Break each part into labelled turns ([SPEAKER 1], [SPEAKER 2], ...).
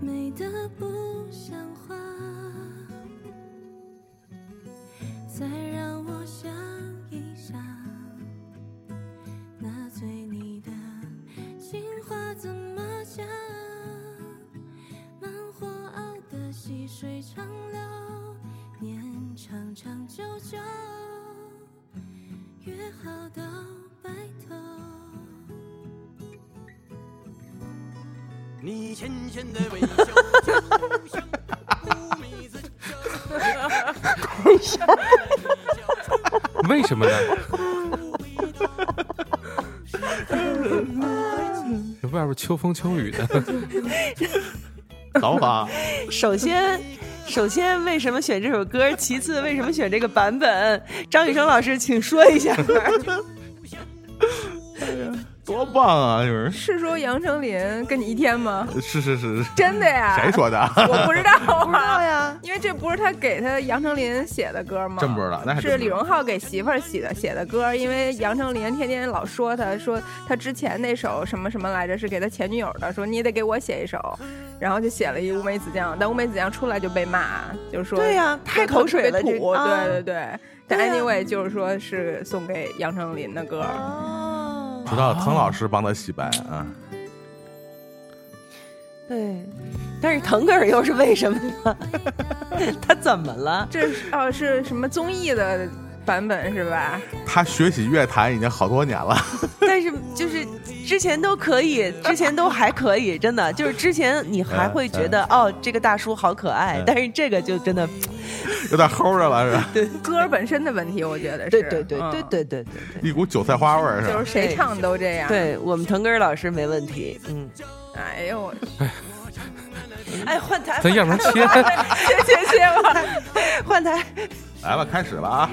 [SPEAKER 1] 美得不像话，再让我想一想，那最你的情话怎么讲？慢火熬的细水长流，念长长久久，约好到白头。
[SPEAKER 2] 你浅浅的微笑，就像妩媚自
[SPEAKER 3] 为什么呢？外边秋风秋雨的，
[SPEAKER 4] 倒法，
[SPEAKER 5] 首先，首先为什么选这首歌？其次，为什么选这个版本？张雨生老师，请说一下。
[SPEAKER 4] 多棒啊！就是
[SPEAKER 6] 是说杨丞琳跟你一天吗？
[SPEAKER 4] 是是是是，
[SPEAKER 6] 真的呀？
[SPEAKER 4] 谁？说的？
[SPEAKER 6] 我不知道啊，
[SPEAKER 5] 呀，
[SPEAKER 6] 因为这不是他给他杨丞琳写的歌吗？
[SPEAKER 4] 真不知道，那还
[SPEAKER 6] 是李荣浩给媳妇儿写的写的歌，因为杨丞琳天天老说他，说他之前那首什么什么来着是给他前女友的，说你也得给我写一首，然后就写了一《乌梅子酱》，但《乌梅子酱》出来就被骂，就说
[SPEAKER 5] 对呀、太口水了，
[SPEAKER 6] 特别
[SPEAKER 5] 这
[SPEAKER 6] 土，
[SPEAKER 5] 啊
[SPEAKER 6] 对对对。但
[SPEAKER 5] 对呀
[SPEAKER 6] anyway 就是说是送给杨丞琳的歌，
[SPEAKER 5] 哦，
[SPEAKER 4] 直到滕老师帮他洗白啊，
[SPEAKER 5] 对，但是腾格尔又是为什么呢？他怎么了？
[SPEAKER 6] 这是哦是什么综艺的版本是吧？
[SPEAKER 4] 他学习乐坛已经好多年了，
[SPEAKER 5] 但是就是之前都可以，之前都还可以，真的就是之前你还会觉得、哦，这个大叔好可爱
[SPEAKER 4] 嗯，
[SPEAKER 5] 但是这个就真的
[SPEAKER 4] 有点齁着了，是吧？
[SPEAKER 6] 歌本身的问题，我觉得是。
[SPEAKER 5] 对对对对
[SPEAKER 6] 嗯
[SPEAKER 5] 对对对对。
[SPEAKER 4] 一股韭菜花味儿，是
[SPEAKER 3] 啊
[SPEAKER 6] 就
[SPEAKER 4] 吧
[SPEAKER 6] 是？谁唱都这样。，
[SPEAKER 5] 对我们腾格尔老师没问题，嗯，
[SPEAKER 6] 哎呦我，
[SPEAKER 5] 哎，换台，
[SPEAKER 3] 咱要不然 切，
[SPEAKER 6] 谢谢谢我。
[SPEAKER 5] 换台，
[SPEAKER 4] 来吧，开始了啊！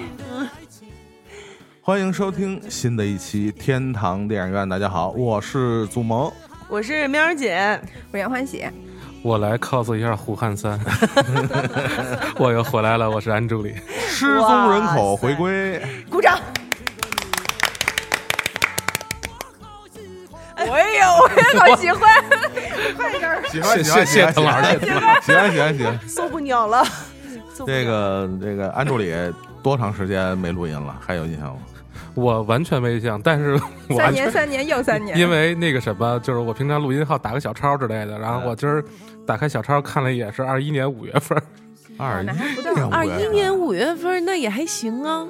[SPEAKER 4] 欢迎收听新的一期天堂电影院，大家好，我是祖萌。
[SPEAKER 5] 我是喵儿姐，
[SPEAKER 6] 我杨欢喜，
[SPEAKER 3] 我来 cos 一下胡汉三， 我又回来了，我是安助理。
[SPEAKER 4] 失踪人口回归，
[SPEAKER 5] 鼓掌。
[SPEAKER 6] 我也有，哎我也好喜欢。
[SPEAKER 4] 喜欢
[SPEAKER 3] 谢
[SPEAKER 4] 喜欢
[SPEAKER 3] 谢谢
[SPEAKER 4] 喜
[SPEAKER 3] 滕
[SPEAKER 4] 欢
[SPEAKER 3] 老师
[SPEAKER 4] 喜欢喜欢喜欢喜欢。
[SPEAKER 5] 受不了了。受不了
[SPEAKER 4] 这个这个安助理多长时间没录音了？还有印象吗？
[SPEAKER 3] 我完全没印象，但是我
[SPEAKER 6] 三年，三年又三年。
[SPEAKER 3] 因为那个什么，就是我平常录音号打个小抄之类的，然后我今儿打开小抄看了一眼，是二一年五月份，
[SPEAKER 4] 二
[SPEAKER 6] 啊那还不
[SPEAKER 4] 一
[SPEAKER 6] 到
[SPEAKER 4] 年，
[SPEAKER 5] 二
[SPEAKER 3] 啊
[SPEAKER 5] 一。年五月份那也还行啊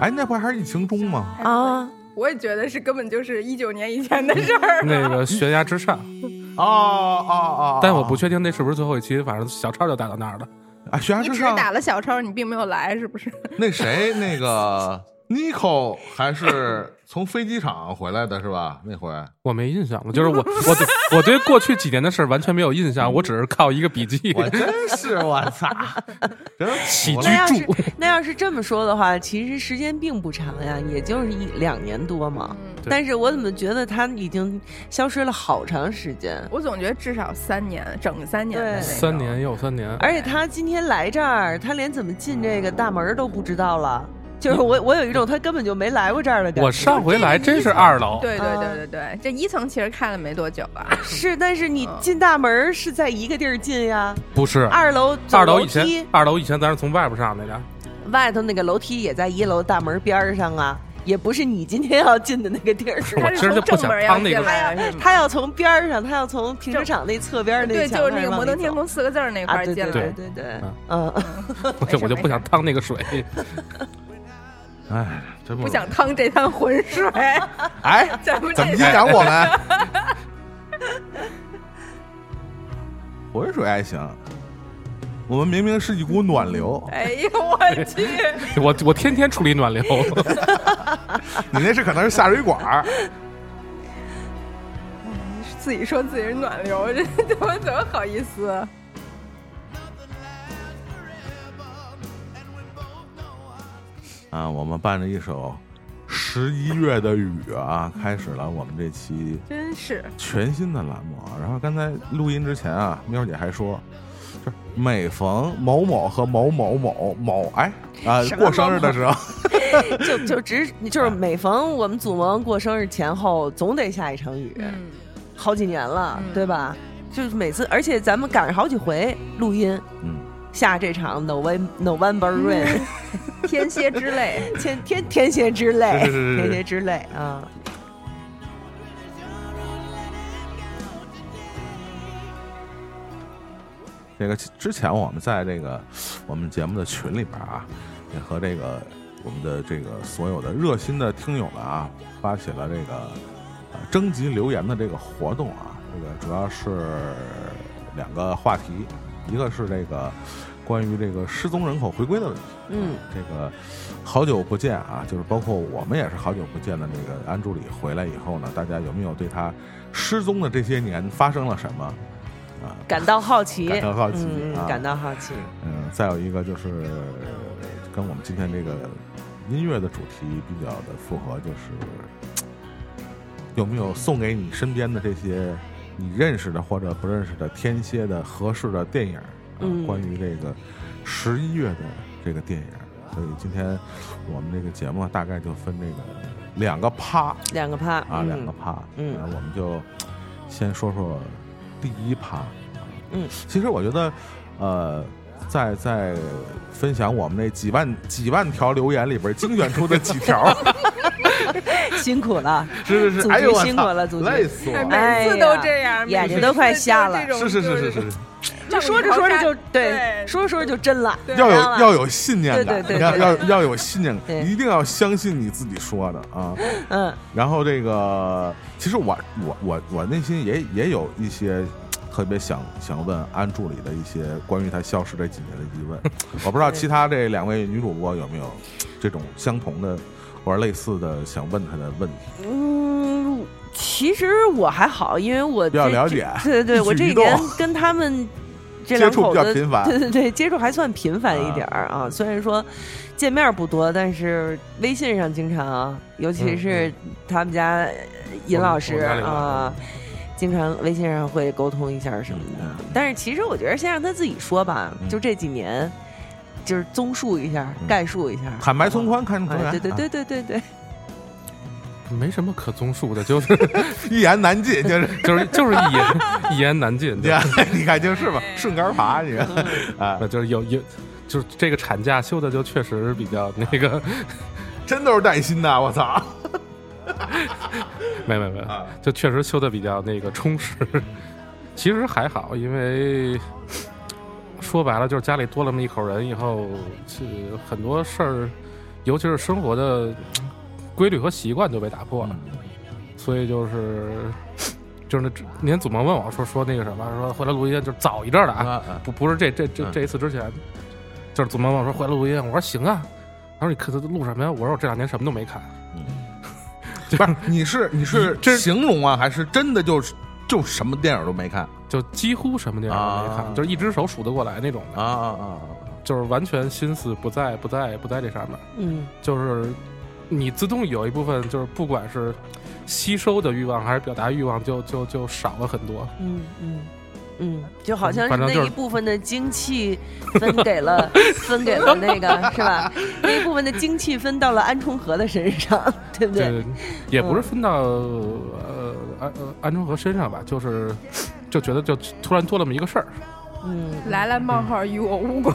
[SPEAKER 4] 哎，那不还是疫情中吗？
[SPEAKER 5] 啊，
[SPEAKER 6] 我也觉得是根本就是一九年以前的事儿。
[SPEAKER 3] 那个悬崖之 上，
[SPEAKER 6] 嗯
[SPEAKER 4] 哦哦哦！
[SPEAKER 3] 但我不确定那是不是最后一期，反正小抄就打到那儿了。
[SPEAKER 4] 啊，悬崖
[SPEAKER 6] 你
[SPEAKER 4] 之
[SPEAKER 6] 只
[SPEAKER 4] 上
[SPEAKER 6] 打了小抄，你并没有来，是不是？
[SPEAKER 4] 那谁那个 Nico 还是从飞机场回来的是吧？那回
[SPEAKER 3] 我没印象了， 就是我我对我对过去几年的事儿完全没有印象，我只是靠一个笔记。
[SPEAKER 4] 我真是我操， 真
[SPEAKER 3] 喜剧
[SPEAKER 5] 那要是
[SPEAKER 3] 住
[SPEAKER 5] 那要是这么说的话，其实时间并不长呀，也就是一两年多嘛。
[SPEAKER 6] 嗯，
[SPEAKER 3] 对
[SPEAKER 5] 但是我怎么觉得他已经消失了好长时间？
[SPEAKER 6] 我总觉得至少三年，整三年的那
[SPEAKER 5] 对
[SPEAKER 6] 种。
[SPEAKER 3] 三年又三年，
[SPEAKER 5] 而且他今天来这儿，他连怎么进这个大门儿都不知道了。就是我，我有一种他根本就没来过这儿的感
[SPEAKER 3] 我
[SPEAKER 5] 觉。
[SPEAKER 3] 上回来真是二楼，
[SPEAKER 6] 对对
[SPEAKER 5] 啊
[SPEAKER 6] 对对对，这一层其实看了没多久啊吧？
[SPEAKER 5] 是，但是你
[SPEAKER 6] 嗯
[SPEAKER 5] 进大门儿是在一个地儿进呀，
[SPEAKER 3] 不是
[SPEAKER 5] 二楼走
[SPEAKER 3] 二楼
[SPEAKER 5] 楼
[SPEAKER 3] 以前
[SPEAKER 5] 梯，
[SPEAKER 3] 二楼以前咱是从外边上来的，
[SPEAKER 5] 外头那个楼梯也在一楼大门边儿上啊。也不是你今天要进的那个地儿。
[SPEAKER 3] 我
[SPEAKER 6] 他
[SPEAKER 3] 今
[SPEAKER 6] 是
[SPEAKER 3] 儿就
[SPEAKER 6] 从
[SPEAKER 3] 不
[SPEAKER 6] 正
[SPEAKER 3] 想
[SPEAKER 6] 门要
[SPEAKER 3] 当那
[SPEAKER 6] 进
[SPEAKER 3] 个
[SPEAKER 5] 他
[SPEAKER 6] 来，
[SPEAKER 5] 要
[SPEAKER 4] 嗯
[SPEAKER 6] 是吗
[SPEAKER 5] 他要从边儿上，他要从停车场那侧边儿那
[SPEAKER 6] 对，
[SPEAKER 5] 墙
[SPEAKER 6] 就是
[SPEAKER 5] 那
[SPEAKER 6] 那
[SPEAKER 5] 儿
[SPEAKER 6] 个
[SPEAKER 5] 往
[SPEAKER 6] 摩
[SPEAKER 5] 里
[SPEAKER 6] 登天
[SPEAKER 5] 走
[SPEAKER 6] 空四个字儿那块
[SPEAKER 5] 啊，
[SPEAKER 6] 儿
[SPEAKER 5] 对
[SPEAKER 6] 进
[SPEAKER 5] 对
[SPEAKER 6] 来，
[SPEAKER 5] 对对对，嗯，
[SPEAKER 3] 我就我就不想趟那个水。
[SPEAKER 4] 哎，真
[SPEAKER 6] 不
[SPEAKER 4] 容易
[SPEAKER 6] 想趟这滩浑 水。
[SPEAKER 4] 哎，
[SPEAKER 6] 咱们
[SPEAKER 4] 怎么
[SPEAKER 6] 这
[SPEAKER 4] 阴阳 我们？浑水还行，我们明明是一股暖流，
[SPEAKER 6] 哎呦我去，
[SPEAKER 3] 我我天天处理暖流，
[SPEAKER 4] 你那是可能是下水管儿。
[SPEAKER 6] 自己说自己是暖流，这怎么怎么好意思？
[SPEAKER 4] 啊，我们伴着一首《十一月的雨》啊，开始了我们这期
[SPEAKER 6] 真是
[SPEAKER 4] 全新的栏目啊。然后刚才录音之前啊，喵姐还说，就是每逢某某和某某某某哎啊、
[SPEAKER 5] 什么
[SPEAKER 4] 过生日的时候，
[SPEAKER 5] 就就只就是
[SPEAKER 4] 嗯
[SPEAKER 5] 每逢我们祖盟过生日前后，总得下一场雨，
[SPEAKER 6] 嗯
[SPEAKER 5] 好几年了，
[SPEAKER 6] 嗯
[SPEAKER 5] 对吧？就是每次，而且咱们赶上好几回录音，
[SPEAKER 4] 嗯，
[SPEAKER 5] 下这场 November November Rain，
[SPEAKER 6] 天蝎之泪。
[SPEAKER 5] 天天天蝎之泪，
[SPEAKER 4] 嗯是是是是
[SPEAKER 5] 天蝎之泪啊！
[SPEAKER 4] 这个之前我们在这个我们节目的群里边啊，也和这个我们的这个所有的热心的听友们啊，发起了这个呃征集留言的这个活动啊。这个主要是两个话题，一个是这个关于这个失踪人口回归的问题。啊
[SPEAKER 5] 嗯，
[SPEAKER 4] 这个好久不见啊，就是包括我们也是好久不见的那个安助理回来以后呢，大家有没有对他失踪的这些年发生了什么啊？
[SPEAKER 5] 感到好奇，
[SPEAKER 4] 感到好奇
[SPEAKER 5] 嗯
[SPEAKER 4] 啊
[SPEAKER 5] 感到好奇，
[SPEAKER 4] 嗯，再有一个就是呃跟我们今天这个音乐的主题比较的符合，就是有没有送给你身边的这些你认识的或者不认识的天蝎的合适的电影儿？啊
[SPEAKER 5] 嗯
[SPEAKER 4] 关于这个十一月的这个电影儿，所以今天我们这个节目大概就分这个两个趴
[SPEAKER 5] 两个趴
[SPEAKER 4] 啊，两个
[SPEAKER 5] 嗯
[SPEAKER 4] 趴，
[SPEAKER 5] 嗯
[SPEAKER 4] 然后我们就先说说第一趴，啊
[SPEAKER 5] 嗯，
[SPEAKER 4] 其实我觉得，呃。在在分享我们那几万几万条留言里边精选出的几条，
[SPEAKER 5] 辛苦了，
[SPEAKER 4] 是
[SPEAKER 5] 组
[SPEAKER 4] 是是，
[SPEAKER 5] 织
[SPEAKER 4] 哎呦我
[SPEAKER 5] 辛苦
[SPEAKER 4] 操
[SPEAKER 5] 了组织
[SPEAKER 4] 累死我了，
[SPEAKER 6] 哎每次都这样，
[SPEAKER 5] 哎呀
[SPEAKER 6] 每次
[SPEAKER 5] 眼睛都快瞎了
[SPEAKER 6] 都这种
[SPEAKER 4] 是是是是，
[SPEAKER 6] 就是
[SPEAKER 4] 是，
[SPEAKER 5] 就说着说着就对，
[SPEAKER 6] 对
[SPEAKER 5] 说着说着就真了，
[SPEAKER 6] 对
[SPEAKER 4] 要有
[SPEAKER 5] 知道吧
[SPEAKER 4] 要有信念
[SPEAKER 5] 对
[SPEAKER 4] 感，
[SPEAKER 5] 对对
[SPEAKER 4] 要
[SPEAKER 5] 对
[SPEAKER 4] 要要有信念
[SPEAKER 5] 对
[SPEAKER 4] 感，一定要相信你自己说的啊。
[SPEAKER 5] 嗯
[SPEAKER 4] 然后这个，其实我我我我内心也也有一些特别想想问安助理的一些关于她消失这几年的疑问，我不知道其他这两位女主播有没有这种相同的或者类似的想问她的问题，
[SPEAKER 5] 嗯。其实我还好，因为我
[SPEAKER 4] 比较
[SPEAKER 5] 这
[SPEAKER 4] 了解
[SPEAKER 5] 这对对对，我
[SPEAKER 4] 一
[SPEAKER 5] 这
[SPEAKER 4] 举
[SPEAKER 5] 几
[SPEAKER 4] 一动
[SPEAKER 5] 年跟他 们这
[SPEAKER 4] 接
[SPEAKER 5] 两
[SPEAKER 4] 触
[SPEAKER 5] 口
[SPEAKER 4] 比较
[SPEAKER 5] 子
[SPEAKER 4] 频繁 嗯
[SPEAKER 5] 对对对，接触还算频繁一点儿啊。虽然说见面不多，但是微信上经常啊，尤
[SPEAKER 4] 嗯
[SPEAKER 5] 其是他们家呃尹老师
[SPEAKER 3] 我们家里边
[SPEAKER 5] 啊，经常微信上会沟通一下什么
[SPEAKER 4] 嗯
[SPEAKER 5] 的
[SPEAKER 4] 嗯。
[SPEAKER 5] 但是其实我觉得先让他自己说吧，
[SPEAKER 4] 嗯
[SPEAKER 5] 就这几年，就是综述一下，
[SPEAKER 4] 嗯
[SPEAKER 5] 概述一下，
[SPEAKER 4] 坦白从宽，看出
[SPEAKER 5] 哎。
[SPEAKER 4] 来，
[SPEAKER 5] 对对对
[SPEAKER 4] 啊，
[SPEAKER 5] 对对对，
[SPEAKER 3] 没什么可综述的，就是
[SPEAKER 4] 一言难尽，就是
[SPEAKER 3] 就是就是一言一言难尽。
[SPEAKER 4] 你
[SPEAKER 3] 对吧
[SPEAKER 4] 看 你看就是吧，顺杆爬你看啊，
[SPEAKER 3] 那就是有有，就是这个产假休的就确实比较那个，
[SPEAKER 4] 真都是带薪的，我操
[SPEAKER 3] 没没没，
[SPEAKER 4] 啊！
[SPEAKER 3] 就确实休的比较那个充实。 其实还好，因为说白了就是家里多了那么一口人以后，是很多事儿，尤其是生活的规律和习惯就被打破了。
[SPEAKER 4] 嗯
[SPEAKER 3] 所以就是 就是那那天祖萌问我说说那个什么，说回来录音就是早一阵儿的
[SPEAKER 4] 啊
[SPEAKER 3] 啊，
[SPEAKER 4] 啊，
[SPEAKER 3] 不不是这这这
[SPEAKER 4] 嗯
[SPEAKER 3] 这一次之前，就是祖萌问我说回来录音，我说行啊。他说：“你看他录什么呀？”我说：“我这两年什么都没看。
[SPEAKER 4] 嗯不是你是你是
[SPEAKER 3] 这
[SPEAKER 4] 形容啊，还是真的就是就什么电影都没看？
[SPEAKER 3] 就几乎什么电影都没看，
[SPEAKER 4] 啊
[SPEAKER 3] 就是一只手数得过来那种的，
[SPEAKER 4] 啊啊啊啊！
[SPEAKER 3] 就是完全心思不在不在不在这上面。
[SPEAKER 5] 嗯
[SPEAKER 3] 就是你自动有一部分，就是不管是吸收的欲望还是表达欲望就，就就少了很多。
[SPEAKER 5] 嗯嗯。嗯，就好像是
[SPEAKER 3] 反正
[SPEAKER 5] 那
[SPEAKER 3] 就是
[SPEAKER 5] 一部分的精气分给 了，分给了那个是吧？那一部分的精气分到了安重和的身上，对不对？嗯
[SPEAKER 3] 这也不是分到呃安呃安中和身上吧，就是就觉得就突然多那么一个事儿。
[SPEAKER 5] 嗯，
[SPEAKER 6] 来来冒号与我无关。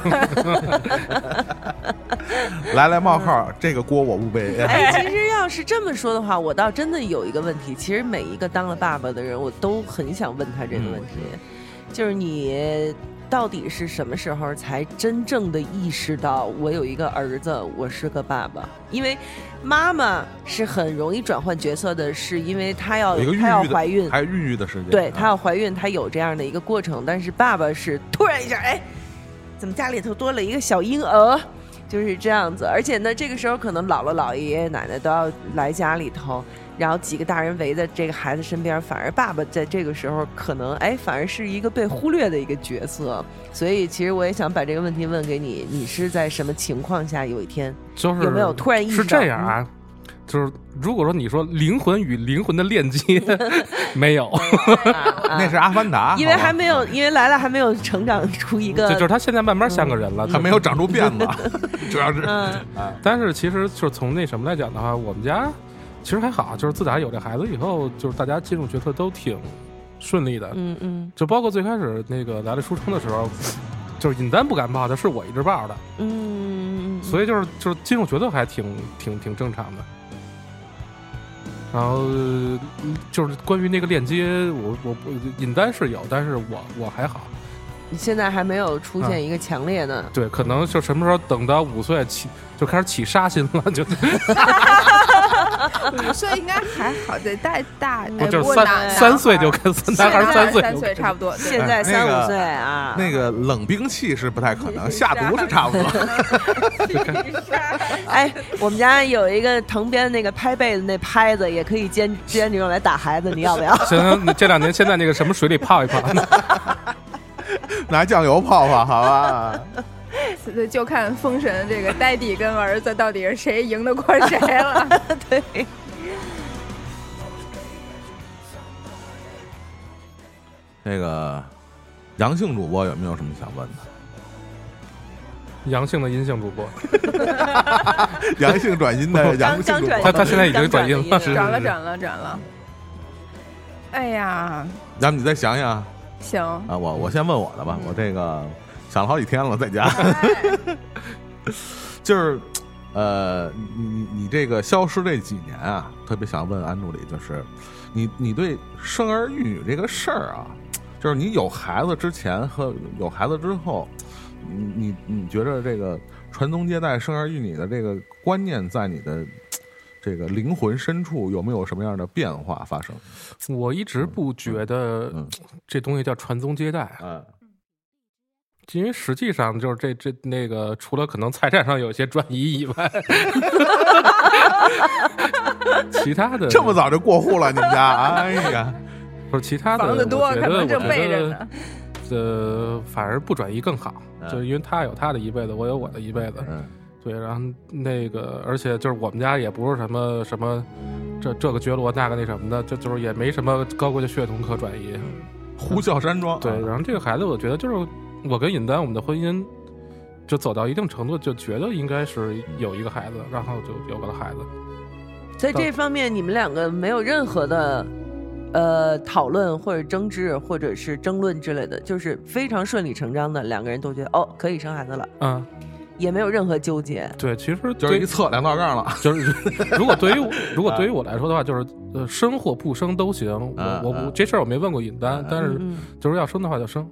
[SPEAKER 4] 来来冒号，这个锅我不背。
[SPEAKER 5] 哎，其实要是这么说的话，我倒真的有一个问题。其实每一个当了爸爸的人，我都很想问他这个问题，就是你到底是什么时候才真正的意识到我有一个儿子，我是个爸爸？因为妈妈是很容易转换角色的，是因为她要
[SPEAKER 4] 有一个孕
[SPEAKER 5] 哎她要
[SPEAKER 4] 育的，
[SPEAKER 5] 怀孕，
[SPEAKER 4] 还有孕育的时间，
[SPEAKER 5] 对
[SPEAKER 4] 啊
[SPEAKER 5] 她要怀孕，她有这样的一个过程。但是爸爸是突然一下，哎，怎么家里头多了一个小婴儿？就是这样子。而且呢，这个时候可能姥姥、姥爷、爷爷奶奶都要来家里头，然后几个大人围在这个孩子身边，反而爸爸在这个时候可能哎，反而是一个被忽略的一个角色。所以其实我也想把这个问题问给你：你是在什么情况下有一天
[SPEAKER 3] 就是
[SPEAKER 5] 有没
[SPEAKER 4] 嗯
[SPEAKER 5] 有突然意识
[SPEAKER 3] 是
[SPEAKER 5] 到嗯
[SPEAKER 3] 这样啊？就是如果说你说灵魂与灵魂的链接， 没有，
[SPEAKER 5] 啊
[SPEAKER 4] 那是阿凡达，
[SPEAKER 5] 因为
[SPEAKER 4] 好吧
[SPEAKER 5] 还没有，因为来了还没有成长出一
[SPEAKER 3] 就
[SPEAKER 5] 个
[SPEAKER 3] 就是他现在慢慢像个人了，
[SPEAKER 4] 还没有长出辫子， 主要是
[SPEAKER 5] 嗯
[SPEAKER 3] 但是其实就是从那什么来讲的话，我们家其实还好，就是自打有这孩子以后，就是大家进入决策都挺顺利的，
[SPEAKER 5] 嗯嗯
[SPEAKER 3] 就包括最开始那个来了初中的时候，就是尹丹不敢抱的，是我一直抱的，
[SPEAKER 5] 嗯嗯，
[SPEAKER 3] 所以就是就是进入决策还挺挺挺正常的。然后呃就是关于那个链接，我我我尹丹是有，但是我我还好。
[SPEAKER 5] 以现在还没有出现一个强烈的。
[SPEAKER 3] 对，可能就什么时候等到五岁起就开始起杀心了，就
[SPEAKER 6] 五岁应该还好，得带大，哎
[SPEAKER 3] 哦就
[SPEAKER 6] 不过
[SPEAKER 3] 是三
[SPEAKER 6] 男
[SPEAKER 3] 三岁就跟男
[SPEAKER 6] 男
[SPEAKER 3] 孩儿
[SPEAKER 6] 孩
[SPEAKER 3] 三岁
[SPEAKER 6] 三
[SPEAKER 3] 就
[SPEAKER 6] 岁差不多，对
[SPEAKER 5] 现在
[SPEAKER 4] 那
[SPEAKER 5] 三
[SPEAKER 4] 个
[SPEAKER 5] 五岁啊，
[SPEAKER 4] 那个冷兵器是不太可能，
[SPEAKER 6] 是
[SPEAKER 4] 下毒是差 不多。
[SPEAKER 5] 哎，我们家有一个藤编那个拍被子那拍子，也可以兼兼着用来打孩子，你要不 要？
[SPEAKER 3] 现在这两年现在那个什么水里泡一泡，
[SPEAKER 4] 拿酱油泡泡，好吧？
[SPEAKER 6] 对，就看封神这个呆弟跟儿子到底是谁赢得过谁 了。
[SPEAKER 4] 那个阳性主播有没有什么想问 的？
[SPEAKER 3] 阳性的阴性主播，
[SPEAKER 4] 阳性转阴的阳
[SPEAKER 5] 刚
[SPEAKER 4] 性
[SPEAKER 5] 刚
[SPEAKER 4] 主播
[SPEAKER 5] 转
[SPEAKER 3] 他他现在已经转阴了，是
[SPEAKER 5] 刚
[SPEAKER 6] 转了，转了转了。哎呀，
[SPEAKER 4] 要不你再想想啊！
[SPEAKER 6] 行，
[SPEAKER 4] 我我先问我的吧，我这个想了好几天了，在家 就是，呃，你你你这个消失这几年啊，特别想问安助理，就是你你对生儿育女这个事儿啊，就是你有孩子之前和有孩子之后，你你你觉着这个传宗接代、生儿育女的这个观念，在你的这个灵魂深处有没有什么样的变化发生？
[SPEAKER 3] 是我一直不觉得
[SPEAKER 4] 嗯
[SPEAKER 3] 这东西叫传宗接代啊，
[SPEAKER 4] 嗯，
[SPEAKER 3] 因为实际上就是这这那个，除了可能财产上有一些转移以外，其他的
[SPEAKER 4] 这么早就过户了，你们家？哎呀，
[SPEAKER 3] 不是其他的，
[SPEAKER 6] 房子多
[SPEAKER 3] 我觉
[SPEAKER 6] 可
[SPEAKER 3] 得
[SPEAKER 6] 能正
[SPEAKER 3] 我觉
[SPEAKER 6] 备
[SPEAKER 3] 得
[SPEAKER 6] 着呢
[SPEAKER 3] 呃，反而不转移更好，
[SPEAKER 4] 嗯
[SPEAKER 3] 就是因为他有他的一辈子，我有我的一辈子。
[SPEAKER 4] 嗯
[SPEAKER 3] 对，然后那个，而且就是我们家也不是什么什么这这个觉罗那个那什么的，就就是也没什么高贵的血统可转移。
[SPEAKER 4] 呼啸山庄。啊
[SPEAKER 3] 对，然后这个孩子，我觉得就是我跟尹丹，我们的婚姻就走到一定程度，就觉得应该是有一个孩子，然后就有了孩子。
[SPEAKER 5] 在这方面，你们两个没有任何的呃讨论或者争执或者是争论之类的，就是非常顺理成章的，两个人都觉得哦可以生孩子了，
[SPEAKER 3] 嗯，
[SPEAKER 5] 也没有任何纠结。
[SPEAKER 3] 对，其实
[SPEAKER 4] 就是
[SPEAKER 3] 对
[SPEAKER 4] 一啊测两道杠啊了。
[SPEAKER 3] 就是 如果对于我如果对于我来说的话，就是呃生或不生都行。我
[SPEAKER 4] 嗯
[SPEAKER 3] 我我
[SPEAKER 4] 嗯
[SPEAKER 3] 这事儿我没问过尹丹，
[SPEAKER 4] 啊
[SPEAKER 3] 但是
[SPEAKER 5] 嗯，
[SPEAKER 3] 就是要生的话就生。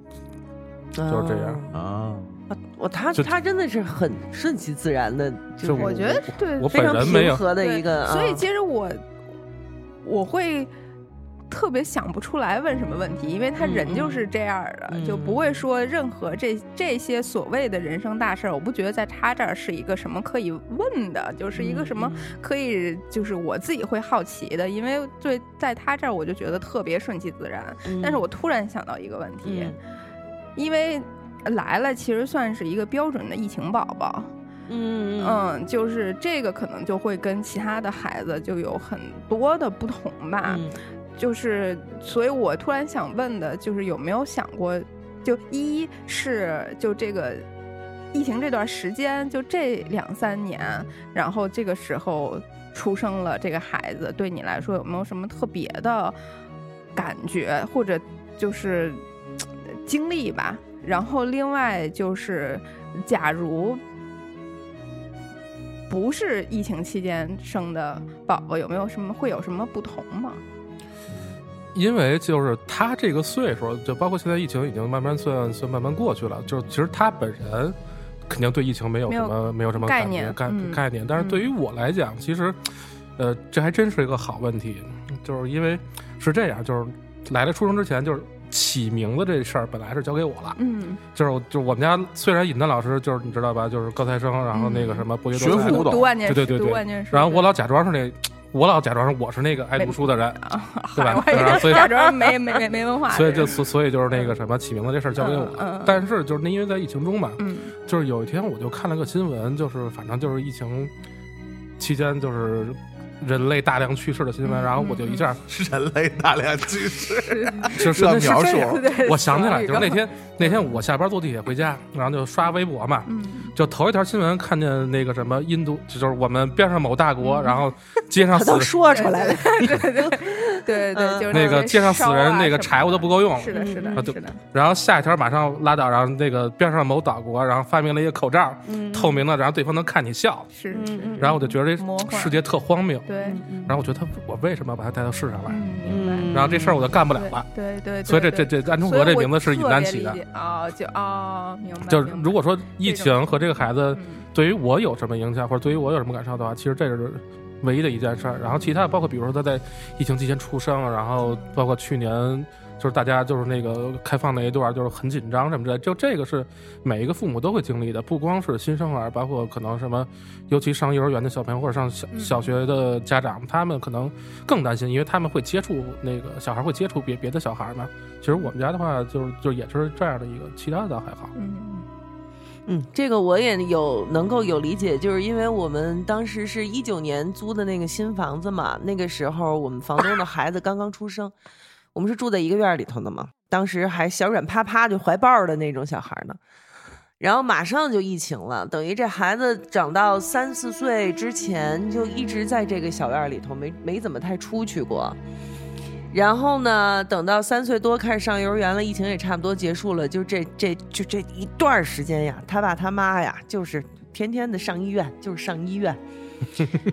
[SPEAKER 5] 就是
[SPEAKER 3] 这样。
[SPEAKER 4] 啊，
[SPEAKER 5] 嗯我他
[SPEAKER 3] 就
[SPEAKER 5] 他真的是很顺其自然的，
[SPEAKER 3] 就
[SPEAKER 5] 就是
[SPEAKER 3] 我
[SPEAKER 6] 我觉得对，
[SPEAKER 3] 我
[SPEAKER 5] 非
[SPEAKER 3] 本
[SPEAKER 5] 常
[SPEAKER 3] 人没
[SPEAKER 5] 平
[SPEAKER 3] 有，
[SPEAKER 5] 和的
[SPEAKER 6] 对
[SPEAKER 5] 一个。
[SPEAKER 6] 所以
[SPEAKER 5] 嗯
[SPEAKER 6] 其实我我会特别想不出来问什么问题，因为他人就是这样的，
[SPEAKER 5] 嗯嗯
[SPEAKER 6] 就不会说任何这这些所谓的人生大事儿，我不觉得在他这儿是一个什么可以问的，就是一个什么可以，就是我自己会好奇的，因为对在他这儿我就觉得特别顺其自然。
[SPEAKER 5] 嗯，
[SPEAKER 6] 但是我突然想到一个问题，
[SPEAKER 5] 嗯
[SPEAKER 6] 因为来了其实算是一个标准的疫情宝宝，
[SPEAKER 5] 嗯嗯
[SPEAKER 6] 嗯，就是这个可能就会跟其他的孩子就有很多的不同吧。
[SPEAKER 5] 嗯
[SPEAKER 6] 就是，所以我突然想问的就是有没有想过，就一是就这个疫情这段时间，就这两三年，然后这个时候出生了这个孩子，对你来说有没有什么特别的感觉，或者就是呃经历吧？然后另外就是，假如不是疫情期间生的宝宝，有没有什么会有什么不同吗？
[SPEAKER 3] 因为就是他这个岁数，就包括现在疫情已经慢慢算算慢慢过去了，就是其实他本人肯定对疫情没有
[SPEAKER 6] 没
[SPEAKER 3] 什
[SPEAKER 6] 有
[SPEAKER 3] 么没有什么
[SPEAKER 6] 概
[SPEAKER 3] 感觉
[SPEAKER 6] 念
[SPEAKER 3] 概
[SPEAKER 6] 嗯
[SPEAKER 3] 概念，但是对于我来讲，其实呃这还真是一个好问题，就是因为是这样，就是来了出生之前就是。起名字这事儿本来是交给我了，
[SPEAKER 6] 嗯，
[SPEAKER 3] 就是我就是我们家虽然尹丹老师就是你知道吧，就是高材生，然后那个
[SPEAKER 6] 嗯
[SPEAKER 3] 什么博学
[SPEAKER 4] 学
[SPEAKER 3] 多才
[SPEAKER 4] 富五
[SPEAKER 6] 读
[SPEAKER 4] 斗
[SPEAKER 6] 读万卷书，
[SPEAKER 3] 对对对
[SPEAKER 6] 读万卷书。
[SPEAKER 3] 然后我老假装是那，我老假装是我是那个爱
[SPEAKER 6] 没
[SPEAKER 3] 读书的人，
[SPEAKER 6] 对
[SPEAKER 3] 对吧
[SPEAKER 6] 我也
[SPEAKER 3] 然后所以
[SPEAKER 6] 假装没没没没文化的人，
[SPEAKER 3] 所以就所所以就是那个什么起名字这事儿交给我
[SPEAKER 6] 嗯嗯嗯
[SPEAKER 3] 了。但是就是那因为在疫情中嘛，
[SPEAKER 6] 嗯
[SPEAKER 3] 就是有一天我就看了个新闻，就是反正就是疫情期间就是人类大量去世的新闻，
[SPEAKER 6] 嗯
[SPEAKER 3] 然后我就一下
[SPEAKER 4] 人类大量去世，
[SPEAKER 3] 就
[SPEAKER 4] 这
[SPEAKER 3] 是
[SPEAKER 4] 描述
[SPEAKER 6] 对对，
[SPEAKER 3] 我想起来，
[SPEAKER 6] 宇
[SPEAKER 3] 就
[SPEAKER 6] 宙
[SPEAKER 3] 是 那天那天我下班坐地铁回家，然后就刷微博嘛，
[SPEAKER 6] 嗯
[SPEAKER 3] 就头一条新闻看见那个什么印度，就是我们边上某大国，
[SPEAKER 6] 嗯
[SPEAKER 3] 然后街上
[SPEAKER 7] 他
[SPEAKER 3] 死
[SPEAKER 7] 都说出来了，
[SPEAKER 6] 对 对对对对，
[SPEAKER 7] 嗯
[SPEAKER 6] 就是
[SPEAKER 3] 那个街上死
[SPEAKER 6] 烧啊
[SPEAKER 3] 人那
[SPEAKER 6] 什么
[SPEAKER 3] 个柴火都不
[SPEAKER 6] 的
[SPEAKER 3] 够用，
[SPEAKER 6] 是的，是
[SPEAKER 7] 嗯
[SPEAKER 3] 啊
[SPEAKER 6] 的，
[SPEAKER 3] 对
[SPEAKER 6] 是的，
[SPEAKER 3] 然后下一条马上拉倒，然后那个边上某岛国，然后发明了一个口罩，
[SPEAKER 7] 嗯
[SPEAKER 3] 透明的，然后对方能看你笑，
[SPEAKER 6] 是
[SPEAKER 7] 嗯
[SPEAKER 6] 是
[SPEAKER 7] 嗯。
[SPEAKER 3] 然后我就觉得
[SPEAKER 6] 魔
[SPEAKER 3] 这
[SPEAKER 6] 幻
[SPEAKER 3] 世界特荒谬，
[SPEAKER 6] 对，
[SPEAKER 3] 然后我觉得他我为什么要把他带到世上来？
[SPEAKER 6] 嗯，明白。
[SPEAKER 3] 然后这事儿我就干不了
[SPEAKER 6] 对
[SPEAKER 3] 了，
[SPEAKER 6] 对对，
[SPEAKER 3] 所以这
[SPEAKER 6] 对
[SPEAKER 3] 这
[SPEAKER 6] 对
[SPEAKER 3] 这安中
[SPEAKER 6] 所以
[SPEAKER 3] 和这
[SPEAKER 6] 我
[SPEAKER 3] 名字是
[SPEAKER 6] 特
[SPEAKER 3] 尹丹
[SPEAKER 6] 别
[SPEAKER 3] 起的
[SPEAKER 6] 理，解哦，就哦，明白。
[SPEAKER 3] 就是
[SPEAKER 6] 明白
[SPEAKER 3] 如果说疫
[SPEAKER 6] 这种
[SPEAKER 3] 情和这个孩子
[SPEAKER 6] 嗯
[SPEAKER 3] 对于我有什么影响，或者对于我有什么感受的话，其实这是唯一的一件事儿。然后其他的包括比如说他在疫情期间出生，然后包括去年就是大家就是那个开放那一段就是很紧张什么之类的，就这个是每一个父母都会经历的，不光是新生儿，包括可能什么，尤其上幼儿园的小朋友或者上小
[SPEAKER 6] 嗯
[SPEAKER 3] 小学的家长，他们可能更担心，因为他们会接触那个小孩会接触别别的小孩嘛。其实我们家的话就是就也是这样的一个，其他的倒还好。
[SPEAKER 6] 嗯
[SPEAKER 7] 嗯，这个我也有能够有理解，就是因为我们当时是一九年租的那个新房子嘛，那个时候我们房东的孩子刚刚出生，我们是住在一个院儿里头的嘛，当时还小软趴趴就怀抱儿的那种小孩儿呢，然后马上就疫情了，等于这孩子长到三四岁之前就一直在这个小院儿里头，没没怎么太出去过。然后呢，等到三岁多开始上幼儿园了，疫情也差不多结束了，就这这就这一段儿时间呀，他爸他妈呀，就是天天的上医院，就是上医院，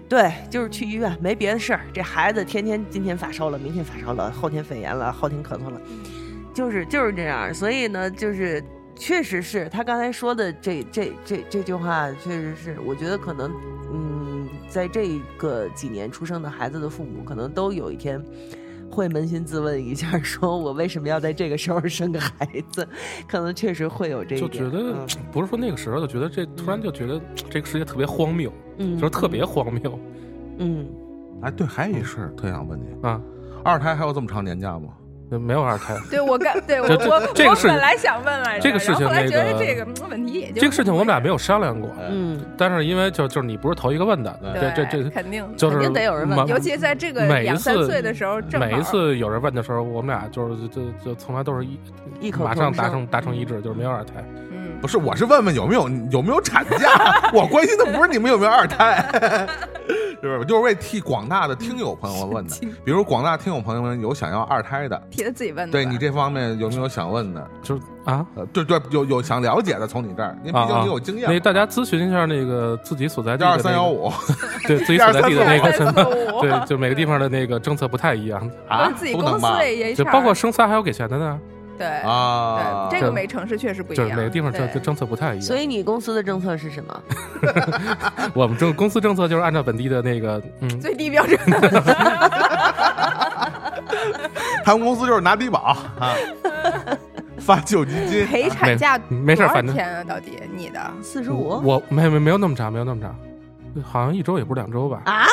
[SPEAKER 7] 对，就是去医院，没别的事儿。这孩子天天今天发烧了，明天发烧了，后天肺炎了，后天咳嗽了，
[SPEAKER 3] 嗯
[SPEAKER 7] 就是就是这样。所以呢，就是确实是他刚才说的这这这这句话，确实是我觉得可能，嗯，在这个几年出生的孩子的父母，可能都有一天。会扪心自问一下，说我为什么要在这个时候生个孩子？可能确实会有这一
[SPEAKER 3] 就
[SPEAKER 7] 点。
[SPEAKER 3] 觉得
[SPEAKER 7] 嗯
[SPEAKER 3] 不是说那个时候，就觉得这突然就觉得
[SPEAKER 6] 嗯
[SPEAKER 3] 这个世界特别荒谬，
[SPEAKER 7] 嗯，
[SPEAKER 3] 就是特别荒谬
[SPEAKER 7] 嗯，
[SPEAKER 4] 哎，对，还有一事儿特想问你，
[SPEAKER 3] 啊，
[SPEAKER 4] 二胎还有这么长年假吗？
[SPEAKER 3] 就没有二胎。
[SPEAKER 6] 对我刚对我
[SPEAKER 3] 这这
[SPEAKER 6] 我
[SPEAKER 3] 这个
[SPEAKER 6] 我
[SPEAKER 3] 事情
[SPEAKER 6] 本来想问来着，
[SPEAKER 3] 这个事
[SPEAKER 6] 然后
[SPEAKER 3] 情
[SPEAKER 6] 后来
[SPEAKER 3] 那
[SPEAKER 6] 觉得
[SPEAKER 3] 个
[SPEAKER 6] 这个嗯问题也就
[SPEAKER 3] 这个事情我们俩没有商量过，
[SPEAKER 4] 哎
[SPEAKER 7] 嗯
[SPEAKER 3] 但是因为就就是你不是头一个问的，
[SPEAKER 6] 对
[SPEAKER 3] 这这这
[SPEAKER 6] 肯定的
[SPEAKER 3] 就是
[SPEAKER 7] 肯定得有人问
[SPEAKER 3] 每
[SPEAKER 6] 尤其在这个
[SPEAKER 3] 每一
[SPEAKER 6] 两三
[SPEAKER 3] 次
[SPEAKER 6] 岁的时候，正好
[SPEAKER 3] 每一次有人问的时候，我们俩就是就就就从来都是一
[SPEAKER 7] 异口
[SPEAKER 3] 马上
[SPEAKER 7] 同声
[SPEAKER 3] 达成达
[SPEAKER 7] 嗯
[SPEAKER 3] 成一致，就是没有二胎。
[SPEAKER 6] 嗯
[SPEAKER 4] 不是，我是问问有没有有没有产 假，我关心的不是你们有没有二 胎，就是我就是为替广大的听友朋友们问的。比如广大听友朋友们有想要二胎的，
[SPEAKER 6] 提他自己问的吧，
[SPEAKER 4] 嗯对你这方面有没有想问的？
[SPEAKER 3] 就是啊，
[SPEAKER 4] 呃，对对，有有想了解的，从你这儿，因为毕竟
[SPEAKER 3] 啊
[SPEAKER 4] 你有
[SPEAKER 6] 嗯
[SPEAKER 4] 经验
[SPEAKER 3] 那
[SPEAKER 4] 嘛。
[SPEAKER 3] 大家咨询一下那个自己所在地
[SPEAKER 4] 幺二
[SPEAKER 3] 的那
[SPEAKER 4] 三幺
[SPEAKER 3] 个，
[SPEAKER 4] 五
[SPEAKER 3] 对自己所在地的那 个什
[SPEAKER 6] 12315
[SPEAKER 3] 么，对，啊就每个地方的那个政策不太一样，
[SPEAKER 4] 啊，
[SPEAKER 6] 自己
[SPEAKER 4] 不能
[SPEAKER 6] 公司
[SPEAKER 4] 吧
[SPEAKER 6] 的？也
[SPEAKER 3] 就包括生仨还要给钱的呢，
[SPEAKER 6] 对
[SPEAKER 4] 啊，
[SPEAKER 6] 对，这个
[SPEAKER 3] 就
[SPEAKER 6] 每城市确实不一
[SPEAKER 3] 就
[SPEAKER 6] 样，
[SPEAKER 3] 是每个地方政
[SPEAKER 6] 对
[SPEAKER 3] 政策不太一样。
[SPEAKER 7] 所以你公司的政策是什么？
[SPEAKER 3] 我们政公司政策就是按照本地的那个，嗯，
[SPEAKER 6] 最低标 准。
[SPEAKER 4] 他们公司就是拿低保啊， 发救济金。
[SPEAKER 6] 陪产假
[SPEAKER 3] 没没事
[SPEAKER 6] 多少
[SPEAKER 3] 反正
[SPEAKER 6] 天啊？到底你的
[SPEAKER 7] 四十五，
[SPEAKER 3] 我没没没有那么长，没有那么长，好像一周也不是两周吧。
[SPEAKER 7] 啊，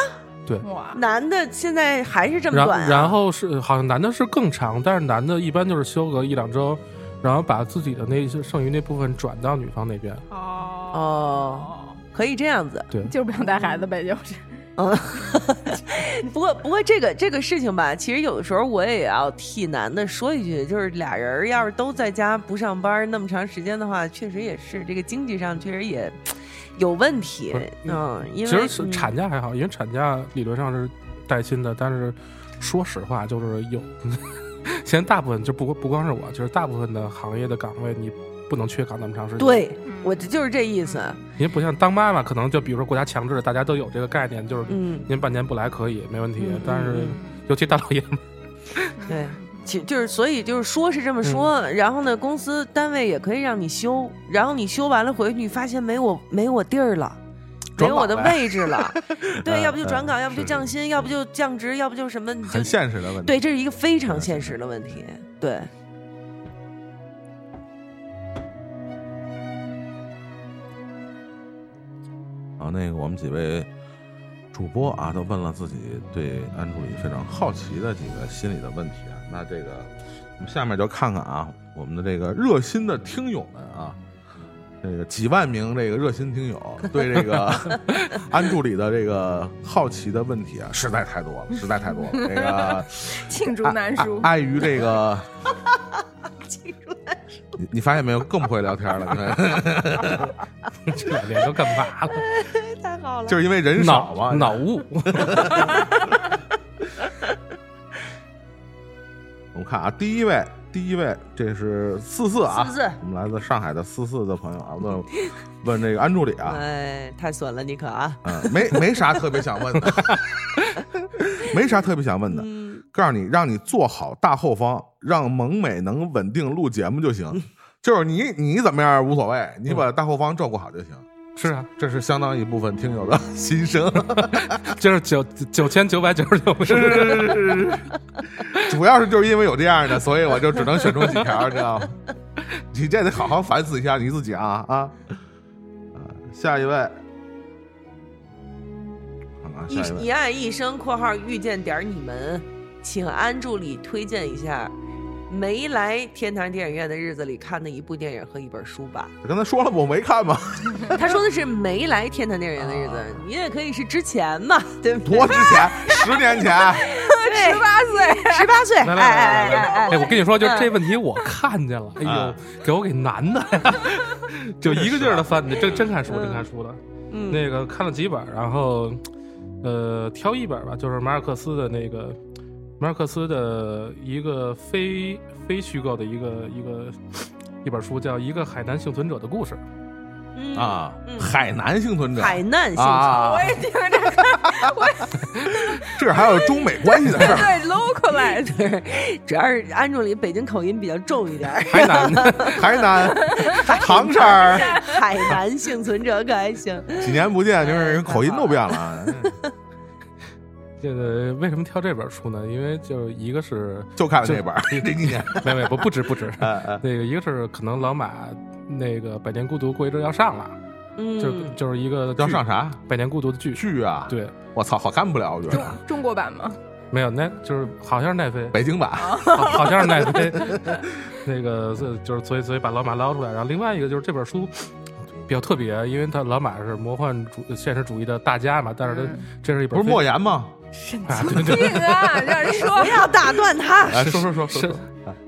[SPEAKER 6] 哇，
[SPEAKER 7] 男的现在还是这么
[SPEAKER 3] 然
[SPEAKER 7] 短、啊，
[SPEAKER 3] 然后是好像男的是更长，但是男的一般就是休个一两周，然后把自己的那些剩余那部分转到女方那边。
[SPEAKER 6] 哦
[SPEAKER 7] 哦，可以这样子。
[SPEAKER 3] 对，
[SPEAKER 6] 就是不想带孩子呗，就是
[SPEAKER 7] 嗯，不过不过这个这个事情吧，其实有的时候我也要替男的说一句，就是俩人儿要是都在家不上班那么长时间的话，确实也是这个经济上确实也有问题
[SPEAKER 3] 不是。
[SPEAKER 7] 嗯，因
[SPEAKER 3] 其
[SPEAKER 7] 为
[SPEAKER 3] 实是
[SPEAKER 7] 嗯
[SPEAKER 3] 产假还好，因为产假理论上是带薪的，但是说实话就是有， 现在大部分就不不光是我，就是大部分的行业的岗位你不能缺岗那么长时间。，
[SPEAKER 7] 对，我这就是这意思。
[SPEAKER 3] 您不像当妈妈，可能就比如说国家强制，大家都有这个概念，就是
[SPEAKER 7] 嗯，
[SPEAKER 3] 您半年不来可以没问题，
[SPEAKER 7] 嗯嗯
[SPEAKER 3] 但是
[SPEAKER 7] 嗯
[SPEAKER 3] 尤其大老爷们儿，
[SPEAKER 7] 对，其就是所以就是说是这
[SPEAKER 4] 嗯
[SPEAKER 7] 么说，然后呢，公司单位也可以让你休，然后你休完了回去，你发现没我没我地儿了。没
[SPEAKER 4] 转
[SPEAKER 7] 有
[SPEAKER 4] 岗
[SPEAKER 7] 我的
[SPEAKER 4] 呗
[SPEAKER 7] 位 置了，
[SPEAKER 4] 嗯
[SPEAKER 7] 对，要不就转岗，
[SPEAKER 4] 嗯
[SPEAKER 7] 要不就是降薪，要不就降职，要不就什么，你就
[SPEAKER 4] 很现实的问题。
[SPEAKER 7] 对，这是一个非常现实的问题。对，
[SPEAKER 4] 啊，那个我们几位主播啊，都问了自己对安助理非常好奇的几个心理的问题啊。那这个，我们下面就看看啊，我们的这个热心的听友们啊，这个几万名这个热心听友对这个安助理的这个好奇的问题啊，实在太多了，实在太多了。这个
[SPEAKER 6] 罄竹难
[SPEAKER 4] 碍
[SPEAKER 6] 书。
[SPEAKER 4] 啊碍碍于这个。 你你发现没有，更不会聊天了，你看
[SPEAKER 3] 这两年都干嘛了？
[SPEAKER 7] 太 好了
[SPEAKER 4] 就是因为人少嘛
[SPEAKER 3] 脑，脑雾，
[SPEAKER 4] 我们看啊，第一位，第一位，这是四四啊，
[SPEAKER 7] 四四
[SPEAKER 4] 我们来自上海的四四的朋友啊，问问这个安助理啊，
[SPEAKER 7] 哎，太损了你可啊！
[SPEAKER 4] 嗯，没没啥特别想问的， 没啥特别想问的，
[SPEAKER 7] 嗯
[SPEAKER 4] 告诉你，让你做好大后方，让萌美能稳定录节目就 行，就是你你怎么样无所谓，你把大后方照顾好就行。
[SPEAKER 3] 是 啊，
[SPEAKER 4] 这是相当一部分听友的 心声，
[SPEAKER 3] 就是九九千九百九十九，
[SPEAKER 4] 主要是就是因为有这样的，所以我就只能选出几条，你知道吗？你这得好好反思一下你自己啊啊！啊，下一位，看看
[SPEAKER 7] 一
[SPEAKER 4] 下一位
[SPEAKER 7] 一案一生（括号遇见点儿你们），请安助理推荐一下没来天堂电影院的日子里看的一部电影和一本书吧。
[SPEAKER 4] 刚才说了我没 看嘛，
[SPEAKER 7] 他说的是没来天堂电影院的日子，你也可以是之前 嘛，对不对？
[SPEAKER 4] 多之 前，十年前，
[SPEAKER 7] 十八岁， 十八岁，哎
[SPEAKER 3] 来来来
[SPEAKER 7] 哎
[SPEAKER 3] 来
[SPEAKER 7] 哎
[SPEAKER 3] 来，
[SPEAKER 7] 哎
[SPEAKER 3] 哎，我跟你说，就
[SPEAKER 7] 嗯
[SPEAKER 3] 这问题我看见了，哎
[SPEAKER 4] 啊
[SPEAKER 3] 呦，给我给难的 呀，就一个劲儿的翻，真真看书，真看书了。
[SPEAKER 7] 嗯，
[SPEAKER 3] 那个看了几本儿，然后呃挑一本儿吧，就是马尔克斯的那个马尔克斯的一个非非虚构的一个一个一本书，叫《一个海南幸存者的故事》。
[SPEAKER 7] 嗯
[SPEAKER 4] 啊
[SPEAKER 7] 嗯，
[SPEAKER 4] 海南幸存者，
[SPEAKER 7] 海难性
[SPEAKER 4] 啊
[SPEAKER 6] 我，也听着，
[SPEAKER 4] 这还有中美关系的事 儿，
[SPEAKER 6] 对 localize，
[SPEAKER 7] 主要是安助理北京口音比较重一 点儿，
[SPEAKER 3] 海南的
[SPEAKER 4] 海南，唐山儿，
[SPEAKER 7] 海南幸存者可还行？
[SPEAKER 4] 几年不见，就是人口音都变了啊，
[SPEAKER 3] 这个为什么挑这本书呢？因为就是一个是
[SPEAKER 4] 就看了这 本儿，这几年，
[SPEAKER 3] 没有没有不不止 不止，
[SPEAKER 4] 哎哎
[SPEAKER 3] 那个一个是可能老马那个《百年孤独》过一阵儿要上了，就
[SPEAKER 7] 嗯，
[SPEAKER 3] 就是一个
[SPEAKER 4] 要
[SPEAKER 3] 剧
[SPEAKER 4] 上
[SPEAKER 3] 《
[SPEAKER 4] 啥
[SPEAKER 3] 百年孤独》的剧，
[SPEAKER 4] 剧啊？，
[SPEAKER 3] 对，
[SPEAKER 4] 我操，好看不了，我觉得
[SPEAKER 6] 中中国版吗？
[SPEAKER 3] 没有那就是好像是奈飞，
[SPEAKER 4] 北京版
[SPEAKER 3] 好好像是奈 飞，那个是就是所以所以把老马捞出来，然后另外一个就是这本书比较特别，因为他老马是魔幻主现实主义的大家嘛，但是他
[SPEAKER 6] 嗯
[SPEAKER 3] 这是一
[SPEAKER 4] 不
[SPEAKER 3] 本
[SPEAKER 4] 是
[SPEAKER 3] 非
[SPEAKER 4] 莫言吗？
[SPEAKER 3] 啊，对对对，
[SPEAKER 6] 这个啊，让人说
[SPEAKER 7] 不要打断他。
[SPEAKER 4] 哎，说说说说
[SPEAKER 3] 是
[SPEAKER 4] 说，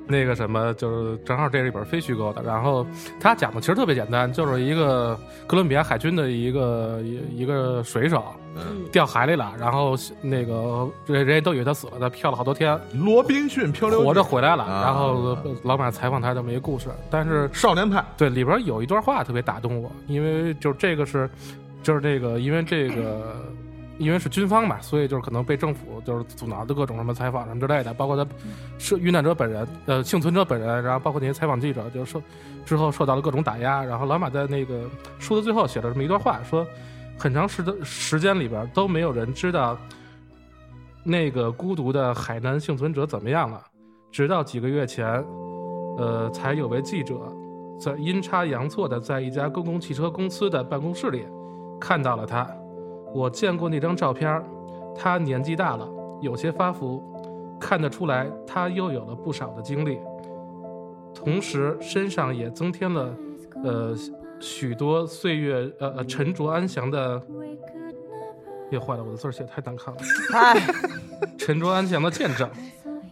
[SPEAKER 3] 那个什么，就是正好这是一本非虚构的，然后他讲的其实特别简单，就是一个哥伦比亚海军的一个一一个水手
[SPEAKER 4] 嗯
[SPEAKER 3] 掉海里了，然后那个人人家都以为他死了，他漂了好多天。
[SPEAKER 4] 罗宾逊漂流记
[SPEAKER 3] 活着回来了，
[SPEAKER 4] 啊
[SPEAKER 3] 然后老马采访他这么一个故事，但是
[SPEAKER 4] 少年派，
[SPEAKER 3] 对，里边有一段话特别打动我，因为就是这个是，就是这个，因为这个，因为是军方嘛，所以就是可能被政府就是阻挠的各种什么采访什么之类的，包括他是遇难者本人，呃，幸存者本人，然后包括那些采访记者，就是受之后受到了各种打压。然后老马在那个书的最后写了这么一段话，说很长时的时间里边都没有人知道那个孤独的海南幸存者怎么样了，直到几个月前，呃，才有位记者在阴差阳错的在一家公共汽车公司的办公室里看到了他。我见过那张照片儿，他年纪大了，有些发福，看得出来他又有了不少的经历，同时身上也增添了呃许多岁月呃呃沉着安详的。别坏了，我的字儿写得太难看了。
[SPEAKER 7] 哎，
[SPEAKER 3] 沉着安详的见证，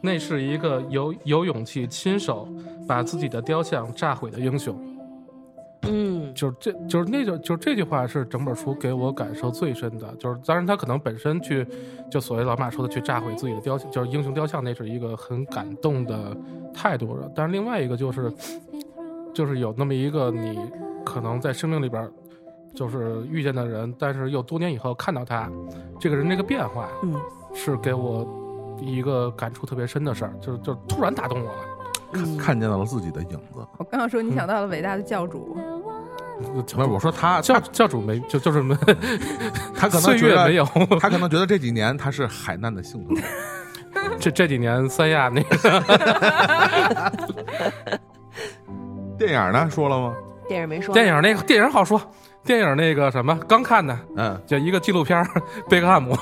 [SPEAKER 3] 那是一个有有勇气亲手把自己的雕像炸毁的英雄。
[SPEAKER 7] 嗯，
[SPEAKER 3] 就是这就是那种就是这句话是整本书给我感受最深的，就是当然他可能本身去就所谓老马说的去炸毁自己的雕像，就是英雄雕像，那是一个很感动的态度了。但是另外一个就是就是有那么一个你可能在生命里边儿就是遇见的人，但是又多年以后看到他这个人这个变化，
[SPEAKER 7] 嗯，
[SPEAKER 3] 是给我一个感触特别深的事儿，就是就突然打动我了。
[SPEAKER 7] 嗯
[SPEAKER 4] 看看见了自己的影子。
[SPEAKER 6] 我刚想说你想到了伟大的教主，
[SPEAKER 4] 不是，我说他，
[SPEAKER 3] 教
[SPEAKER 4] 他
[SPEAKER 3] 教主没就就是 没，
[SPEAKER 4] 他可能
[SPEAKER 3] 岁
[SPEAKER 4] 觉
[SPEAKER 3] 月啊
[SPEAKER 4] 得
[SPEAKER 3] 没有。
[SPEAKER 4] 他可能觉得这几年他是海难的 幸存者。
[SPEAKER 3] 这这几年三亚那个
[SPEAKER 4] 电影呢说了吗？
[SPEAKER 7] 电影没说
[SPEAKER 3] 电影那个电影好说，电影那个什么刚看的，
[SPEAKER 4] 嗯
[SPEAKER 3] 就一个纪录片儿贝克汉姆。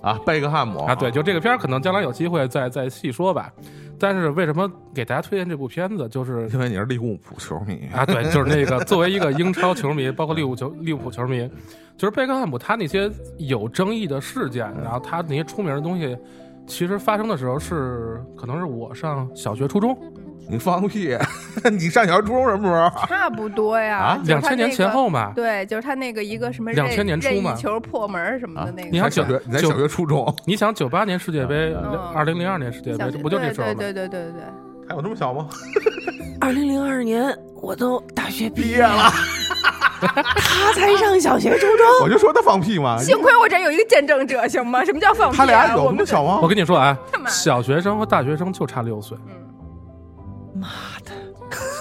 [SPEAKER 4] 啊，贝克汉姆
[SPEAKER 3] 啊，对，就这个片儿，可能将来有机会再再细说吧。但是为什么给大家推荐这部片子，就是
[SPEAKER 4] 因为你是利物浦球迷
[SPEAKER 3] 啊，对，就是那个作为一个英超球迷，包括利物浦球利物浦球迷，就是贝克汉姆他那些有争议的事件，然后他那些出名的东西，其实发生的时候是可能是我上小学、初中
[SPEAKER 4] 你放个屁！ 你上小学初中什么时候？
[SPEAKER 6] 差不多呀
[SPEAKER 4] 啊，
[SPEAKER 6] 就是
[SPEAKER 3] 两
[SPEAKER 6] 他
[SPEAKER 3] 千年
[SPEAKER 6] 那
[SPEAKER 3] 前
[SPEAKER 6] 个
[SPEAKER 3] 后嘛。
[SPEAKER 6] 对，就是他那个一个什么任
[SPEAKER 3] 2000年初
[SPEAKER 6] 任意
[SPEAKER 3] 嘛
[SPEAKER 6] 球破门什么的那
[SPEAKER 3] 你
[SPEAKER 6] 个
[SPEAKER 3] 看
[SPEAKER 4] 还小
[SPEAKER 3] 九
[SPEAKER 4] 学？你在
[SPEAKER 3] 九
[SPEAKER 4] 小学初中？
[SPEAKER 3] 你想九八年世界杯
[SPEAKER 4] 嗯，
[SPEAKER 3] 二零零二年世界
[SPEAKER 6] 小
[SPEAKER 3] 杯，
[SPEAKER 6] 学，
[SPEAKER 3] 这不就这时候吗？
[SPEAKER 6] 对对对对对对，
[SPEAKER 4] 还有这么小吗？
[SPEAKER 7] 二零零二年我都大学毕
[SPEAKER 4] 毕
[SPEAKER 3] 哎
[SPEAKER 4] 业了，
[SPEAKER 7] 他才上小学初中。
[SPEAKER 4] 我就说他放屁嘛。
[SPEAKER 6] 幸亏我这有一个见证者，行吗？什么叫放屁、啊？
[SPEAKER 4] 他俩有
[SPEAKER 6] 我
[SPEAKER 4] 那
[SPEAKER 6] 们
[SPEAKER 4] 么小吗
[SPEAKER 3] 我？跟你说啊
[SPEAKER 6] 干，嘛
[SPEAKER 3] 小学生和大学生就差六岁。
[SPEAKER 6] 嗯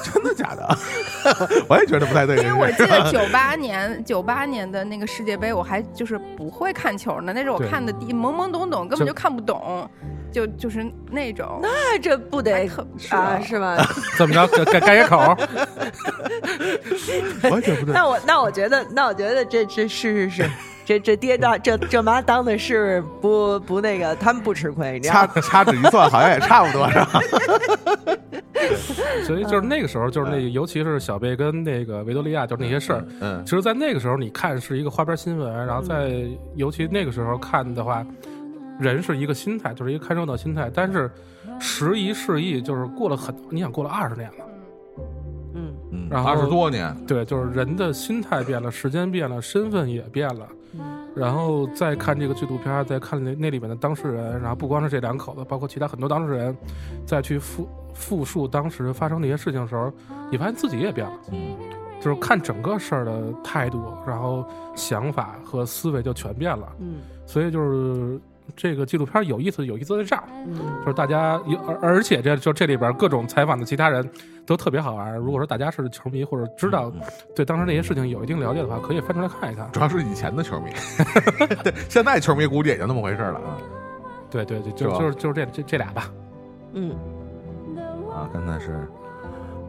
[SPEAKER 4] 真的假的？ 我也觉得不太对劲。
[SPEAKER 6] 因为我记得九八年九八年的那个世界杯，我还就是不会看球呢，那是我
[SPEAKER 3] 对
[SPEAKER 6] 看的第一懵懵懂懂，根
[SPEAKER 3] 就
[SPEAKER 6] 本就看不懂，就就是那种。
[SPEAKER 7] 那这不
[SPEAKER 6] 还
[SPEAKER 7] 得
[SPEAKER 6] 特是
[SPEAKER 7] 啊，
[SPEAKER 6] 吧
[SPEAKER 7] 是吧？
[SPEAKER 3] 怎么着？改改改口儿？
[SPEAKER 4] 我也觉得不对。
[SPEAKER 7] 那我那我觉得，那我觉得这这是是是，这这爹当这这妈当的是不不那个，他们不吃亏，你知道
[SPEAKER 4] 掐
[SPEAKER 7] 吗？
[SPEAKER 4] 掐指一算，好像也差不多是 吧？
[SPEAKER 3] 所以
[SPEAKER 6] 嗯
[SPEAKER 3] 就是那个时候，就是那，尤其是小贝跟那个维多利亚，就是那些事儿。
[SPEAKER 4] 嗯
[SPEAKER 3] 其，实，在那个时候，你看是一个花边新闻，然后在
[SPEAKER 6] 嗯
[SPEAKER 3] 尤其那个时候看的话，人是一个心态，就是一个看热闹心态。但是时移世易，就是过了很，你想过了二十年了，
[SPEAKER 7] 嗯
[SPEAKER 4] 嗯
[SPEAKER 3] 然后
[SPEAKER 4] 二十多年，
[SPEAKER 3] 对，就是人的心态变了，时间变了，身份也变了。然后再看这个纪录片儿，再看那那里面的当事人，然后不光是这两口子，包括其他很多当事人，再去复复述当时发生的一些事情的时候，你发现自己也变了。
[SPEAKER 4] 嗯
[SPEAKER 3] 就是看整个事儿的态度，然后想法和思维就全变了。
[SPEAKER 7] 嗯
[SPEAKER 3] 所以就是这个纪录片有意思，有意思在这儿，
[SPEAKER 7] 嗯
[SPEAKER 3] 就是大家有，而而且这就这里边各种采访的其他人都特别好玩儿。如果说大家是球迷或者知道对当时那些事情有一定了解的话，可以翻出来看一看。
[SPEAKER 4] 嗯主要是以前的球迷， 对，现在球迷估计也就那么回事了啊。
[SPEAKER 3] 对对对，就是
[SPEAKER 4] 吧
[SPEAKER 3] 就是就是这这这俩吧。
[SPEAKER 7] 嗯，
[SPEAKER 4] 啊，刚才是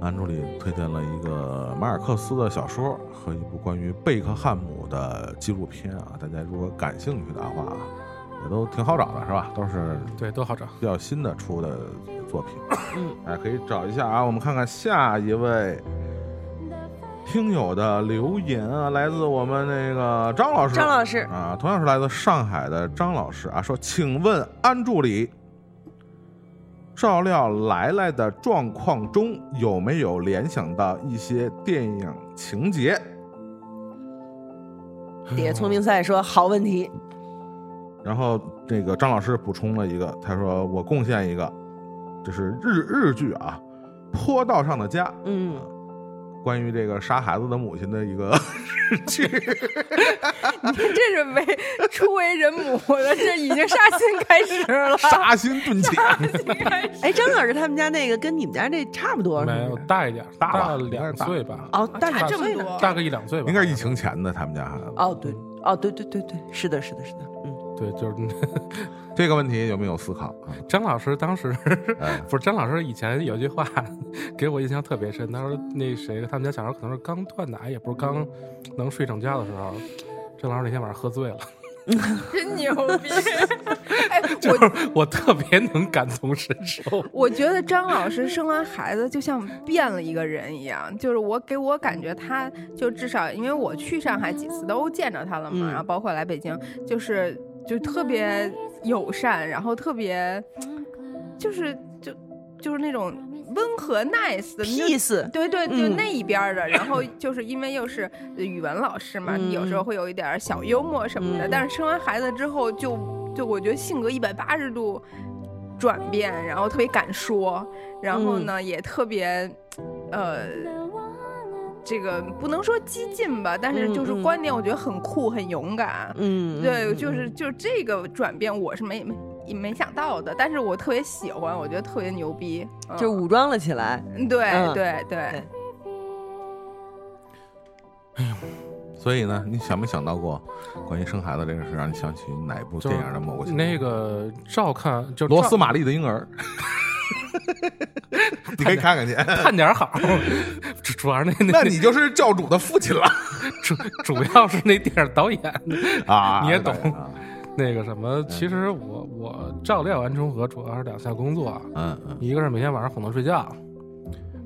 [SPEAKER 4] 安助理推荐了一个马尔克斯的小说和一部关于贝克汉姆的纪录片啊，大家如果感兴趣的话啊，也都挺好找的，是吧？都是
[SPEAKER 3] 对，都好找。
[SPEAKER 4] 比较新的出的作品，
[SPEAKER 7] 嗯，
[SPEAKER 4] 哎，可以找一下啊。我们看看下一位听友的留言啊，来自我们那个张老师，
[SPEAKER 7] 张老师，
[SPEAKER 4] 啊，同样是来自上海的张老师啊，说：“请问安助理，照料来来的状况中有没有联想到一些电影情节
[SPEAKER 7] 底下聪明赛说好问题，？”
[SPEAKER 4] 然后这个张老师补充了一个，他说：“我贡献一个，这是日日剧啊，《坡道上的家》
[SPEAKER 7] 嗯，
[SPEAKER 4] 关于这个杀孩子的母亲的一 个日剧。，
[SPEAKER 6] 这是为初为人母的，这已经杀心开始了
[SPEAKER 4] 杀心顿 解，
[SPEAKER 6] 开始
[SPEAKER 7] 哎，张老师他们家那个跟你们家这差不多，是
[SPEAKER 3] 没有
[SPEAKER 7] 不是
[SPEAKER 3] 大一点儿，
[SPEAKER 4] 大吧
[SPEAKER 3] 大
[SPEAKER 4] 应该
[SPEAKER 3] 两
[SPEAKER 4] 是大
[SPEAKER 3] 岁吧，
[SPEAKER 7] 哦，大
[SPEAKER 6] 差
[SPEAKER 7] 两
[SPEAKER 6] 这么
[SPEAKER 7] 岁呢
[SPEAKER 6] 多
[SPEAKER 3] 大个一两岁吧。
[SPEAKER 4] 应该是疫情前的他们家孩子。
[SPEAKER 7] 哦，对，哦，对对对对，是的，是的，是的，嗯，
[SPEAKER 3] 对，就是
[SPEAKER 4] 这个问题有没有思考啊？
[SPEAKER 3] 张老师当时
[SPEAKER 4] 哎
[SPEAKER 3] 不是张老师以前有句话给我印象特别深，他说那谁他们家小孩可能是刚断奶，也不是刚能睡整觉的时候，张老师那天晚上喝醉了，
[SPEAKER 6] 真牛逼！哎，
[SPEAKER 3] 就
[SPEAKER 6] 我
[SPEAKER 3] 是 我特别能感同身受。
[SPEAKER 6] 我觉得张老师生完孩子就像变了一个人一样，就是我给我感觉，他就至少因为我去上海几次都见着他了嘛，
[SPEAKER 7] 嗯
[SPEAKER 6] 然后包括来北京，就是就特别友善，然后特别就是就就是那种温和 nice 的那
[SPEAKER 7] 意思，
[SPEAKER 6] 对对，就
[SPEAKER 7] 嗯
[SPEAKER 6] 那一边儿的。然后就是因为又是呃语文老师嘛，
[SPEAKER 7] 嗯
[SPEAKER 6] 你有时候会有一点儿小幽默什么的。
[SPEAKER 7] 嗯
[SPEAKER 6] 但是生完孩子之后就，就我觉得性格一百八十度转变，然
[SPEAKER 7] 嗯
[SPEAKER 6] 后特别敢说，然后呢、也特别呃这个不能说激进吧，但是就是
[SPEAKER 7] 嗯嗯
[SPEAKER 6] 观点，我觉得很酷，很勇敢。
[SPEAKER 7] 嗯，
[SPEAKER 6] 对，
[SPEAKER 7] 嗯
[SPEAKER 6] 就是就是这个转变，我是没没也没想到的，但是我特别喜欢，我觉得特别牛逼。嗯、
[SPEAKER 7] 就是武装了起来。
[SPEAKER 6] 对、
[SPEAKER 7] 嗯
[SPEAKER 6] 对对，
[SPEAKER 4] 所以呢，你想没想到过关于生孩子这个事，让你想起哪一部
[SPEAKER 3] 就
[SPEAKER 4] 电
[SPEAKER 3] 是
[SPEAKER 4] 影的某个情节
[SPEAKER 3] 那个照看就
[SPEAKER 4] 罗斯
[SPEAKER 3] 照
[SPEAKER 4] 玛丽的婴 儿，你可以看看去。
[SPEAKER 3] 看点好， 主主要是那
[SPEAKER 4] 那
[SPEAKER 3] 那
[SPEAKER 4] 你就是教主的父 亲了
[SPEAKER 3] 主主要是那电影导演
[SPEAKER 4] 啊
[SPEAKER 3] 你也懂
[SPEAKER 4] 啊
[SPEAKER 3] 那个什么，其实我我照料完重合主要是两项工作，
[SPEAKER 4] 嗯嗯
[SPEAKER 3] 一个是每天晚上哄她睡觉，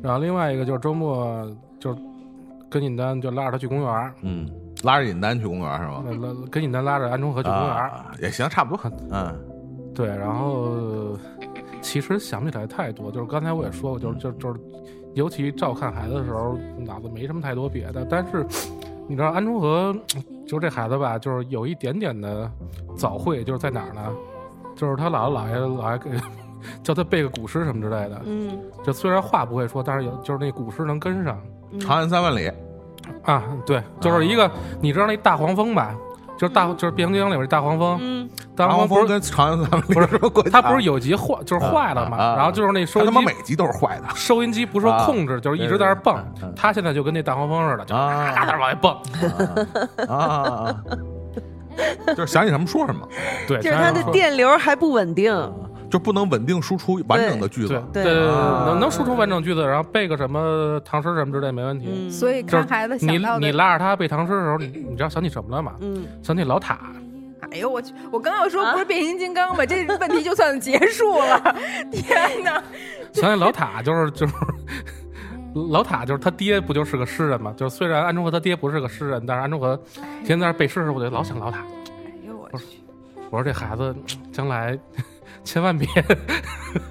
[SPEAKER 3] 然后另外一个就是周末就是跟尹丹就拉着她去公园儿，
[SPEAKER 4] 嗯，拉着尹丹去公园是吗？
[SPEAKER 3] 拉拉跟尹丹拉着安中和去公园儿，
[SPEAKER 4] 哦啊也行，差不多。嗯
[SPEAKER 3] 对，然后其实想不起来太多，就是刚才我也说过，就是就是就是，尤其照看孩子的时候，脑子没什么太多别的。但是你知道安中和就是这孩子吧，就是有一点点的早慧，就是在哪儿呢？就是他姥姥姥爷老爱给叫他背个古诗什么之类的，
[SPEAKER 7] 嗯
[SPEAKER 3] 就虽然话不会说，但是有就是那古诗能跟上
[SPEAKER 4] 长安三万里，
[SPEAKER 3] 啊。对，就是一个
[SPEAKER 4] 啊
[SPEAKER 3] 你知道那大黄蜂吧？就是大就是《变形金刚》里边大黄蜂，
[SPEAKER 7] 嗯，
[SPEAKER 3] 大
[SPEAKER 4] 黄
[SPEAKER 3] 黄蜂
[SPEAKER 4] 蜂
[SPEAKER 3] 不是
[SPEAKER 4] 跟长安三万里有什么关系啊？
[SPEAKER 3] 它不是有集坏就是坏了嘛？
[SPEAKER 4] 啊啊啊
[SPEAKER 3] 然后就是那收
[SPEAKER 4] 他
[SPEAKER 3] 音
[SPEAKER 4] 他
[SPEAKER 3] 机
[SPEAKER 4] 妈每集都是坏的
[SPEAKER 3] 收音机不受控制，就是一直在那儿蹦
[SPEAKER 4] 对对对嗯。
[SPEAKER 3] 他现在就跟那大黄蜂似的，就
[SPEAKER 4] 啊
[SPEAKER 3] 啪在那儿往外蹦。
[SPEAKER 4] 啊啊！就是 想起什么说什么，
[SPEAKER 3] 对，
[SPEAKER 7] 就是它的
[SPEAKER 3] 说。
[SPEAKER 7] 电流还不稳定。
[SPEAKER 4] 就不能稳定输出完整的句
[SPEAKER 3] 对
[SPEAKER 4] 子。
[SPEAKER 3] 对，
[SPEAKER 7] 对
[SPEAKER 4] 啊
[SPEAKER 3] 能能输出完整句子，然后背个什么唐诗什么之类没问题。
[SPEAKER 7] 嗯
[SPEAKER 6] 所以
[SPEAKER 3] 就是
[SPEAKER 6] 看孩子
[SPEAKER 3] 你
[SPEAKER 6] 想到
[SPEAKER 3] 你
[SPEAKER 6] 的，
[SPEAKER 3] 拉着他背唐诗的时候，你你知道想起什么了吗？
[SPEAKER 7] 嗯，
[SPEAKER 3] 想起老塔，
[SPEAKER 6] 哎呦我去，我刚要说
[SPEAKER 7] 啊
[SPEAKER 6] 不是变形金刚吗？这问题就算结束 了。天哪！
[SPEAKER 3] 想起老塔就是 就是。老塔就是他爹，不就是个诗人嘛？就是虽然安中和他爹不是个诗人，但是安中和天天在那儿背诗的时候，我就老想老塔。
[SPEAKER 6] 哎呦我去。
[SPEAKER 3] 我说这孩子将来千万别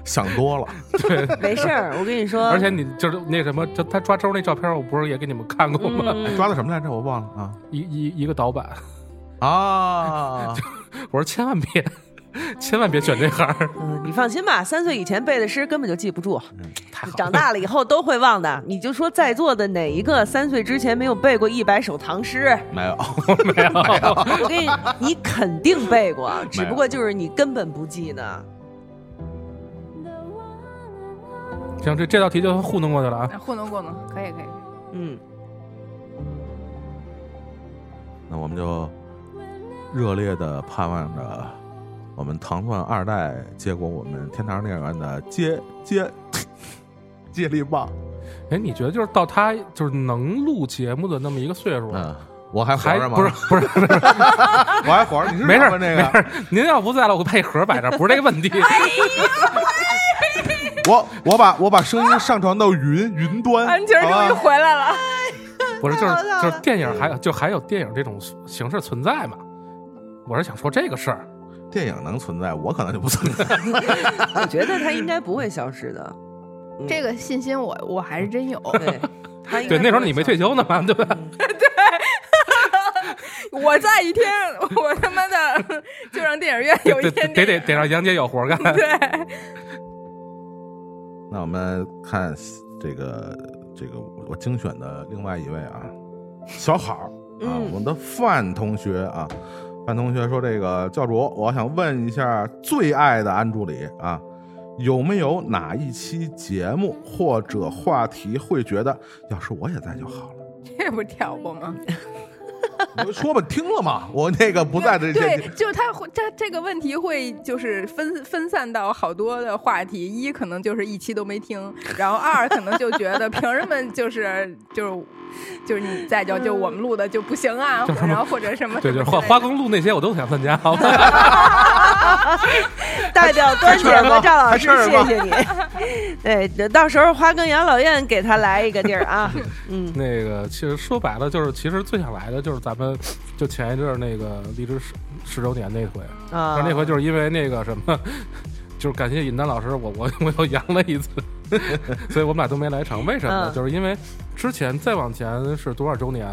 [SPEAKER 4] 想多了，
[SPEAKER 3] 对，
[SPEAKER 7] 没事儿，我跟你说，
[SPEAKER 3] 而且你就是那什么，就他抓周那照片，我不是也给你们看过吗？
[SPEAKER 7] 嗯
[SPEAKER 4] 哎抓的什么来着？我忘了
[SPEAKER 3] 一一一个导板，
[SPEAKER 4] 啊啊！
[SPEAKER 3] 我说千万别， 千万别卷这行儿，
[SPEAKER 7] 嗯，你放心吧，三岁以前背的诗根本就记不住，
[SPEAKER 3] 嗯太好
[SPEAKER 7] 长
[SPEAKER 3] 了。
[SPEAKER 7] 大了以后都会忘的。你就说在座的哪一个三岁之前没有背过一百首唐诗？
[SPEAKER 4] 没有，
[SPEAKER 3] 没有，
[SPEAKER 7] 我跟你， 你肯定背过，只不过就是你根本不记得。
[SPEAKER 3] 行，这这道题就糊弄过去了啊。
[SPEAKER 6] 啊，糊弄糊弄，可以可以。
[SPEAKER 7] 嗯，
[SPEAKER 4] 那我们就热烈的盼望着我们糖蒜二代接过我们天堂电影院的接接接力棒。
[SPEAKER 3] 哎，你觉得就是到他就是能录节目的那么一个岁数，
[SPEAKER 4] 嗯，我还活
[SPEAKER 3] 还
[SPEAKER 4] 着吗？
[SPEAKER 3] 不是，不是，
[SPEAKER 4] 我还活着。你是
[SPEAKER 3] 没事
[SPEAKER 4] 什
[SPEAKER 3] 儿
[SPEAKER 4] 么
[SPEAKER 3] 没
[SPEAKER 4] 这
[SPEAKER 3] 事
[SPEAKER 4] 个？
[SPEAKER 3] 儿，您要不在了，我配盒摆这儿，不是这个问 题。
[SPEAKER 7] 哎
[SPEAKER 4] 我我把我把声音上传到云云端，
[SPEAKER 6] 安琪儿
[SPEAKER 4] 好吧
[SPEAKER 6] 终于回来了，
[SPEAKER 3] 不是，就是
[SPEAKER 7] 太好笑
[SPEAKER 3] 就
[SPEAKER 7] 了
[SPEAKER 3] 是电影还有就还有电影这种形式存在嘛？我是想说这个事儿。
[SPEAKER 4] 电影能存在，我可能就不存在。
[SPEAKER 7] 我觉得它应该不会消 失的。
[SPEAKER 6] 这个信心我我还是真有。
[SPEAKER 7] 对，它应该
[SPEAKER 3] 对，那时候你没退
[SPEAKER 7] 休，
[SPEAKER 3] 休呢嘛，对吧？
[SPEAKER 6] 我在一天，我他妈的就让电影院有一
[SPEAKER 3] 得
[SPEAKER 6] 天
[SPEAKER 3] 得得得让杨姐有活干。
[SPEAKER 6] 对，
[SPEAKER 4] 那我们看这个这个我精选的另外一位啊，小好儿啊，
[SPEAKER 7] 嗯
[SPEAKER 4] 我们的范同学啊，范同学说这个教主，我想问一下最爱的安助理啊。有没有哪一期节目或者话题会觉得，要是我也在就好了？
[SPEAKER 6] 这不跳过吗？
[SPEAKER 4] 你就说吧，听了 嘛，我那个不在这些
[SPEAKER 6] 对，就是他会，他这个问题会就是分分散到好多的话题，一可能就是一期都没听，然后二可能就觉得凭什么就是就是就是你在就就我们录的就不行啊，
[SPEAKER 3] 就
[SPEAKER 6] 或
[SPEAKER 3] 是
[SPEAKER 6] 者然后或者什么
[SPEAKER 3] 对，就是
[SPEAKER 6] 什么 之类的
[SPEAKER 3] 花花公路那些我都想参加，好吧？
[SPEAKER 7] 嗯代表端姐和赵老师，
[SPEAKER 4] 还是
[SPEAKER 7] 谢
[SPEAKER 4] 吗
[SPEAKER 7] 谢你。 对，到时候花跟养老院给他来一个地儿 啊。嗯
[SPEAKER 3] 那个其实说白了就是，其实最想来的就是咱们就前一阵儿那个离职十十周年那回，
[SPEAKER 7] 啊
[SPEAKER 3] 但，那回就是因为那个什么， 就是感谢尹丹老师，我我我又阳了一次， 所以我们俩都没来成。为什么呢？
[SPEAKER 7] 嗯
[SPEAKER 3] 就是因为之前再往前是多少周年，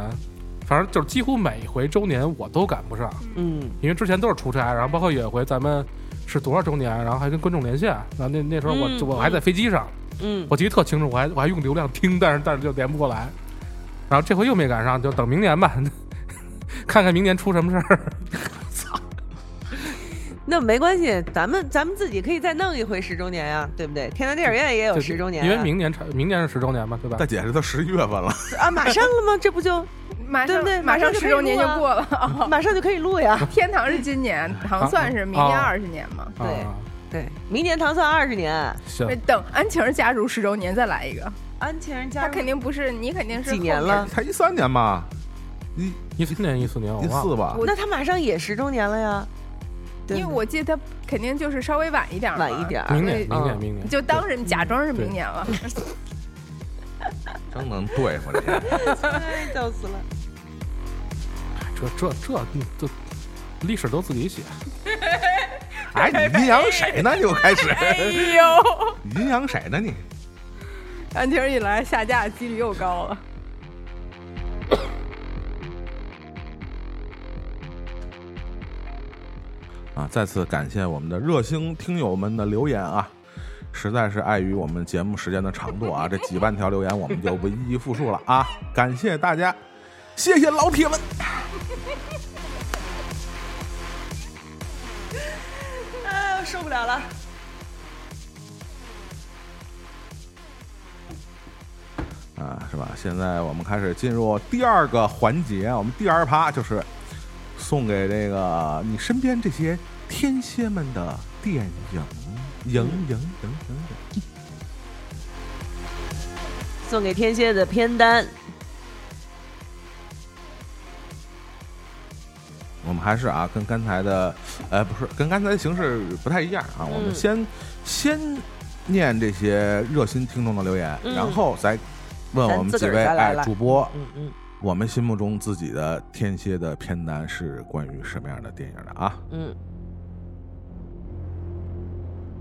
[SPEAKER 3] 反正就是几乎每一回周年我都赶不上，
[SPEAKER 7] 嗯
[SPEAKER 3] 因为之前都是出差，然后包括有一回咱们。是多少周年？然后还跟观众连线，然后那那时候我、
[SPEAKER 7] 嗯
[SPEAKER 3] 我还在飞机上，
[SPEAKER 7] 嗯
[SPEAKER 3] 我记得特清楚，我还我还用流量听，但是但是就连不过来。然后这回又没赶上，就等明年吧， 看看明年出什么事儿。
[SPEAKER 7] 那没关系，咱们咱们自己可以再弄一回十周年呀，对不对？天坛电影院也有
[SPEAKER 3] 就
[SPEAKER 7] 十周年啊，
[SPEAKER 3] 因为明年差明年是十周年嘛，对吧
[SPEAKER 4] 大？姐这都十一月份了，
[SPEAKER 7] 啊，马上了吗？这不就
[SPEAKER 6] 马
[SPEAKER 7] 对
[SPEAKER 6] 上
[SPEAKER 7] 不对
[SPEAKER 6] 马
[SPEAKER 7] 马上
[SPEAKER 6] 上
[SPEAKER 7] 就可
[SPEAKER 6] 十
[SPEAKER 7] 以
[SPEAKER 6] 周年就
[SPEAKER 7] 录啊
[SPEAKER 6] 过了。哦
[SPEAKER 7] 马上就可以录呀？
[SPEAKER 6] 天堂是今年，糖蒜是明年
[SPEAKER 3] 啊
[SPEAKER 6] 二十年嘛？
[SPEAKER 7] 对
[SPEAKER 3] 啊，
[SPEAKER 7] 对，明年糖蒜二十年，
[SPEAKER 3] 行
[SPEAKER 6] 那，等安晴加入十周年再来一个，
[SPEAKER 7] 安晴人
[SPEAKER 6] 他
[SPEAKER 7] 家
[SPEAKER 6] 肯定不是你，肯定是
[SPEAKER 7] 几年
[SPEAKER 6] 后面
[SPEAKER 7] 了？
[SPEAKER 4] 才一三年吧，一
[SPEAKER 3] 一四年一四年我
[SPEAKER 4] 一
[SPEAKER 3] 哦忘
[SPEAKER 4] 四
[SPEAKER 3] 了，
[SPEAKER 4] 吧，
[SPEAKER 7] 那他马上也十周年了呀，对
[SPEAKER 6] 因为
[SPEAKER 7] 不对
[SPEAKER 6] 我记得他肯定就是稍微晚一点，
[SPEAKER 7] 晚一，点儿，
[SPEAKER 3] 明年
[SPEAKER 7] 嗯
[SPEAKER 3] 明年明年
[SPEAKER 6] 就当是假装是明年 了。
[SPEAKER 4] 真能对付这个。
[SPEAKER 7] 哎笑死了。
[SPEAKER 3] 这这这这历史都自己写，
[SPEAKER 4] 哎，你阴阳谁呢？又开始
[SPEAKER 6] 哎呦，
[SPEAKER 4] 阴阳谁呢你？
[SPEAKER 6] 安晴一来下架几率又高了。
[SPEAKER 4] 啊，再次感谢我们的热心听友们的留言啊，实在是碍于我们节目时间的长度啊，这几万条留言我们就不一一复述了啊，感谢大家，谢谢老 铁们。
[SPEAKER 7] 啊，受不了了！
[SPEAKER 4] 啊，是吧？现在我们开始进入第二个环节，我们第二趴就是送给这个你身边这些天蝎们的电影，影影影影影。
[SPEAKER 7] 送给天蝎的片单，
[SPEAKER 4] 我们还是啊，跟刚才的，呃，不是，跟刚才的形式不太一样啊。我们
[SPEAKER 7] 嗯
[SPEAKER 4] 先先念这些热心听众的留言，然
[SPEAKER 7] 嗯
[SPEAKER 4] 后再问
[SPEAKER 7] 咱
[SPEAKER 4] 我们
[SPEAKER 7] 自
[SPEAKER 4] 几
[SPEAKER 7] 个儿
[SPEAKER 4] 位
[SPEAKER 7] 再来
[SPEAKER 4] 哎
[SPEAKER 7] 来
[SPEAKER 4] 主播，
[SPEAKER 7] 嗯嗯
[SPEAKER 4] 我们心目中自己的天蝎的片单是关于什么样的电影的啊？
[SPEAKER 7] 嗯，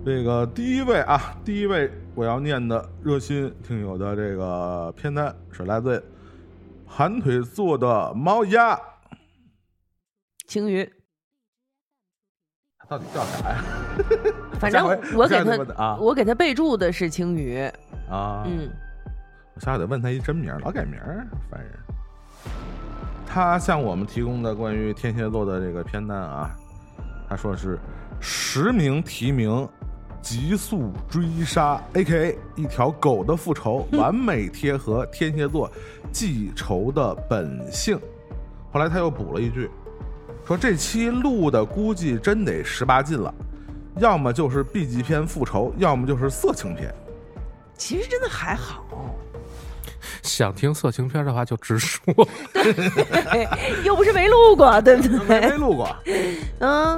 [SPEAKER 4] 这个第一位啊，第一位我要念的热心听友的这个片单是来自寒腿座的猫鸭，
[SPEAKER 7] 青鱼，
[SPEAKER 4] 到底叫啥呀？
[SPEAKER 7] 反正
[SPEAKER 4] 啊下回
[SPEAKER 7] 我给
[SPEAKER 4] 下回问
[SPEAKER 7] 他，
[SPEAKER 4] 啊
[SPEAKER 7] 我给他备注的是青鱼，
[SPEAKER 4] 啊，
[SPEAKER 7] 嗯，
[SPEAKER 4] 我下回得问他一真名儿，老改名儿，烦人。他向我们提供的关于天蝎座的这个片单啊，他说是十名提名，极速追杀 （A.K.A. 一条狗的复仇），完美贴合天蝎座记仇的本性。后来他又补了一句，说这期录的估计真得十八禁了，要么就是 B 级片复仇，要么就是色情片。
[SPEAKER 7] 其实真的还好，
[SPEAKER 3] 想听色情片的话就直说。
[SPEAKER 7] 嘿又不是没录过，对不
[SPEAKER 4] 没
[SPEAKER 7] 对？
[SPEAKER 4] 录过。
[SPEAKER 7] 嗯。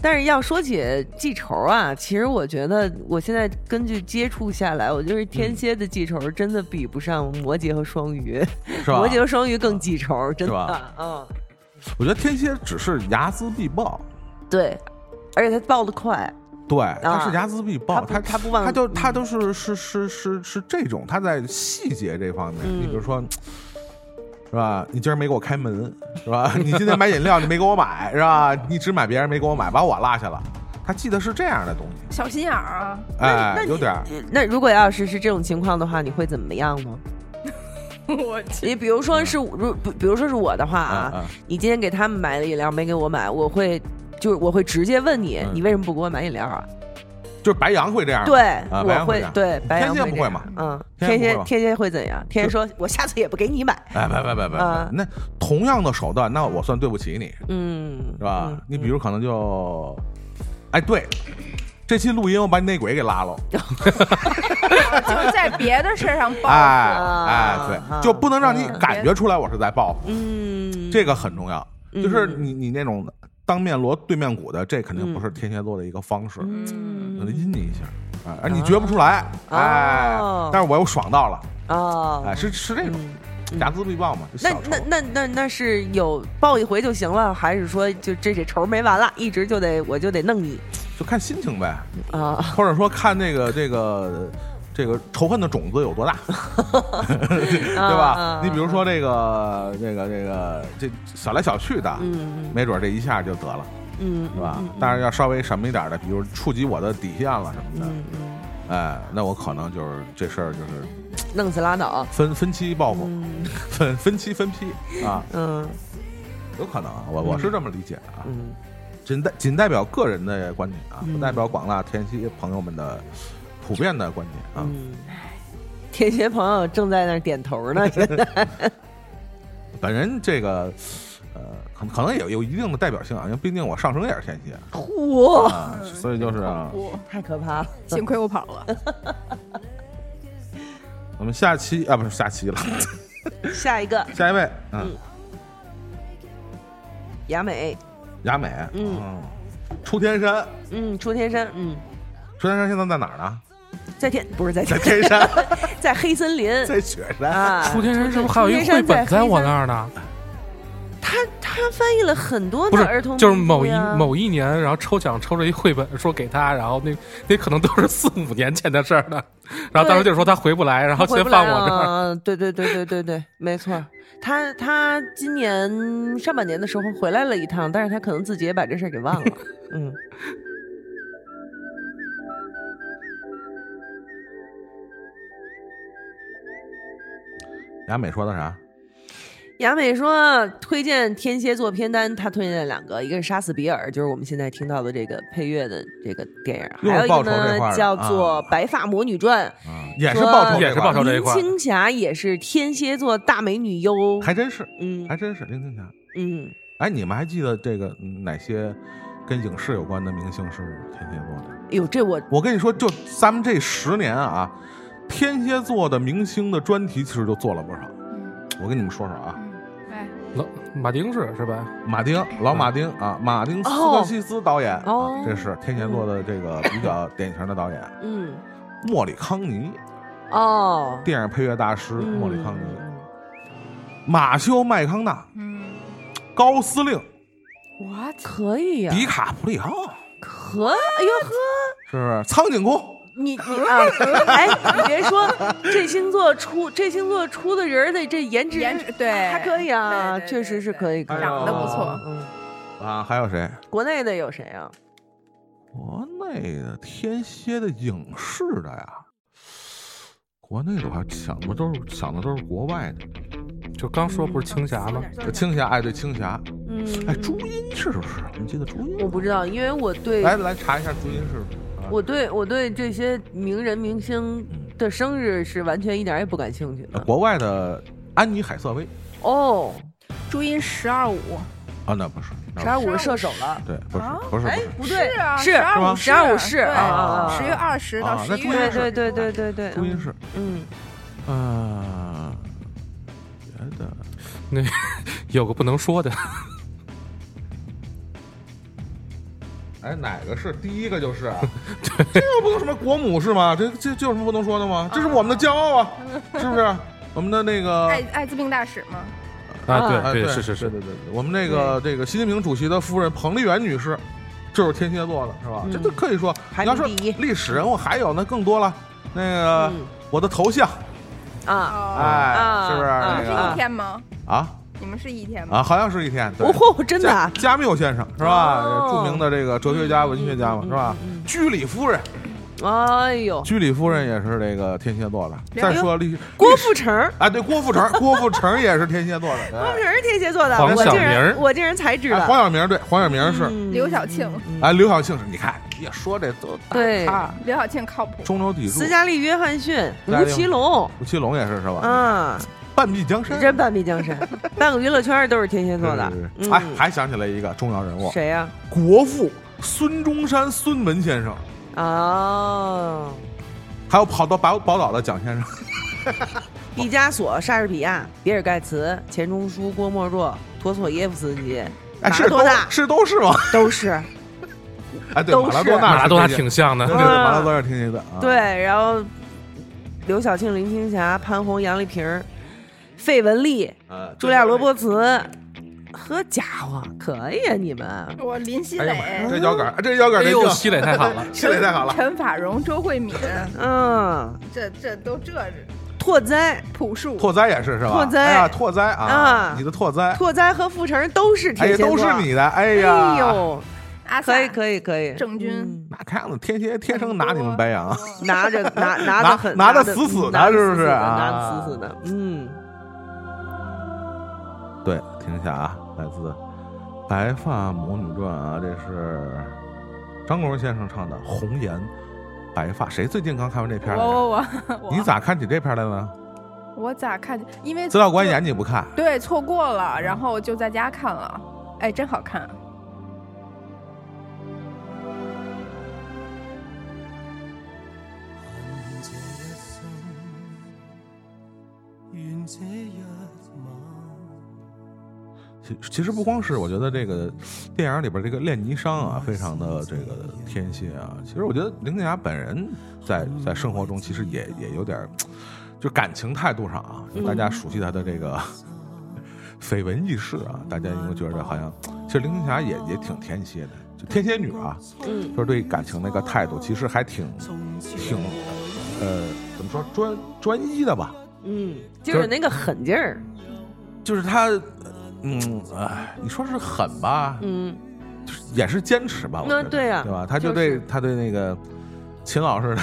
[SPEAKER 7] 但是要说起记仇啊，其实我觉得我现在根据接触下来，我就是天蝎的记仇真的比不上摩羯和双鱼，
[SPEAKER 4] 是吧？
[SPEAKER 7] 摩羯和双鱼更记仇，真
[SPEAKER 4] 是
[SPEAKER 7] 的
[SPEAKER 4] 吧，
[SPEAKER 7] 嗯，
[SPEAKER 4] 我觉得天蝎只是睚眦必报，
[SPEAKER 7] 对，而且他报的快，
[SPEAKER 4] 对，他是睚眦必报，
[SPEAKER 7] 啊他不
[SPEAKER 4] 他
[SPEAKER 7] 他不忘嗯
[SPEAKER 4] 他就他都是是是是是这种，他在细节这方面，
[SPEAKER 7] 嗯
[SPEAKER 4] 你比如说。是吧？你今儿没给我开门，是吧？ 你今天买饮料你没给我买，是吧？你只买别人没给我买，把我落下了。他记得是这样的东西，
[SPEAKER 6] 小心眼儿啊！
[SPEAKER 7] 那
[SPEAKER 4] 哎
[SPEAKER 7] 那，你
[SPEAKER 4] 有点儿
[SPEAKER 7] 那如果要是是这种情况的话，你会怎么样呢？
[SPEAKER 6] 我去，
[SPEAKER 7] 你比如说是如比比如说是我的话啊，
[SPEAKER 4] 嗯嗯
[SPEAKER 7] 你今天给他们买了饮料没给我买，我会就是我会直接问你，
[SPEAKER 4] 嗯
[SPEAKER 7] 你为什么不给我买饮料啊？
[SPEAKER 4] 就是白羊会这样，
[SPEAKER 7] 对，
[SPEAKER 4] 啊白
[SPEAKER 7] 我
[SPEAKER 4] 羊会
[SPEAKER 7] 会
[SPEAKER 4] 这样
[SPEAKER 7] 对白羊
[SPEAKER 4] 天蝎不
[SPEAKER 7] 这
[SPEAKER 4] 会
[SPEAKER 7] 样
[SPEAKER 4] 嘛
[SPEAKER 7] 嗯，
[SPEAKER 4] 天蝎
[SPEAKER 7] 天
[SPEAKER 4] 不会
[SPEAKER 7] 蝎
[SPEAKER 4] 嘛
[SPEAKER 7] 天蝎会怎样？天蝎说我下次也不给 你买，
[SPEAKER 4] 哎，别别别别
[SPEAKER 7] 啊，
[SPEAKER 4] 那同样的手段，那我算对不起你，
[SPEAKER 7] 嗯，
[SPEAKER 4] 是吧？
[SPEAKER 7] 嗯
[SPEAKER 4] 你比如可能就，哎，对，这期录音我把你内鬼给拉了，
[SPEAKER 6] 就是在别的事儿 上报复。
[SPEAKER 4] 哎哎，
[SPEAKER 7] 啊
[SPEAKER 4] 对，就不能让你
[SPEAKER 7] 嗯
[SPEAKER 4] 感觉出来我是在报复，
[SPEAKER 7] 嗯，
[SPEAKER 4] 这个很重要。
[SPEAKER 7] 嗯
[SPEAKER 4] 就是你你那种当面锣对面鼓的，这肯定不是天蝎座的一个方式，
[SPEAKER 7] 嗯
[SPEAKER 4] 可能阴你一下，哎，而你觉不出来，
[SPEAKER 7] 哦
[SPEAKER 4] 哎，但是我又爽到了，
[SPEAKER 7] 哦，
[SPEAKER 4] 哎，是是这种
[SPEAKER 7] 嗯
[SPEAKER 4] 睚眦必报嘛，就
[SPEAKER 7] 那
[SPEAKER 4] 小仇
[SPEAKER 7] 那那那那是有报一回就行了，还是说就这这仇没完了，一直就得我就得弄你
[SPEAKER 4] 就看心情呗，
[SPEAKER 7] 啊？
[SPEAKER 4] 或者说看那个这个。这个仇恨的种子有多 大，
[SPEAKER 7] 对
[SPEAKER 4] 对
[SPEAKER 7] 嗯
[SPEAKER 4] 吧？你比如，说这个、这个、这个、这小来小去的，
[SPEAKER 7] 嗯
[SPEAKER 4] 没准这一下就得了。
[SPEAKER 7] 嗯，
[SPEAKER 4] 是吧？但是要稍微什么一点的，比如触及我的底线了什么的，
[SPEAKER 7] 嗯嗯
[SPEAKER 4] 哎，那我可能就是这事儿就是
[SPEAKER 7] 弄死拉倒。
[SPEAKER 4] 分分期报复，
[SPEAKER 7] 嗯
[SPEAKER 4] 分分期分批啊，
[SPEAKER 7] 嗯
[SPEAKER 4] 有可能啊，我我是这么理解的啊，
[SPEAKER 7] 嗯，
[SPEAKER 4] 仅代仅代表个人的观点啊，
[SPEAKER 7] 嗯
[SPEAKER 4] 不代表广大田西朋友们的普遍的观点啊。
[SPEAKER 7] 嗯，铁鞋朋友正在那儿点 头呢，现在
[SPEAKER 4] 本人这个呃，可可能也有一定的代表性啊，因为毕竟我上升也是天蝎
[SPEAKER 7] 嚯，
[SPEAKER 4] 啊，所以就是啊，
[SPEAKER 6] 不，
[SPEAKER 7] 太可怕了。
[SPEAKER 6] 幸亏我跑了。
[SPEAKER 4] 我们下期啊，不是下期了，
[SPEAKER 7] 下一个
[SPEAKER 4] 下一位，嗯，
[SPEAKER 7] 雅美，
[SPEAKER 4] 雅美，
[SPEAKER 7] 嗯，
[SPEAKER 4] 出天山，
[SPEAKER 7] 嗯，出天山，嗯，
[SPEAKER 4] 出天山现在在哪儿呢？
[SPEAKER 7] 在天不是在
[SPEAKER 4] 在
[SPEAKER 7] 天，
[SPEAKER 4] 天山，
[SPEAKER 7] 在黑森林
[SPEAKER 4] 在雪山。
[SPEAKER 7] 啊。
[SPEAKER 3] 楚天山是不是还有一
[SPEAKER 7] 楚
[SPEAKER 3] 个绘
[SPEAKER 7] 天山
[SPEAKER 3] 本
[SPEAKER 7] 在
[SPEAKER 3] 在
[SPEAKER 7] 黑
[SPEAKER 3] 我
[SPEAKER 7] 山
[SPEAKER 3] 那儿呢？
[SPEAKER 7] 他他翻译了很多
[SPEAKER 3] 不
[SPEAKER 7] 的
[SPEAKER 3] 是
[SPEAKER 7] 儿童，
[SPEAKER 3] 就是某一某一年，然后抽奖抽着一绘本，说给他，然后那那可能都是四五年前的事儿了。然后当时就说他回不来，然后
[SPEAKER 7] 回
[SPEAKER 3] 先
[SPEAKER 7] 不来
[SPEAKER 3] 放我这儿。
[SPEAKER 7] 啊。对对对对对对，没错。他他今年上半年的时候回来了一趟，但是他可能自己也把这事儿给忘了。嗯，
[SPEAKER 4] 雅美说的啥？
[SPEAKER 7] 雅美说推荐天蝎座片单，他推荐两个，一个是《杀死比尔》，就是我们现在听到的这个配乐的这个电影，
[SPEAKER 4] 又
[SPEAKER 7] 还有
[SPEAKER 4] 是
[SPEAKER 7] 一
[SPEAKER 4] 报
[SPEAKER 7] 个
[SPEAKER 4] 仇这块儿
[SPEAKER 7] 呢
[SPEAKER 4] 的
[SPEAKER 7] 叫做
[SPEAKER 4] 啊
[SPEAKER 7] 《白发魔女传》。
[SPEAKER 4] 啊，也是
[SPEAKER 7] 说
[SPEAKER 4] 报仇，
[SPEAKER 3] 也是报仇这一
[SPEAKER 7] 林
[SPEAKER 3] 块儿
[SPEAKER 7] 青霞也是天蝎座大美女哟，
[SPEAKER 4] 还真是，
[SPEAKER 7] 嗯
[SPEAKER 4] 还真是林青霞。
[SPEAKER 7] 嗯，
[SPEAKER 4] 哎，你们还记得这个嗯哪些跟影视有关的明星是天蝎座的？
[SPEAKER 7] 哎呦，这我
[SPEAKER 4] 我跟你说，就咱们这十年啊，天蝎座的明星的专题其实就做了不少。我跟你们说说啊，
[SPEAKER 6] 哎，
[SPEAKER 3] 老马丁是是吧？
[SPEAKER 4] 马丁，老马丁啊，马丁斯科西斯导演，
[SPEAKER 7] 哦
[SPEAKER 4] 啊、这是天蝎座的这个比较典型的导演。
[SPEAKER 7] 嗯
[SPEAKER 4] 莫里康尼，
[SPEAKER 7] 哦，
[SPEAKER 4] 电影配乐大师
[SPEAKER 7] 嗯
[SPEAKER 4] 莫里康尼，马修麦康纳，
[SPEAKER 6] 嗯
[SPEAKER 4] 高司令，
[SPEAKER 6] ，what？
[SPEAKER 7] 嗯可以呀、
[SPEAKER 4] 迪卡普里奥，
[SPEAKER 7] 可哎呦呵，
[SPEAKER 4] 是不是？苍井空，
[SPEAKER 7] 你你啊，哎，你别说，这星座出这星座出的人儿的这颜值
[SPEAKER 6] 颜值嗯对
[SPEAKER 7] 还可以啊，
[SPEAKER 6] 对对对
[SPEAKER 7] 确实是可以，
[SPEAKER 4] 对
[SPEAKER 6] 长得不错
[SPEAKER 7] 可以嗯，
[SPEAKER 4] 啊，还有谁？
[SPEAKER 7] 国内的有谁啊？
[SPEAKER 4] 国内的天蝎的影视的呀，国内的我还想的都是想的都是国外的。
[SPEAKER 3] 就刚说不是青霞吗？
[SPEAKER 4] 这青霞，哎，对青霞，
[SPEAKER 7] 嗯，
[SPEAKER 4] 哎，朱茵是不是？我们记得朱茵，哎
[SPEAKER 7] 我不知道，因为我对
[SPEAKER 4] 来来查一下朱茵是不是？啊
[SPEAKER 7] 我对我对这些名人明星
[SPEAKER 4] 嗯
[SPEAKER 7] 的生日是完全一点儿也不感兴趣
[SPEAKER 4] 呃
[SPEAKER 7] 的。
[SPEAKER 4] 国外的安妮海瑟薇
[SPEAKER 7] 哦，
[SPEAKER 6] 朱茵十二五，
[SPEAKER 4] 啊，那不是，那
[SPEAKER 7] 十二
[SPEAKER 4] 不
[SPEAKER 7] 五射手了
[SPEAKER 4] 是，对，不是
[SPEAKER 6] 啊，
[SPEAKER 4] 不是，不
[SPEAKER 7] 哎
[SPEAKER 4] 是，
[SPEAKER 7] 不对，
[SPEAKER 6] 啊，
[SPEAKER 7] 是
[SPEAKER 6] 二五，
[SPEAKER 7] 是吗
[SPEAKER 6] 五
[SPEAKER 7] 12啊啊啊啊
[SPEAKER 6] 十月二十到
[SPEAKER 4] 啊那
[SPEAKER 6] 十一
[SPEAKER 4] 朱茵
[SPEAKER 6] 月
[SPEAKER 7] 对
[SPEAKER 4] 是
[SPEAKER 7] 对对对对对，
[SPEAKER 4] 朱茵是，
[SPEAKER 7] 嗯，
[SPEAKER 4] 呃，别的
[SPEAKER 3] 有个不能说的，
[SPEAKER 7] 啊
[SPEAKER 4] 哎，哪个是第一个就是 啊？这又不能什么国母是吗？这这这有什么不能说的吗？这是我们的骄傲啊，
[SPEAKER 7] 嗯
[SPEAKER 4] 是不是？我们的那个
[SPEAKER 6] 艾艾滋病大使吗？
[SPEAKER 3] 啊，
[SPEAKER 4] 哎
[SPEAKER 3] 对对是是是
[SPEAKER 4] 对，对对，我们那个这个习近平主席的夫人彭丽媛女士，就是天蝎座的，是吧？
[SPEAKER 7] 嗯
[SPEAKER 4] 这都可以说，
[SPEAKER 7] 排
[SPEAKER 4] 你
[SPEAKER 7] 名
[SPEAKER 4] 要说
[SPEAKER 7] 第一
[SPEAKER 4] 历史人物还有那更多了，那个
[SPEAKER 7] 嗯
[SPEAKER 4] 我的头像，
[SPEAKER 7] 啊，
[SPEAKER 6] 哦，
[SPEAKER 4] 哎，
[SPEAKER 7] 啊
[SPEAKER 4] 是不是
[SPEAKER 7] 啊
[SPEAKER 4] 那
[SPEAKER 6] 是
[SPEAKER 4] 个
[SPEAKER 6] 一天吗？
[SPEAKER 4] 啊
[SPEAKER 6] 你们是一天吗？
[SPEAKER 4] 啊，好像是一天，对。
[SPEAKER 7] 哦，真的啊
[SPEAKER 4] 加加缪先生是吧？
[SPEAKER 7] 哦嗯
[SPEAKER 4] 著名的这个哲学家、文学家嘛，是吧？居里夫人，
[SPEAKER 7] 哎呦，
[SPEAKER 4] 居里夫人也是这个天蝎座的。
[SPEAKER 6] 哎
[SPEAKER 4] 再
[SPEAKER 6] 呦
[SPEAKER 4] 说历史，
[SPEAKER 7] 郭富城儿，
[SPEAKER 4] 啊，对，郭富 城，郭富城也是天蝎座的。对
[SPEAKER 7] 郭富城是天蝎座的，
[SPEAKER 3] 黄
[SPEAKER 7] 我
[SPEAKER 3] 晓
[SPEAKER 7] 竟然
[SPEAKER 3] 明儿
[SPEAKER 7] 我竟然才知
[SPEAKER 4] 哎
[SPEAKER 7] 道
[SPEAKER 4] 黄，晓明对，黄晓明是。
[SPEAKER 7] 嗯
[SPEAKER 6] 刘晓庆，
[SPEAKER 4] 哎，啊刘晓庆是，你看，你也说这都大
[SPEAKER 7] 对
[SPEAKER 4] 咖，
[SPEAKER 6] 刘晓庆靠谱。
[SPEAKER 4] 中流砥柱
[SPEAKER 7] 斯。嘉丽·约翰逊、
[SPEAKER 4] 嘉
[SPEAKER 7] 吴
[SPEAKER 4] 玲
[SPEAKER 7] 奇隆，
[SPEAKER 4] 吴奇隆也是是吧？
[SPEAKER 7] 啊，
[SPEAKER 4] 半壁江山。
[SPEAKER 7] 真半壁 江山，半个娱乐圈都是天蝎座的
[SPEAKER 4] 对对对，对
[SPEAKER 7] 嗯
[SPEAKER 4] 哎，还想起来一个重要人物，
[SPEAKER 7] 谁呀？
[SPEAKER 4] 国父孙中山、孙文先生，
[SPEAKER 7] 哦，
[SPEAKER 4] 还有跑到宝宝岛的蒋先生。
[SPEAKER 7] 毕加索、莎士比亚、比尔盖茨、钱钟书、郭沫若、陀索耶夫斯基，
[SPEAKER 4] 哎，
[SPEAKER 7] 马
[SPEAKER 4] 是
[SPEAKER 7] 拉
[SPEAKER 4] 都
[SPEAKER 7] 多纳
[SPEAKER 4] 是都是吗？
[SPEAKER 7] 都是
[SPEAKER 4] 哎，对，
[SPEAKER 7] 都
[SPEAKER 4] 马拉
[SPEAKER 7] 是
[SPEAKER 4] 多纳
[SPEAKER 3] 马
[SPEAKER 4] 是
[SPEAKER 3] 拉多纳
[SPEAKER 4] 天蝎
[SPEAKER 3] 挺像
[SPEAKER 4] 对
[SPEAKER 3] 的。
[SPEAKER 4] 对对，
[SPEAKER 7] 嗯
[SPEAKER 4] 马拉多纳是天蝎的。啊
[SPEAKER 7] 对，，然后刘晓庆、林青霞、潘虹、杨丽萍儿、费雯丽、
[SPEAKER 4] 呃
[SPEAKER 7] 茱莉亚·罗伯。茨，呵家伙，可以啊你们，
[SPEAKER 6] 我林熙
[SPEAKER 4] 哎呀妈呀，
[SPEAKER 6] 蕾、
[SPEAKER 4] 这脚杆儿，这脚杆儿，
[SPEAKER 3] 哎
[SPEAKER 4] 这
[SPEAKER 3] 呦，
[SPEAKER 4] 脚，
[SPEAKER 3] 西磊太好了
[SPEAKER 4] 心里太好了。
[SPEAKER 6] 陈法蓉、周慧敏，
[SPEAKER 7] 嗯，
[SPEAKER 6] 这这都这
[SPEAKER 7] 拓哉、
[SPEAKER 6] 朴树，
[SPEAKER 4] 拓哉也是是吧？
[SPEAKER 7] 拓哉
[SPEAKER 4] 哎呀，拓哉啊
[SPEAKER 7] 啊，
[SPEAKER 4] 你的拓哉，
[SPEAKER 7] 拓哉和傅成都是
[SPEAKER 4] 哎
[SPEAKER 7] 天
[SPEAKER 4] 呀，
[SPEAKER 7] 蝎座，
[SPEAKER 4] 都是你的，哎
[SPEAKER 7] 啊哎
[SPEAKER 4] 呀，
[SPEAKER 7] 呦，
[SPEAKER 6] 阿
[SPEAKER 7] 可以
[SPEAKER 6] 萨
[SPEAKER 7] 可以可以，
[SPEAKER 6] 郑钧
[SPEAKER 7] 嗯
[SPEAKER 4] 那看样子天蝎天生拿你们白羊
[SPEAKER 6] 嗯
[SPEAKER 4] 啊，
[SPEAKER 7] 拿 着拿
[SPEAKER 4] 拿
[SPEAKER 7] 拿的很
[SPEAKER 4] 拿得
[SPEAKER 7] 得
[SPEAKER 4] 死死的
[SPEAKER 7] 嗯拿得
[SPEAKER 4] 是不是
[SPEAKER 7] 死死的
[SPEAKER 4] 啊
[SPEAKER 7] 拿的死死的，嗯，
[SPEAKER 4] 对，听一下啊，来自《白发魔女传》啊，这是张国荣先生唱的《红颜白发》。谁最近刚看完这片儿来着？
[SPEAKER 7] 哦
[SPEAKER 6] 我我我，
[SPEAKER 4] 你咋看起这片儿来了？
[SPEAKER 6] 我咋看见？因为
[SPEAKER 4] 资料馆
[SPEAKER 6] 就
[SPEAKER 4] 演你不看，
[SPEAKER 6] 对错过了，然后就在家看了，哎，真好看。
[SPEAKER 8] 恨这一生，怨这一晚，
[SPEAKER 4] 其其实不光是我觉得这个电影里边这个练霓裳啊，非常的这个天蝎啊。其实我觉得林青霞本人在在生活中其实也也有点儿，就感情态度上啊，就大家熟悉她的这个绯闻轶事啊，大家有没有觉得好像其实林青霞也也挺天蝎的，就天蝎女啊，
[SPEAKER 7] 嗯，
[SPEAKER 4] 就是对感情那个态度其实还挺挺呃怎么说专专一的吧，
[SPEAKER 7] 嗯，就是那个狠劲儿，
[SPEAKER 4] 就是她。嗯，哎，你说是狠吧，
[SPEAKER 7] 嗯，
[SPEAKER 4] 也是坚持吧，我觉
[SPEAKER 7] 那
[SPEAKER 4] 得
[SPEAKER 7] 对啊
[SPEAKER 4] 对吧？他
[SPEAKER 7] 就
[SPEAKER 4] 就是对他对那个秦老师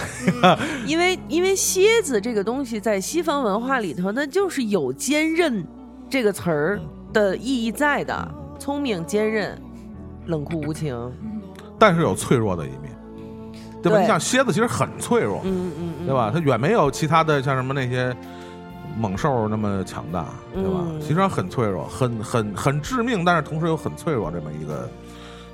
[SPEAKER 4] 的，
[SPEAKER 7] 因为因为蝎子这个东西在西方文化里头，它就是有坚韧这个词儿
[SPEAKER 4] 嗯
[SPEAKER 7] 的意义在的，聪明坚韧，冷酷无情，
[SPEAKER 4] 但是有脆弱的一面，对吧？
[SPEAKER 7] 对
[SPEAKER 4] 你像蝎子其实很脆弱，
[SPEAKER 7] 嗯嗯嗯，
[SPEAKER 4] 对吧？它远没有其他的像什么那些猛兽那么强大，对吧？
[SPEAKER 7] 嗯
[SPEAKER 4] 其实很脆弱，很很很致命，但是同时又很脆弱这么一个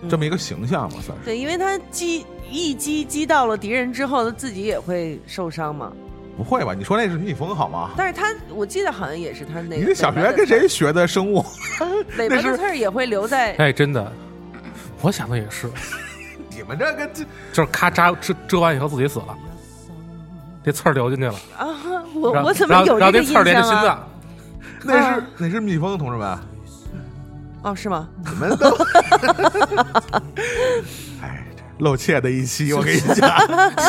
[SPEAKER 7] 嗯
[SPEAKER 4] 这么一个形象吧，算是。
[SPEAKER 7] 对，因为他击一击击到了敌人之后，他自己也会受伤嘛。
[SPEAKER 4] 不会吧？你说那是逆风好吗？
[SPEAKER 7] 但是他，我记得好像也是他那个。
[SPEAKER 4] 你这小学跟谁？学的生物？
[SPEAKER 7] 尾巴
[SPEAKER 4] 那是
[SPEAKER 7] 的刺儿也会留在。
[SPEAKER 3] 哎，真的，我想的也是，
[SPEAKER 4] 你们这跟这
[SPEAKER 3] 就是咔嚓遮遮完以后自己死了，这刺儿流进去了，
[SPEAKER 7] 啊，我
[SPEAKER 3] 然后
[SPEAKER 7] 我怎么有
[SPEAKER 3] 然后然后
[SPEAKER 7] 这个
[SPEAKER 3] 那
[SPEAKER 7] 印
[SPEAKER 3] 刺儿连着心
[SPEAKER 7] 象啊？
[SPEAKER 3] 脏，
[SPEAKER 7] 嗯
[SPEAKER 4] 那是那是蜜蜂，同志们，
[SPEAKER 7] 哦，是吗？
[SPEAKER 4] 你们都， 哎，这露怯的一期，我跟你讲。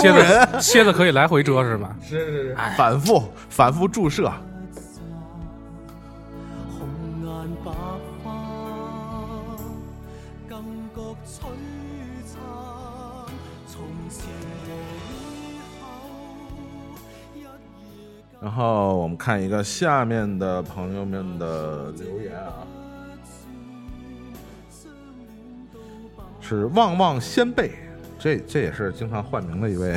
[SPEAKER 3] 蝎子蝎子可以来回遮 是吗？
[SPEAKER 4] 是是是，反复反复注射，
[SPEAKER 8] 红颜白发，更觉璀璨。从前以后，一夜
[SPEAKER 4] 然后我们看一个下面的朋友们的留言啊，是旺旺仙贝，这这也是经常换名的一位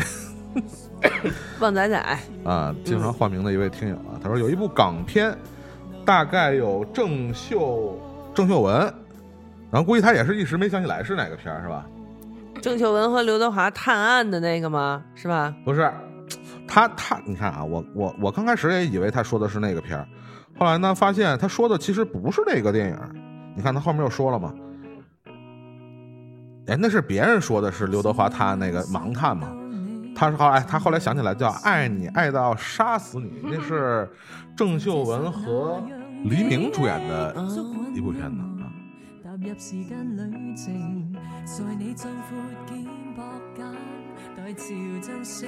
[SPEAKER 7] 旺仔仔，
[SPEAKER 4] 啊，经常换名的一位听友啊，他说有一部港片，大概有郑秀郑秀文，然后估计他也是一时没想起来是哪个片儿是吧？
[SPEAKER 7] 郑秀文和刘德华探案的那个吗？是吧？
[SPEAKER 4] 不是，他他，你看啊，我我我刚开始也以为他说的是那个片儿，后来呢发现他说的其实不是那个电影儿。你看他后面又说了嘛，哎，那是别人说的是刘德华他那个盲探嘛。他是后来，哎他后来想起来叫《爱你爱到杀死你》，那是郑秀文和黎明主演的
[SPEAKER 3] 嗯
[SPEAKER 4] 一部片子啊。
[SPEAKER 9] 踏入時間旅程，在你壯闊肩膊間，待潮漲息，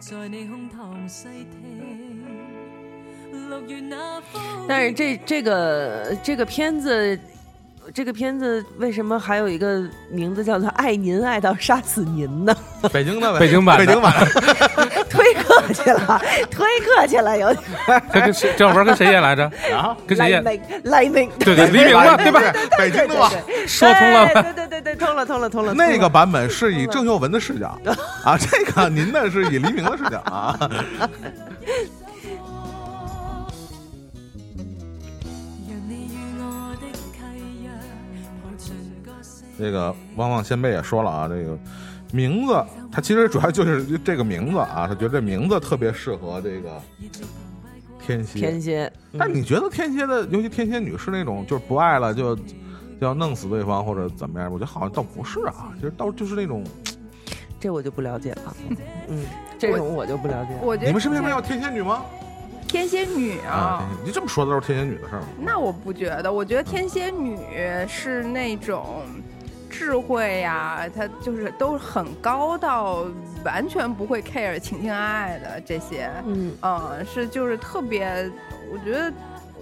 [SPEAKER 9] 在你胸膛細聽，六月那風。
[SPEAKER 7] 但是这这个这个片子，这个片子为什么还有一个名字叫做《爱您爱到杀死您》呢？
[SPEAKER 4] 北京的呗
[SPEAKER 3] 北京版的
[SPEAKER 4] 北京版的，
[SPEAKER 7] 忒客气了，忒客气了，有点
[SPEAKER 3] 他跟谁这玩意儿跟谁演来着？
[SPEAKER 4] 啊，
[SPEAKER 3] 跟谁
[SPEAKER 7] 来
[SPEAKER 3] 演？
[SPEAKER 7] 明来明。
[SPEAKER 3] 对对，黎明嘛，对吧？
[SPEAKER 4] 北京的吧。
[SPEAKER 3] 说通了吧？
[SPEAKER 7] 对对对对，通了通了通了。通了
[SPEAKER 4] 那个版本是以郑秀文的视角啊，这个您的是以黎明的视角啊。
[SPEAKER 9] 若你與我的契約，抱盡個星。
[SPEAKER 4] 这个汪汪先辈也说了啊，这个名字他其实主要就是这个名字啊，他觉得这名字特别适合这个天蝎。
[SPEAKER 7] 天蝎，
[SPEAKER 4] 但你觉得天蝎的，尤其天蝎女是那种就是不爱了就就要弄死对方或者怎么样？我觉得好像倒不是啊，其实倒就是那种，
[SPEAKER 7] 这我就不了解了。嗯，这种我就不了解了。
[SPEAKER 6] 我觉得
[SPEAKER 4] 你们身边没有天蝎女吗？
[SPEAKER 6] 天蝎女
[SPEAKER 7] 哎
[SPEAKER 4] 啊
[SPEAKER 6] 啊，，
[SPEAKER 4] 天蝎你这么说的都是天蝎女的事儿吗？
[SPEAKER 6] 那我不觉得，我觉得天蝎女是那种智慧呀、她就是都很高到完全不会 care 情情爱爱的这些，
[SPEAKER 7] 嗯
[SPEAKER 6] 嗯，是就是特别，我觉得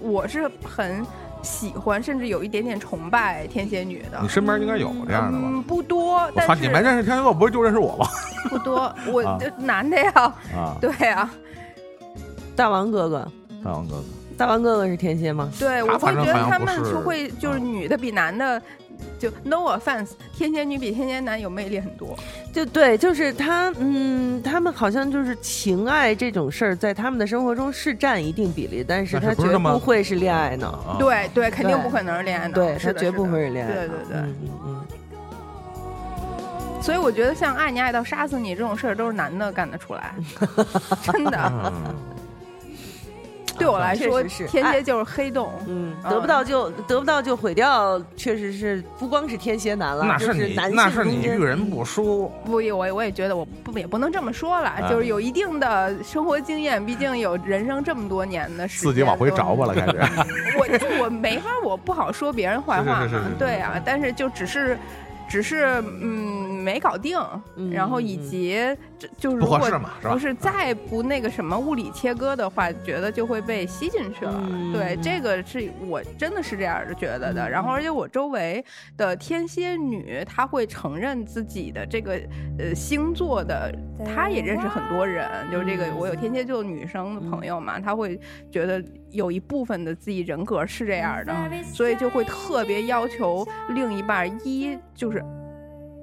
[SPEAKER 6] 我是很喜欢，甚至有一点点崇拜天蝎女的
[SPEAKER 4] 你。身边应该有这样的吧？
[SPEAKER 6] 嗯，不多，
[SPEAKER 4] 我
[SPEAKER 6] 但
[SPEAKER 4] 操，
[SPEAKER 6] 是
[SPEAKER 4] 你们认识天蝎座不会就认识我吧？
[SPEAKER 6] 不多。 我
[SPEAKER 4] 啊
[SPEAKER 6] 这男的呀，
[SPEAKER 4] 啊，
[SPEAKER 6] 对呀，
[SPEAKER 7] 大王哥哥，
[SPEAKER 4] 大王哥哥，
[SPEAKER 7] 大王哥哥是天蝎吗？
[SPEAKER 6] 对我
[SPEAKER 3] 他
[SPEAKER 6] 会
[SPEAKER 3] 反
[SPEAKER 6] 觉
[SPEAKER 3] 正
[SPEAKER 6] 得
[SPEAKER 3] 好
[SPEAKER 6] 他
[SPEAKER 3] 像不
[SPEAKER 6] 们
[SPEAKER 3] 是
[SPEAKER 6] 就会就是
[SPEAKER 4] 啊
[SPEAKER 6] 女的比男的就 no offense，天蝎女比天蝎男有魅力很多。
[SPEAKER 7] 就对，就是他，嗯，他们好像就是情爱这种事儿，在他们的生活中是占一定比例，但是
[SPEAKER 4] 但是
[SPEAKER 7] 他
[SPEAKER 4] 不是
[SPEAKER 7] 绝
[SPEAKER 4] 那么
[SPEAKER 7] 不会是恋爱脑，
[SPEAKER 4] 啊，
[SPEAKER 6] 对对，肯定
[SPEAKER 7] 嗯对
[SPEAKER 6] 不可能是恋爱脑，
[SPEAKER 7] 对
[SPEAKER 6] 是
[SPEAKER 7] 他
[SPEAKER 6] 的
[SPEAKER 7] 绝
[SPEAKER 6] 是
[SPEAKER 7] 不
[SPEAKER 6] 的
[SPEAKER 7] 会是恋爱
[SPEAKER 6] 对
[SPEAKER 7] 脑，
[SPEAKER 6] 对对。
[SPEAKER 7] 嗯嗯嗯，
[SPEAKER 6] 所以我觉得像爱你爱到杀死你这种事儿，都是男的干得出 来，真的。
[SPEAKER 7] 啊
[SPEAKER 4] 嗯
[SPEAKER 6] 对我来说，
[SPEAKER 7] 确实是哎
[SPEAKER 6] 天蝎就是黑洞。
[SPEAKER 7] 嗯，得不到就得不到就毁掉，确实是不光是天蝎男了，
[SPEAKER 4] 那
[SPEAKER 7] 就是
[SPEAKER 4] 你
[SPEAKER 7] 男性
[SPEAKER 4] 那是
[SPEAKER 7] 中
[SPEAKER 4] 你
[SPEAKER 7] 间
[SPEAKER 4] 遇人不淑，
[SPEAKER 6] 不，我我也觉得我不也不能这么说了，
[SPEAKER 4] 哎
[SPEAKER 6] 就是有一定的生活经验，毕竟有人生这么多年的时间。
[SPEAKER 4] 自己往回
[SPEAKER 6] 都
[SPEAKER 4] 找吧了，开始。
[SPEAKER 6] 我我没法，我不好说别人坏话嘛
[SPEAKER 4] 是是是是是
[SPEAKER 6] 对啊，但是就只是。只是嗯没搞定，
[SPEAKER 7] 嗯
[SPEAKER 6] 然后以及这就是
[SPEAKER 4] 不
[SPEAKER 6] 如
[SPEAKER 4] 合
[SPEAKER 6] 果
[SPEAKER 4] 适嘛是吧
[SPEAKER 6] 不是再不那个什么物理切割的话，觉得就会被吸进去了。
[SPEAKER 7] 嗯
[SPEAKER 6] 对，这个是我真的是这样的觉得的。
[SPEAKER 7] 嗯
[SPEAKER 6] 然后而且我周围的天蝎女，她会承认自己的这个呃星座的，她也认识很多人，就是这个
[SPEAKER 7] 嗯
[SPEAKER 6] 我有天蝎座女生的朋友嘛，她会觉得有一部分的自己人格是这样的，所以就会特别要求另一半儿一就是。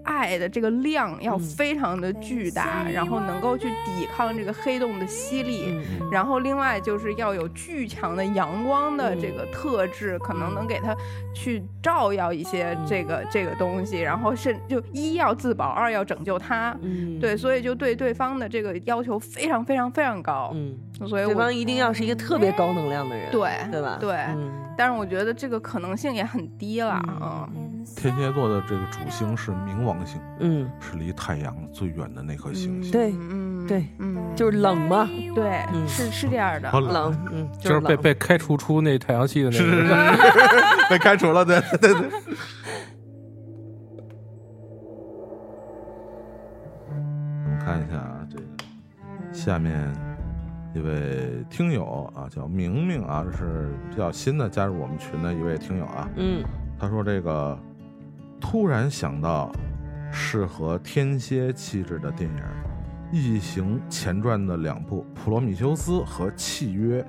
[SPEAKER 6] 爱的这个量要
[SPEAKER 7] 嗯
[SPEAKER 6] 非常的巨大，然后能够去抵抗这个黑洞的吸力，
[SPEAKER 7] 嗯嗯
[SPEAKER 6] 然后另外就是要有巨强的阳光的这
[SPEAKER 7] 嗯
[SPEAKER 6] 个特质，可能能给他去照耀一些
[SPEAKER 7] 嗯
[SPEAKER 6] 这个、这个东西，然后甚就一要自保，二要拯救他，
[SPEAKER 7] 嗯，
[SPEAKER 6] 对，所以就对对方的这个要求非常非常非常高，
[SPEAKER 7] 嗯，
[SPEAKER 6] 所以
[SPEAKER 7] 对
[SPEAKER 6] 我
[SPEAKER 7] 方一定要是一个特别高能量的人，
[SPEAKER 6] 对
[SPEAKER 7] 对吧？
[SPEAKER 6] 对
[SPEAKER 7] 嗯
[SPEAKER 6] 但是我觉得这个可能性也很低了啊。嗯
[SPEAKER 4] 天蝎座的这个主星是冥王星，
[SPEAKER 7] 嗯，
[SPEAKER 4] 是离太阳最远的那颗行星。
[SPEAKER 7] 对，
[SPEAKER 6] 嗯，
[SPEAKER 7] 对
[SPEAKER 6] 嗯，
[SPEAKER 7] 就是冷嘛，
[SPEAKER 6] 对，
[SPEAKER 7] 嗯
[SPEAKER 6] 是是这样的。
[SPEAKER 4] 好冷，
[SPEAKER 7] 冷，嗯，
[SPEAKER 3] 就是被
[SPEAKER 7] 冷
[SPEAKER 3] 被开除出那太阳
[SPEAKER 6] 嗯
[SPEAKER 3] 系的那
[SPEAKER 4] 是
[SPEAKER 3] 个
[SPEAKER 4] 是
[SPEAKER 3] 人
[SPEAKER 4] 是， 被开除了，对对对。我们看一下啊，这个下面一位听友啊，叫明明啊，这是比较新的加入我们群的一位听友啊，
[SPEAKER 7] 嗯
[SPEAKER 4] 他说这个突然想到适合天蝎气质的电影《异形》前传的两部《普罗米修斯》和《契约》，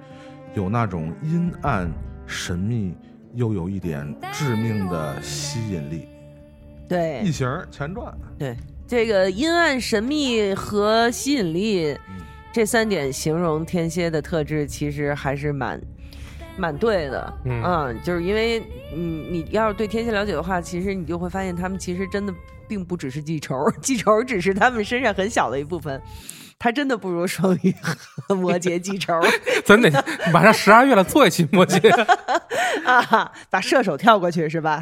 [SPEAKER 4] 有那种阴暗、神秘又有一点致命的吸引力。《
[SPEAKER 7] 对
[SPEAKER 4] 异形》前传，
[SPEAKER 7] 对，这个阴暗、神秘和吸引力
[SPEAKER 4] 嗯
[SPEAKER 7] 这三点形容天蝎的特质，其实还是蛮蛮对的。
[SPEAKER 3] 嗯
[SPEAKER 7] 就是因为嗯，你要是对天蝎了解的话，其实你就会发现他们其实真的并不只是记仇， 记仇只是他们身上很小的一部分。他真的不如双鱼和摩羯记仇
[SPEAKER 3] 咱得马上十二月了，做一期摩羯。
[SPEAKER 7] 啊，把射手跳过去是吧？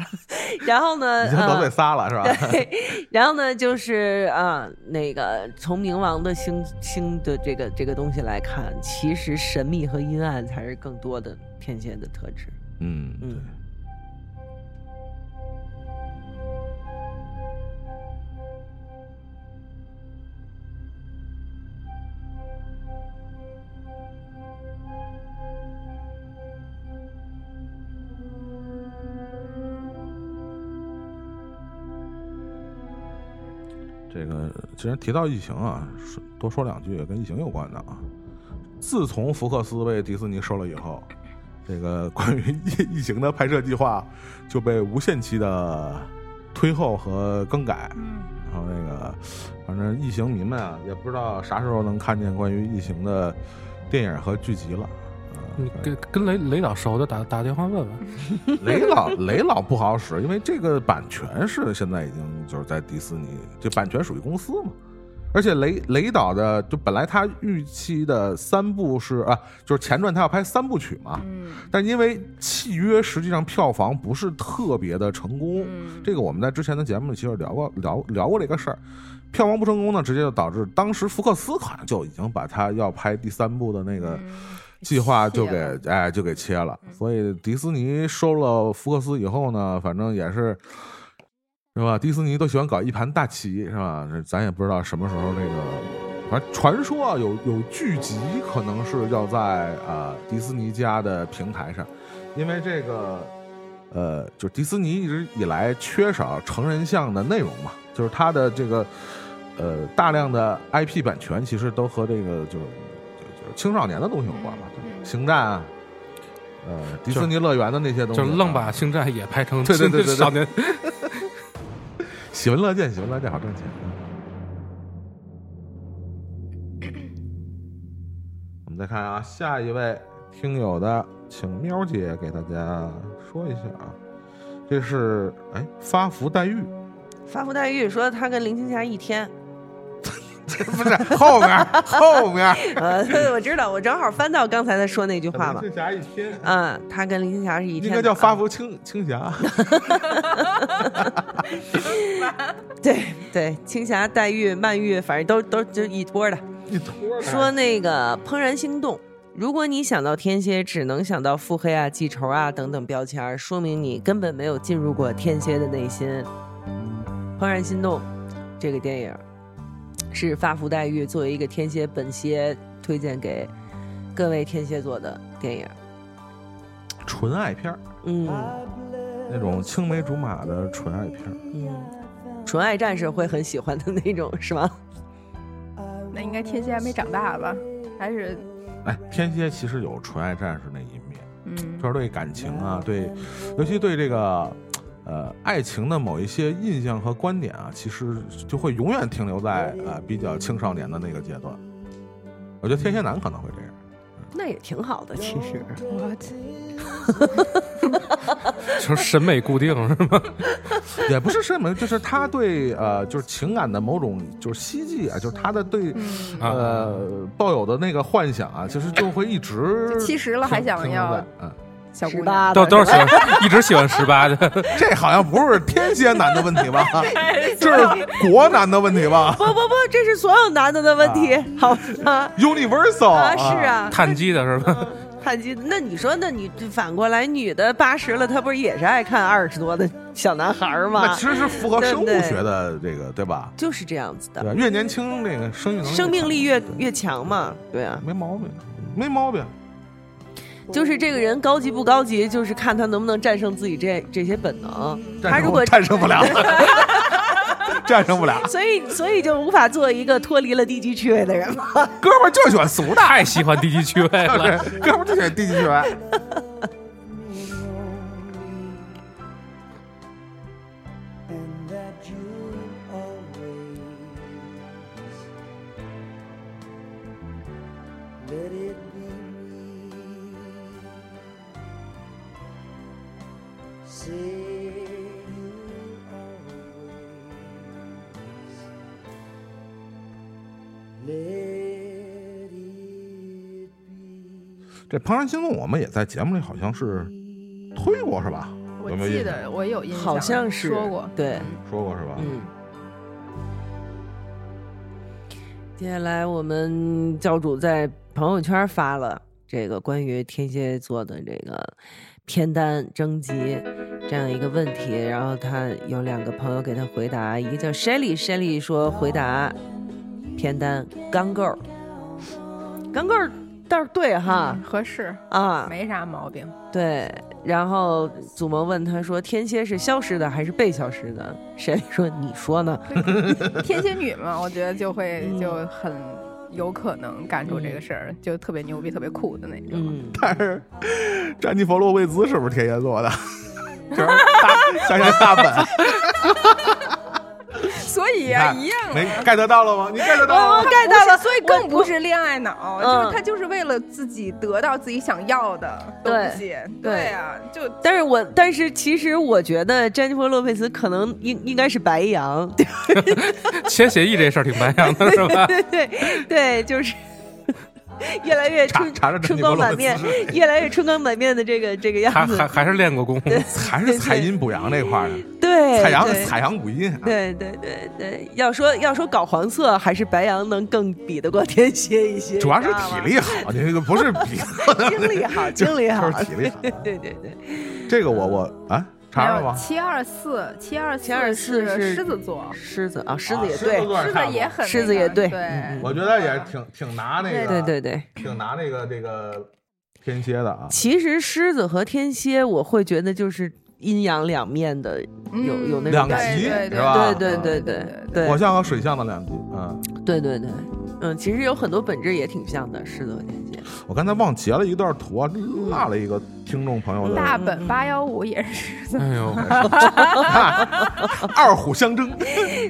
[SPEAKER 7] 然后呢？
[SPEAKER 4] 已经得
[SPEAKER 7] 呃
[SPEAKER 4] 罪仨了，是吧？
[SPEAKER 7] 对，然后呢，就是啊，那个从冥王的星星的这个这个东西来看，其实神秘和阴暗才是更多的天蝎的特质。
[SPEAKER 4] 嗯，对
[SPEAKER 7] 嗯。
[SPEAKER 4] 这个既然提到疫情啊，说多说两句也跟疫情有关的啊。自从福克斯被迪士尼收了以后，这个关于疫疫情的拍摄计划就被无限期的推后和更改。然后那个，反正疫情迷们啊，也不知道啥时候能看见关于疫情的电影和剧集了。啊
[SPEAKER 3] 你跟跟雷雷导熟的打打电话问问，
[SPEAKER 4] 雷老雷老不好使，因为这个版权是现在已经就是在迪士尼，这版权属于公司嘛。而且雷雷导的就本来他预期的三部是啊，就是前传他要拍三部曲嘛，
[SPEAKER 6] 嗯
[SPEAKER 4] 但因为契约实际上票房不是特别的成功，
[SPEAKER 6] 嗯
[SPEAKER 4] 这个我们在之前的节目里其实聊过聊聊过这个事儿，票房不成功呢，直接就导致当时福克斯好像就已经把他要拍第三部的那
[SPEAKER 6] 嗯
[SPEAKER 4] 个计划就
[SPEAKER 6] 切
[SPEAKER 4] 给
[SPEAKER 6] 了
[SPEAKER 4] 哎就给切了，所以迪士尼收了福克斯以后呢，反正也是。是吧？迪士尼都喜欢搞一盘大棋，是吧？这咱也不知道什么时候这个，反正传说啊，有有剧集可能是要在啊、呃迪士尼家的平台上，因为这个呃，就迪士尼一直以来缺少成人向的内容嘛，就是它的这个呃大量的 IP 版权其实都和这个就是就就是青少年的东西有关嘛，就是星战啊，呃，迪士尼乐园的那些东西
[SPEAKER 3] 就
[SPEAKER 4] 啊，
[SPEAKER 3] 是愣把星战也拍成
[SPEAKER 4] 对对对对对
[SPEAKER 3] 少 年
[SPEAKER 4] 喜闻乐见，喜闻乐见，好挣钱。我们再看啊，下一位听友的，请喵姐给大家说一下啊，这是哎发福黛玉，
[SPEAKER 7] 发福黛玉说他跟林青霞一天，
[SPEAKER 4] 这不是后面后面
[SPEAKER 7] 呃， 我知道，我正好翻到刚才他说那句话嘛
[SPEAKER 4] 林，青霞一天，
[SPEAKER 7] 嗯，他跟林青霞是一
[SPEAKER 4] 哎应
[SPEAKER 7] 天的，
[SPEAKER 4] 该叫发
[SPEAKER 7] 啊
[SPEAKER 4] 福青青霞，
[SPEAKER 7] 对对，青霞、黛玉、曼玉，反正都都就一波的。
[SPEAKER 4] 一托儿
[SPEAKER 7] 说那个《怦然心动》，如果你想到天蝎，只能想到腹黑啊、记仇啊等等标签儿，说明你根本没有进入过天蝎的内心。《怦然心动》这个电影是发福黛玉作为一个天蝎本蝎推荐给各位天蝎座的电影。
[SPEAKER 4] 纯爱片儿，
[SPEAKER 7] 嗯
[SPEAKER 4] 那种青梅竹马的纯爱片儿。
[SPEAKER 7] 嗯，纯爱战士会很喜欢的那种，是吗？
[SPEAKER 6] 那应该天蝎还没长大吧？还是
[SPEAKER 4] 哎，天蝎其实有纯爱战士那一面。
[SPEAKER 6] 嗯
[SPEAKER 4] 就是对感情啊，对，尤其对这个呃爱情的某一些印象和观点啊，其实就会永远停留在呃比较青少年的那个阶段。我觉得天蝎男可能会这样，
[SPEAKER 7] 那也挺好的，其实。
[SPEAKER 3] 就是审美固定是吗？
[SPEAKER 4] 也不是什么，就是他对呃就是情感的某种就是希冀啊，就是他的对
[SPEAKER 3] 啊
[SPEAKER 4] 呃抱有的那个幻想啊，其实就会一直
[SPEAKER 6] 七十了还
[SPEAKER 4] 停
[SPEAKER 6] 想
[SPEAKER 4] 停留
[SPEAKER 6] 要
[SPEAKER 4] 在嗯，
[SPEAKER 6] 小姑
[SPEAKER 7] 十
[SPEAKER 6] 娘，
[SPEAKER 7] 八
[SPEAKER 3] 都
[SPEAKER 7] 的
[SPEAKER 3] 都是喜欢，一直喜欢十八的。
[SPEAKER 4] 这好像不是天蝎男的问题吧？这是国男的问题吧
[SPEAKER 7] 不不不，这是所有男的的问题，好吗？
[SPEAKER 4] ？Universal
[SPEAKER 7] 啊，是啊，
[SPEAKER 3] 碳基的是 吧？
[SPEAKER 7] 看机。那你说，那你反过来，女的八十了，她不是也是爱看二十多的小男孩儿
[SPEAKER 4] 啊那
[SPEAKER 7] 吗
[SPEAKER 4] 其？实是符合
[SPEAKER 7] 对
[SPEAKER 4] 生物
[SPEAKER 7] 不对
[SPEAKER 4] 学的这个，对吧？
[SPEAKER 7] 就是这样子的，
[SPEAKER 4] 对，越年轻这个生育能力
[SPEAKER 7] 生命力越
[SPEAKER 4] 强
[SPEAKER 7] 越强嘛。对啊，
[SPEAKER 4] 没毛病，没毛病。
[SPEAKER 7] 就是这个人高级不高级，就是看他能不能战胜自己这这些本能。
[SPEAKER 4] 战
[SPEAKER 7] 他
[SPEAKER 4] 胜
[SPEAKER 7] 如果
[SPEAKER 4] 哎战胜不了， 战胜不了，
[SPEAKER 7] 所以所以就无法做一个脱离了低级趣味的人嘛。
[SPEAKER 4] 哥们儿就喜欢俗的，
[SPEAKER 3] 太喜欢低级趣味
[SPEAKER 4] 对
[SPEAKER 3] 了。
[SPEAKER 4] 哥们儿就喜欢低级趣味。这《怦然心动》我们也在节目里好像是推过是吧？
[SPEAKER 6] 我
[SPEAKER 4] 有没有
[SPEAKER 6] 记
[SPEAKER 4] 印象
[SPEAKER 6] 得我有印象，
[SPEAKER 7] 好像是
[SPEAKER 6] 说过，
[SPEAKER 7] 对，
[SPEAKER 4] 说过是吧？
[SPEAKER 7] 嗯。接下来我们教主在朋友圈发了这个关于天蝎座的这个偏单征集这样一个问题，然后他有两个朋友给他回答，一个叫 Shelly，Shelly 说回答偏单钢构，钢构倒是对哈
[SPEAKER 6] 合适，
[SPEAKER 7] 啊，
[SPEAKER 6] 没啥毛 病。
[SPEAKER 7] 对，然后祖萌问他说：“天蝎是消失的还是被消失的？”沈丽说：“你说呢
[SPEAKER 6] 天蝎女嘛，我觉得就会就很有可能干出这个事儿，就特别牛逼、特别酷的那？”种。
[SPEAKER 7] 嗯，
[SPEAKER 4] 但是詹妮弗·洛佩兹是不是天蝎座的？就是大想想大本。
[SPEAKER 6] 所以
[SPEAKER 4] 你
[SPEAKER 6] 啊，
[SPEAKER 4] 看
[SPEAKER 6] 一样啊。
[SPEAKER 4] 没 get 到了吗？你 get 到
[SPEAKER 6] 我
[SPEAKER 4] 了吗？
[SPEAKER 6] 盖到了，所以更不是恋爱脑，
[SPEAKER 7] 嗯
[SPEAKER 6] 就是他就是为了自己得到自己想要的东西。
[SPEAKER 7] 对
[SPEAKER 6] 对啊，就
[SPEAKER 7] 但是我但是其实我觉得詹妮弗·洛佩兹可能应应该是白羊， 对
[SPEAKER 3] 签协议这事儿挺白羊的是 吧？
[SPEAKER 7] 对对对，就是越来越
[SPEAKER 4] 查
[SPEAKER 7] 春
[SPEAKER 4] 查查
[SPEAKER 7] 春光满面，
[SPEAKER 4] 詹妮弗洛佩兹是
[SPEAKER 7] 越来越春光满面的这个这个
[SPEAKER 3] 还还
[SPEAKER 7] 样子，
[SPEAKER 3] 还是练过功。
[SPEAKER 4] 还是采阴补阳那块儿呢？
[SPEAKER 7] 对，
[SPEAKER 4] 采阳
[SPEAKER 7] 对
[SPEAKER 4] 采阳补阴啊，
[SPEAKER 7] 对对对对，要说要说搞黄色，还是白羊能更比得过天蝎一些，
[SPEAKER 4] 主要是体力好，你这个不是 比
[SPEAKER 7] 精力好，精力 好，
[SPEAKER 4] 就是体力好。
[SPEAKER 7] 对对对。
[SPEAKER 4] 这个我我啊查查吧，
[SPEAKER 6] 七二四，七二
[SPEAKER 7] 724是
[SPEAKER 6] 是狮子座，
[SPEAKER 7] 狮子啊，狮子也
[SPEAKER 4] 啊
[SPEAKER 7] 对，
[SPEAKER 4] 座
[SPEAKER 6] 狮子
[SPEAKER 4] 差不多
[SPEAKER 6] 也很那个
[SPEAKER 7] 狮子也对
[SPEAKER 6] 对
[SPEAKER 7] 嗯嗯
[SPEAKER 4] 我觉得也挺挺拿那个，
[SPEAKER 7] 对对对。
[SPEAKER 4] 挺拿那个这个天蝎的啊。
[SPEAKER 7] 其实狮子和天蝎，我会觉得就是阴阳两面的，有有那
[SPEAKER 4] 两
[SPEAKER 7] 种
[SPEAKER 4] 极
[SPEAKER 6] 嗯对
[SPEAKER 7] 感觉。
[SPEAKER 6] 对
[SPEAKER 4] 是吧？
[SPEAKER 7] 对对对
[SPEAKER 6] 对
[SPEAKER 7] 对
[SPEAKER 6] 对
[SPEAKER 7] 对
[SPEAKER 4] 火象和水象的两极。嗯，
[SPEAKER 7] 对对对，嗯，其实有很多本质也挺像的，是的，天蝎。
[SPEAKER 4] 我刚才忘截了一段图啊，落了一个听众朋友 的
[SPEAKER 6] 大本八幺五也是狮子，
[SPEAKER 3] 哎呦，
[SPEAKER 4] 二虎相争，孤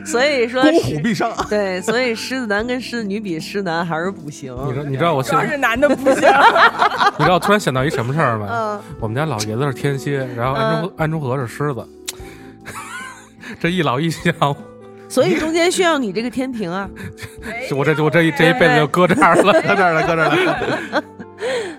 [SPEAKER 7] 所以说
[SPEAKER 4] 虎
[SPEAKER 7] 是，
[SPEAKER 4] 必伤。
[SPEAKER 7] 对，所以狮子男跟狮子女比，狮子男还是不行。
[SPEAKER 3] 你知道你知道我
[SPEAKER 6] 主
[SPEAKER 3] 现
[SPEAKER 6] 要
[SPEAKER 3] 在
[SPEAKER 6] 是男的不行。
[SPEAKER 3] 你知道我突然想到一什么事儿吗？
[SPEAKER 7] 嗯，
[SPEAKER 3] 我们家老爷子是天蝎，然后安中安中和是狮子， 这一老一小，
[SPEAKER 7] 所以中间需要你这个天平啊。
[SPEAKER 6] 哎
[SPEAKER 3] 我这我这一这一辈子就搁这儿了。
[SPEAKER 4] 搁这儿了，搁这儿了。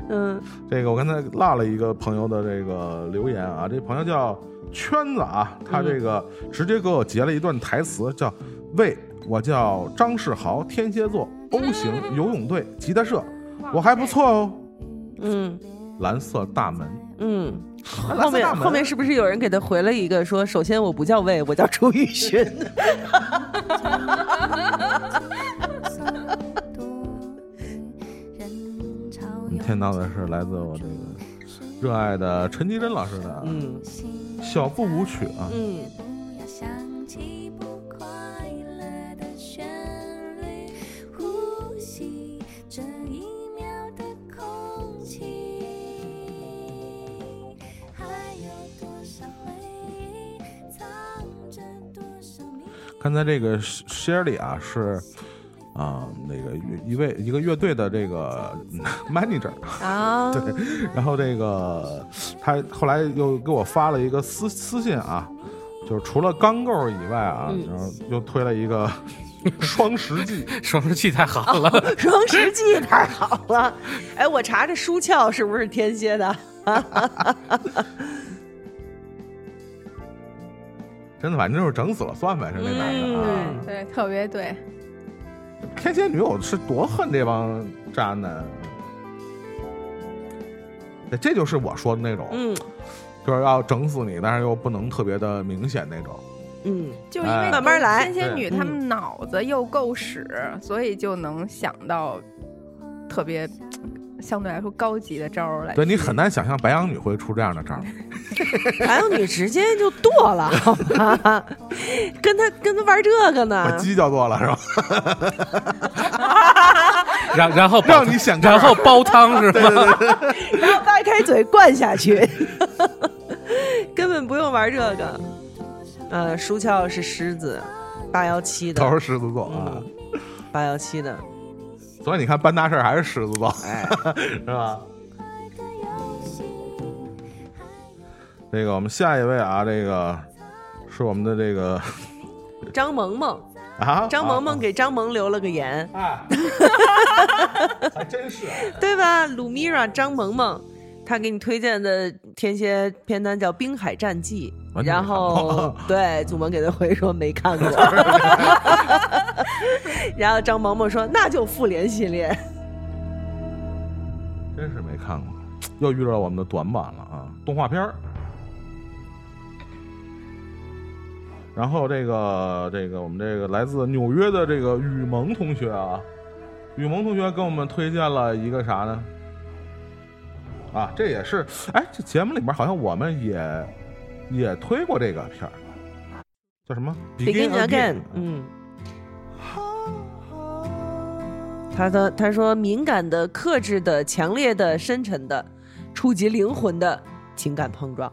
[SPEAKER 7] 嗯，
[SPEAKER 4] 这个我刚才落了一个朋友的这个留言啊，这朋友叫圈子啊，他这个直接给我截了一段台词，叫“喂，我叫张世豪，天蝎座，O 型，游泳队，吉他社，我还不错哦。
[SPEAKER 7] 嗯
[SPEAKER 4] 蓝色大门，
[SPEAKER 7] 嗯，
[SPEAKER 4] 啊
[SPEAKER 7] 后
[SPEAKER 4] 蓝色大
[SPEAKER 7] 面
[SPEAKER 4] 门
[SPEAKER 7] 后面是不是有人给他回了一个说，首先我不叫魏，我叫周雨荨。
[SPEAKER 4] 你听到的是来自我这个热爱的陈绮贞老师的啊
[SPEAKER 7] 嗯
[SPEAKER 4] 《小步舞曲》啊，
[SPEAKER 7] 嗯，
[SPEAKER 1] 不要想起不快乐的旋律，呼吸这一秒的空气。还有多少回忆，藏着多少秘密？
[SPEAKER 4] 刚才这个 Shirley 啊是啊、那个一位一个乐队的这个 manager，
[SPEAKER 7] 啊，
[SPEAKER 4] 然后这个他后来又给我发了一个私私信啊，就是除了钢构以外啊，
[SPEAKER 7] 嗯
[SPEAKER 4] 然后又推了一个 双十记，
[SPEAKER 3] 双十记太
[SPEAKER 7] 哦
[SPEAKER 3] 好了，
[SPEAKER 7] 双十记太好了。哎，我查这舒翘是不是天蝎的？
[SPEAKER 4] 真的反正就是整死了算呗，是那男的啊。
[SPEAKER 7] 嗯
[SPEAKER 6] 对，特别对，
[SPEAKER 4] 天蝎女，我是多恨这帮渣男。对这就是我说的那种，
[SPEAKER 7] 嗯
[SPEAKER 4] 就是要整死你，但是又不能特别的明显那种。
[SPEAKER 7] 嗯，
[SPEAKER 6] 就因
[SPEAKER 4] 哎
[SPEAKER 6] 为
[SPEAKER 7] 慢慢来
[SPEAKER 6] 天蝎女
[SPEAKER 7] 对
[SPEAKER 6] 她们脑子又够使，所以就能想到特别相对来说高级的招儿来。
[SPEAKER 4] 对你很难想象白羊女会出这样的招儿。
[SPEAKER 7] 还有你直接就剁了，好吗？ 跟他跟他玩这个
[SPEAKER 4] 把
[SPEAKER 7] 呢？
[SPEAKER 4] 鸡叫做了是吧？
[SPEAKER 3] 然然后煲
[SPEAKER 4] 让你想这儿
[SPEAKER 3] 然后 煲汤是吗？
[SPEAKER 7] 然后掰开嘴灌下去， 根本不用玩这个。呃，舒翘是狮子，八幺七
[SPEAKER 4] 都
[SPEAKER 7] 的，
[SPEAKER 4] 是狮子座啊，
[SPEAKER 7] 嗯，八幺七的，
[SPEAKER 4] 所以你看办大事儿还是狮子座，
[SPEAKER 7] 哎
[SPEAKER 4] 是吧？这个我们下一位啊，这个是我们的这个
[SPEAKER 7] 张萌萌，
[SPEAKER 4] 啊，
[SPEAKER 7] 张萌萌给张萌留了个言，
[SPEAKER 4] 啊，啊还真是啊
[SPEAKER 7] 对吧？Lumira 张萌萌，他给你推荐的天蝎片单叫《滨海战记
[SPEAKER 4] 完》，全没
[SPEAKER 7] 然
[SPEAKER 4] 啊看哦过
[SPEAKER 7] 后对祖萌给他回说没看过， 然后张萌萌说那就复联系列，
[SPEAKER 4] 真是没看过，又遇到我们的短板了啊！动画片儿。然后这个这个我们这个来自纽约的这个雨萌同学啊，雨萌同学给我们推荐了一个啥呢？啊，这也是哎，这节目里面好像我们也也推过这个片儿，叫什么
[SPEAKER 7] Begin Again，嗯。他的他说敏感的、克制的、强烈的、深沉的，触及灵魂的情感碰撞，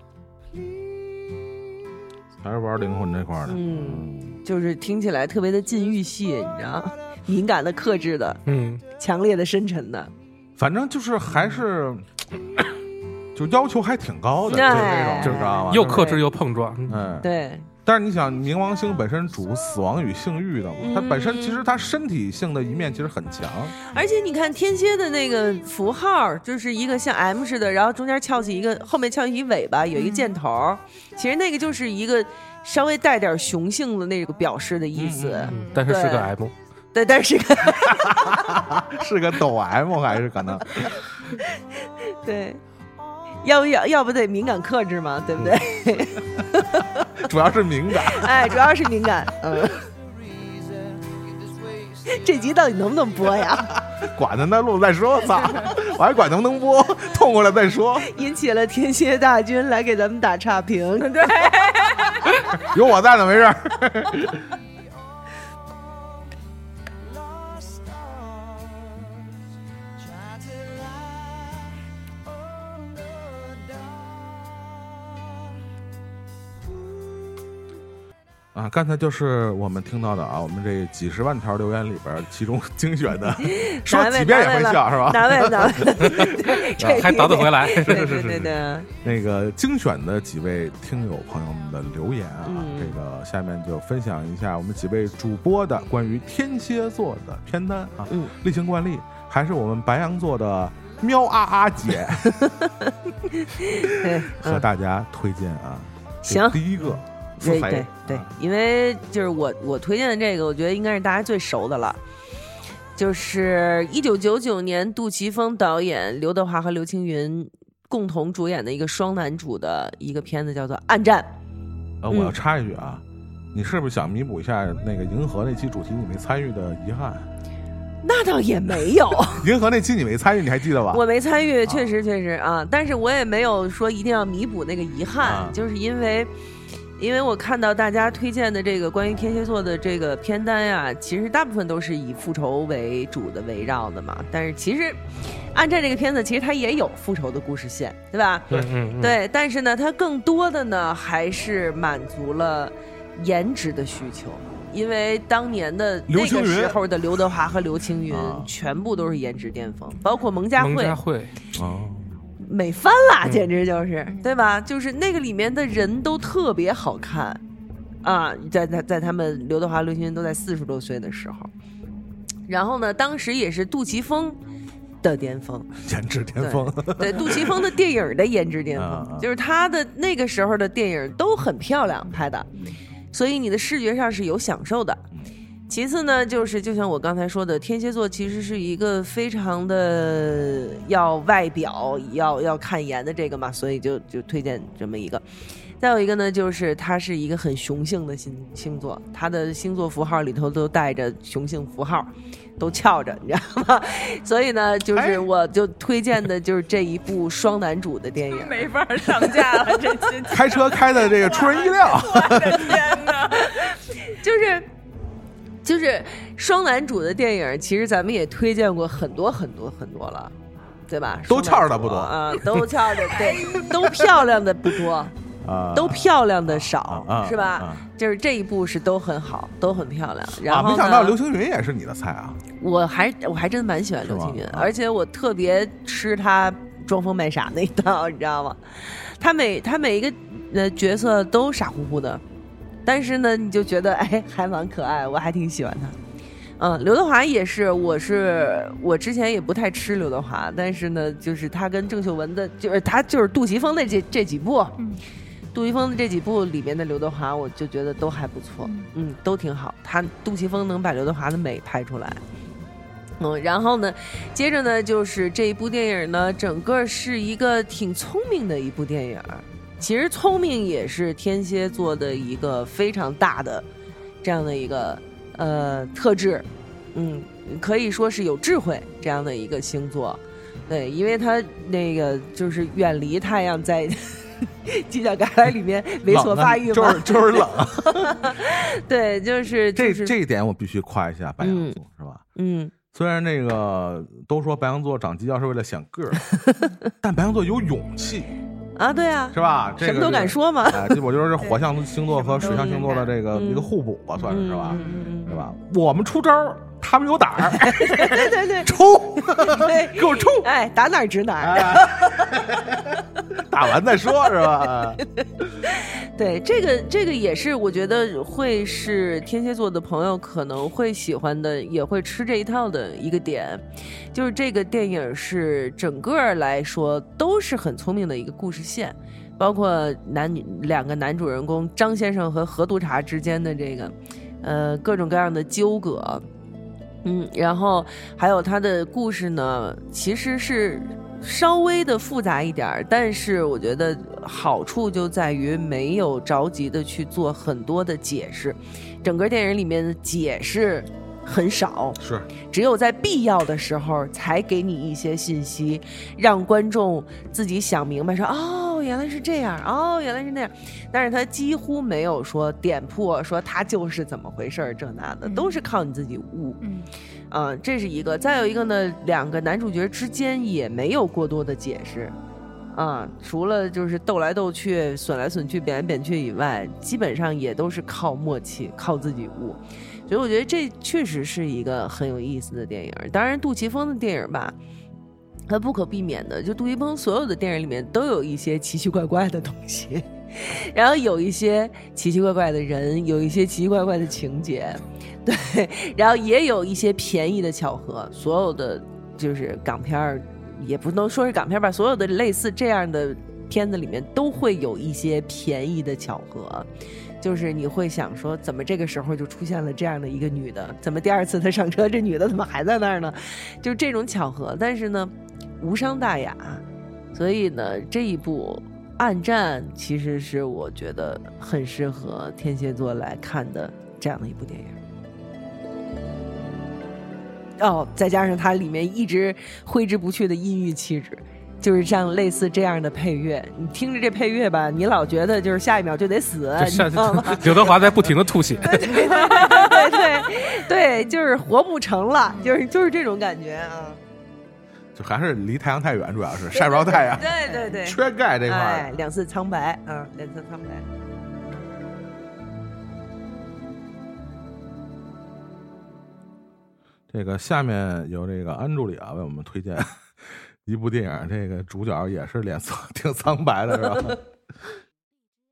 [SPEAKER 4] 还是玩灵魂这块儿的。
[SPEAKER 7] 嗯，就是听起来特别的禁欲系，你知 道，敏感的、克制的、
[SPEAKER 3] 嗯，
[SPEAKER 7] 强烈的、深沉的，
[SPEAKER 4] 反正就是还 是，就要求还挺高的，就是这
[SPEAKER 7] 哎
[SPEAKER 4] 种，知道吗？
[SPEAKER 3] 又克制又碰撞，
[SPEAKER 4] 嗯，
[SPEAKER 7] 对，
[SPEAKER 4] 但是你想，冥王星本身主死亡与性欲的嘛，它本身其实它身体性的一面其实很 强，
[SPEAKER 7] 而且你看天蝎的那个符号，就是一个像 M 似的，然后中间翘起一个，后面翘起一尾巴，有一个箭头儿。其实那个就是一个稍微带点雄性的那个表示的意思。
[SPEAKER 3] 嗯但是是
[SPEAKER 7] 对
[SPEAKER 3] 个 M，
[SPEAKER 7] 对，但是
[SPEAKER 4] 是个抖 M 还是可能？
[SPEAKER 7] 对，
[SPEAKER 3] 哦
[SPEAKER 7] 要不要要不得敏感克制嘛，对不对？
[SPEAKER 3] 嗯
[SPEAKER 4] 主要是敏感。
[SPEAKER 7] 哎，主要是敏感。嗯， 这集到底能不能播呀？
[SPEAKER 4] 管他呢，录了再说，操！我还管能不能播？痛过来再说，
[SPEAKER 7] 引起了天蝎大军来给咱们打差 评。
[SPEAKER 6] 对，
[SPEAKER 4] 有我在呢，没事儿。 啊，刚才就是我们听到的啊，我们这几十万条留言里边儿，其中精选的，说
[SPEAKER 7] 难为
[SPEAKER 4] 几遍也会笑是吧？
[SPEAKER 7] 难为难为， 这
[SPEAKER 3] 啊还倒得回 来，是
[SPEAKER 7] 对
[SPEAKER 3] 是
[SPEAKER 7] 对
[SPEAKER 3] 是
[SPEAKER 7] 对
[SPEAKER 3] 是。
[SPEAKER 7] 对，
[SPEAKER 4] 那个精选的几位听友朋友们的留言啊，
[SPEAKER 7] 嗯
[SPEAKER 4] 这个下面就分享一下我们几位主播的关于天蝎座的片单啊。
[SPEAKER 7] 嗯，
[SPEAKER 4] 例行惯例，还是我们白羊座的喵啊啊 姐
[SPEAKER 7] 对
[SPEAKER 4] 和大家推荐啊。这
[SPEAKER 7] 嗯行
[SPEAKER 4] 第一个，
[SPEAKER 7] 对
[SPEAKER 4] 腹黑
[SPEAKER 7] 对对
[SPEAKER 4] 啊，
[SPEAKER 7] 因为就是我我推荐的这个，我觉得应该是大家最熟的了，就是一九九九年杜琪峰导演、刘德华和刘青云共同主演的一个双男主的一个片子，叫做《暗战》。
[SPEAKER 4] 呃，
[SPEAKER 7] 嗯
[SPEAKER 4] 我要插一句啊，你是不是想弥补一下那个银河那期主题你没参与的遗憾？
[SPEAKER 7] 那倒也没有，
[SPEAKER 4] 银河那期你没参与，你还记得吧？
[SPEAKER 7] 我没参与，确实确实啊，但是我也没有说一定要弥补那个遗憾，
[SPEAKER 4] 啊
[SPEAKER 7] 就是因为。因为我看到大家推荐的这个关于天蝎座的这个片单呀、其实大部分都是以复仇为主的围绕的嘛。但是其实，按照这个片子，其实它也有复仇的故事线，对吧？
[SPEAKER 3] 嗯嗯嗯，
[SPEAKER 7] 对，但是呢，它更多的呢还是满足了颜值的需求，因为当年的
[SPEAKER 4] 刘
[SPEAKER 7] 那
[SPEAKER 4] 青
[SPEAKER 7] 个时
[SPEAKER 4] 云
[SPEAKER 7] 候嗯的刘德华和刘青云
[SPEAKER 4] 啊
[SPEAKER 7] 全部都是颜值巅峰，包括蒙嘉
[SPEAKER 3] 蒙
[SPEAKER 7] 慧
[SPEAKER 3] 嘉，慧，
[SPEAKER 4] 哦，
[SPEAKER 7] 美翻啦，
[SPEAKER 3] 嗯
[SPEAKER 7] 简直就是，对吧？就是那个里面的人都特别好看啊，在在在他们刘德华、刘青云都在四十多岁的时候，然后呢，当时也是杜琪峰。的巅峰，
[SPEAKER 4] 颜值巅峰，
[SPEAKER 7] 对杜琪峰的电影的颜值巅
[SPEAKER 4] 啊 啊
[SPEAKER 7] 峰，就是他的那个时候的电影都很漂亮拍的，所以你的视觉上是有享受的。其次呢，就是就像我刚才说的，天蝎座其实是一个非常的要外表、要要看颜的这个嘛，所以就就推荐这么一个。再有一个呢，就是它是一个很雄性的星星座，它的星座符号里头都带着雄性符号，都翘着，你知道吗？所以呢，就是我就推荐的就是这一部双男主的电影。
[SPEAKER 6] 啊 没法上架了，这期
[SPEAKER 4] 开车开的这个出人意 料。
[SPEAKER 6] 天哪！
[SPEAKER 7] 就是就是双男主的电影，其实咱们也推荐过很多很多很多了，对吧？
[SPEAKER 4] 都翘着的
[SPEAKER 7] 双男主
[SPEAKER 4] 不多
[SPEAKER 7] 啊，都翘着对，都漂亮的不多，
[SPEAKER 4] 啊，
[SPEAKER 7] 都漂亮的
[SPEAKER 4] 啊啊
[SPEAKER 7] 少，是吧
[SPEAKER 4] 啊？
[SPEAKER 7] 就是这一部是都很好，都很漂亮。
[SPEAKER 4] 啊，
[SPEAKER 7] 然
[SPEAKER 4] 没
[SPEAKER 7] 后
[SPEAKER 4] 想到刘
[SPEAKER 7] 呢，
[SPEAKER 4] 青云也是你的菜啊！
[SPEAKER 7] 我还我还真蛮喜欢刘青云
[SPEAKER 4] 是，吗啊
[SPEAKER 7] 而且我特别吃他装疯卖傻那一套，你知道吗？他每他每一个呃角色都傻乎乎的，但是呢，你就觉得哎，还蛮可爱，我还挺喜欢他。嗯，刘德华也是，我是我之前也不太吃刘德华，但是呢，就是他跟郑秀文的，就是他就是杜琪峰的这这几部，杜琪峰的这几部里面的刘德华，我就觉得都还不错，嗯，都挺好。他杜琪峰能把刘德华的美拍出来，嗯，然后呢，接着呢，就是这一部电影呢，整个是一个挺聪明的一部电影儿。其实聪明也是天蝎座的一个非常大的这样的一个呃特质，嗯，可以说是有智慧这样的一个星座。对，因为他那个就是远离太阳在 犄角旮旯里面猥琐
[SPEAKER 4] 冷啊
[SPEAKER 7] 发育嘛，
[SPEAKER 4] 就是就是冷。
[SPEAKER 7] 对，就是
[SPEAKER 4] 这
[SPEAKER 7] 就是
[SPEAKER 4] 这一点我必须夸一下白羊座，是吧？
[SPEAKER 7] 嗯，
[SPEAKER 4] 虽然那个都说白羊座长犄角是为了显个 儿，但白羊座有勇气，
[SPEAKER 7] 啊，对啊，
[SPEAKER 4] 是吧？这
[SPEAKER 7] 什
[SPEAKER 4] 个
[SPEAKER 7] 么都敢
[SPEAKER 4] 是。
[SPEAKER 7] 说嘛，
[SPEAKER 4] 哎，这我觉得是火象星座和水象星座的这个
[SPEAKER 7] 嗯
[SPEAKER 4] 一个互补吧，算是是吧
[SPEAKER 7] 嗯？嗯
[SPEAKER 4] 是吧？我们出招儿，他们有胆儿，
[SPEAKER 7] 对对对
[SPEAKER 4] 冲！
[SPEAKER 7] 对，
[SPEAKER 4] 给我冲！
[SPEAKER 7] 哎，打哪儿指哪儿。
[SPEAKER 4] 哎 打完再说，是吧？
[SPEAKER 7] 对，这个这个也是，我觉得会是天蝎座的朋友可能会喜欢的，也会吃这一套的一个点，就是这个电影是整个来说都是很聪明的一个故事线，包括男女两个男主人公张先生和何督察之间的这个，呃，各种各样的纠葛，嗯，然后还有他的故事呢，其实是稍微的复杂一点儿，但是我觉得好处就在于没有着急的去做很多的解释，整个电影里面的解释很少，
[SPEAKER 4] 是
[SPEAKER 7] 只有在必要的时候才给你一些信息，让观众自己想明白说哦原来是这样，哦原来是那样。但是他几乎没有说点破，说他就是怎么回事儿这那的，
[SPEAKER 6] 嗯
[SPEAKER 7] 都是靠你自己悟。
[SPEAKER 6] 嗯，
[SPEAKER 7] 啊、这是一个。再有一个呢，两个男主角之间也没有过多的解释。啊，除了就是斗来斗去、损来损去、贬来贬去以外，基本上也都是靠默契、靠自己悟。所以我觉得这确实是一个很有意思的电影。当然，杜琪峰的电影吧，它不可避免的，就杜琪峰所有的电影里面都有一些奇奇怪怪的东西， 然后有一些奇奇怪怪的人，有一些奇奇怪怪的情节，对，然后也有一些便宜的巧合。所有的就是港片儿，也不能说是港片儿吧，所有的类似这样的片子里面都会有一些便宜的巧合。就是你会想说，怎么这个时候就出现了这样的一个女的？怎么第二次她上车，这女的怎么还在那儿呢？就是这种巧合，但是呢，无伤大雅。所以呢，这一部《暗战》其实是我觉得很适合天蝎座来看的这样的一部电影。哦，再加上它里面一直挥之不去的阴郁气质，就是像类似这样的配乐，你听着这配乐吧，你老觉得就是下一秒就得死，啊
[SPEAKER 3] 就
[SPEAKER 7] 你
[SPEAKER 3] 下
[SPEAKER 7] 知道吗？
[SPEAKER 3] 刘德华在不停的 吐血，
[SPEAKER 7] 对 对对，就是活不成了，就是就是这种感觉啊。
[SPEAKER 4] 就还是离太阳太远，主要是晒不着太阳，
[SPEAKER 7] 对对 对，
[SPEAKER 4] 缺钙这块
[SPEAKER 7] 哎
[SPEAKER 4] 儿，，
[SPEAKER 7] 两次苍白，嗯，两次苍白。
[SPEAKER 4] 这个下面由这个安助理啊为我们推荐 一部电影，这个主角也是脸色挺苍 白的，是 吧？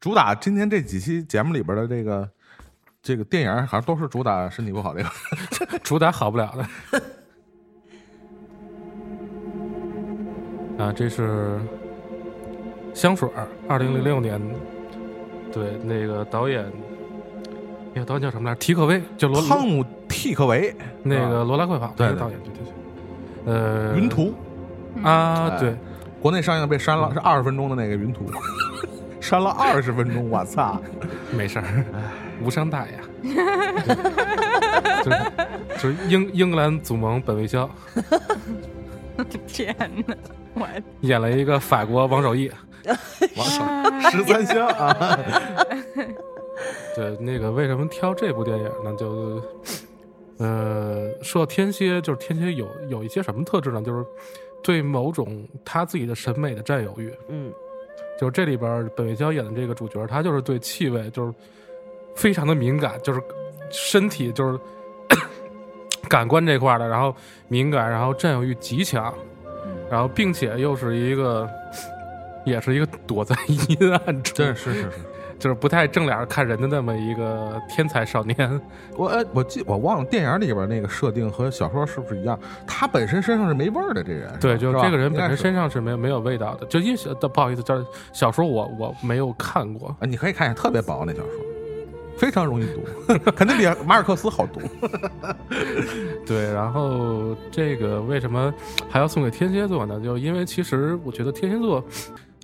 [SPEAKER 4] 主打今天这几期节目里边的这个这个电影，好像都是主打身体不好这个。
[SPEAKER 3] 主打好不了的。啊，这是香水儿，二零零六年的，对，那个导演，那个导演叫什么来着？提克威，就罗
[SPEAKER 4] 汤姆·蒂克维，
[SPEAKER 3] 那个罗拉快跑，
[SPEAKER 4] 对
[SPEAKER 3] 那个
[SPEAKER 4] 对
[SPEAKER 3] 导演，对对对，呃，
[SPEAKER 4] 云图，
[SPEAKER 3] 啊，
[SPEAKER 4] 哎
[SPEAKER 3] 对，
[SPEAKER 4] 国内上映被删了，是二十分钟的那个云图， 删了二十分钟，我操！
[SPEAKER 3] 没事儿，
[SPEAKER 4] 哎
[SPEAKER 3] 无伤大雅。就是就是英英格兰祖盟本卫肖
[SPEAKER 6] 天哪，我
[SPEAKER 3] 演了一个法国王守义，王守
[SPEAKER 4] 十三香啊，
[SPEAKER 3] 对那个为什么挑这部电影呢？就呃，说到天蝎，就是天蝎有有一些什么特质呢？就是对某种他自己的审美的占有欲。
[SPEAKER 7] 嗯，
[SPEAKER 3] 就是这里边儿本卫肖演的这个主角，他就是对气味就是非常的敏感，就是身体就是 感官这块儿的，然后敏感，然后占有欲极强，然后并且又是一个 也是一个躲在阴暗处，
[SPEAKER 4] 真是是是是。
[SPEAKER 3] 就是不太正脸儿看人的那么一个天才 少年。
[SPEAKER 4] 我呃我记我忘了电影里边那个设定和小说是不是一样？他本身身上是没味儿的，这人
[SPEAKER 3] 对，就是
[SPEAKER 4] 吧
[SPEAKER 3] 这个人
[SPEAKER 4] 应
[SPEAKER 3] 本
[SPEAKER 4] 该
[SPEAKER 3] 身
[SPEAKER 4] 是
[SPEAKER 3] 身上是没有没有味道的，就因为小不好意思，就是小说我我没有看过，
[SPEAKER 4] 啊，你可以看一下，特别薄那小说，非常容易读， 肯定比马尔克斯好读。
[SPEAKER 3] 对，然后这个为什么还要送给天蝎座呢？就因为其实我觉得天蝎座，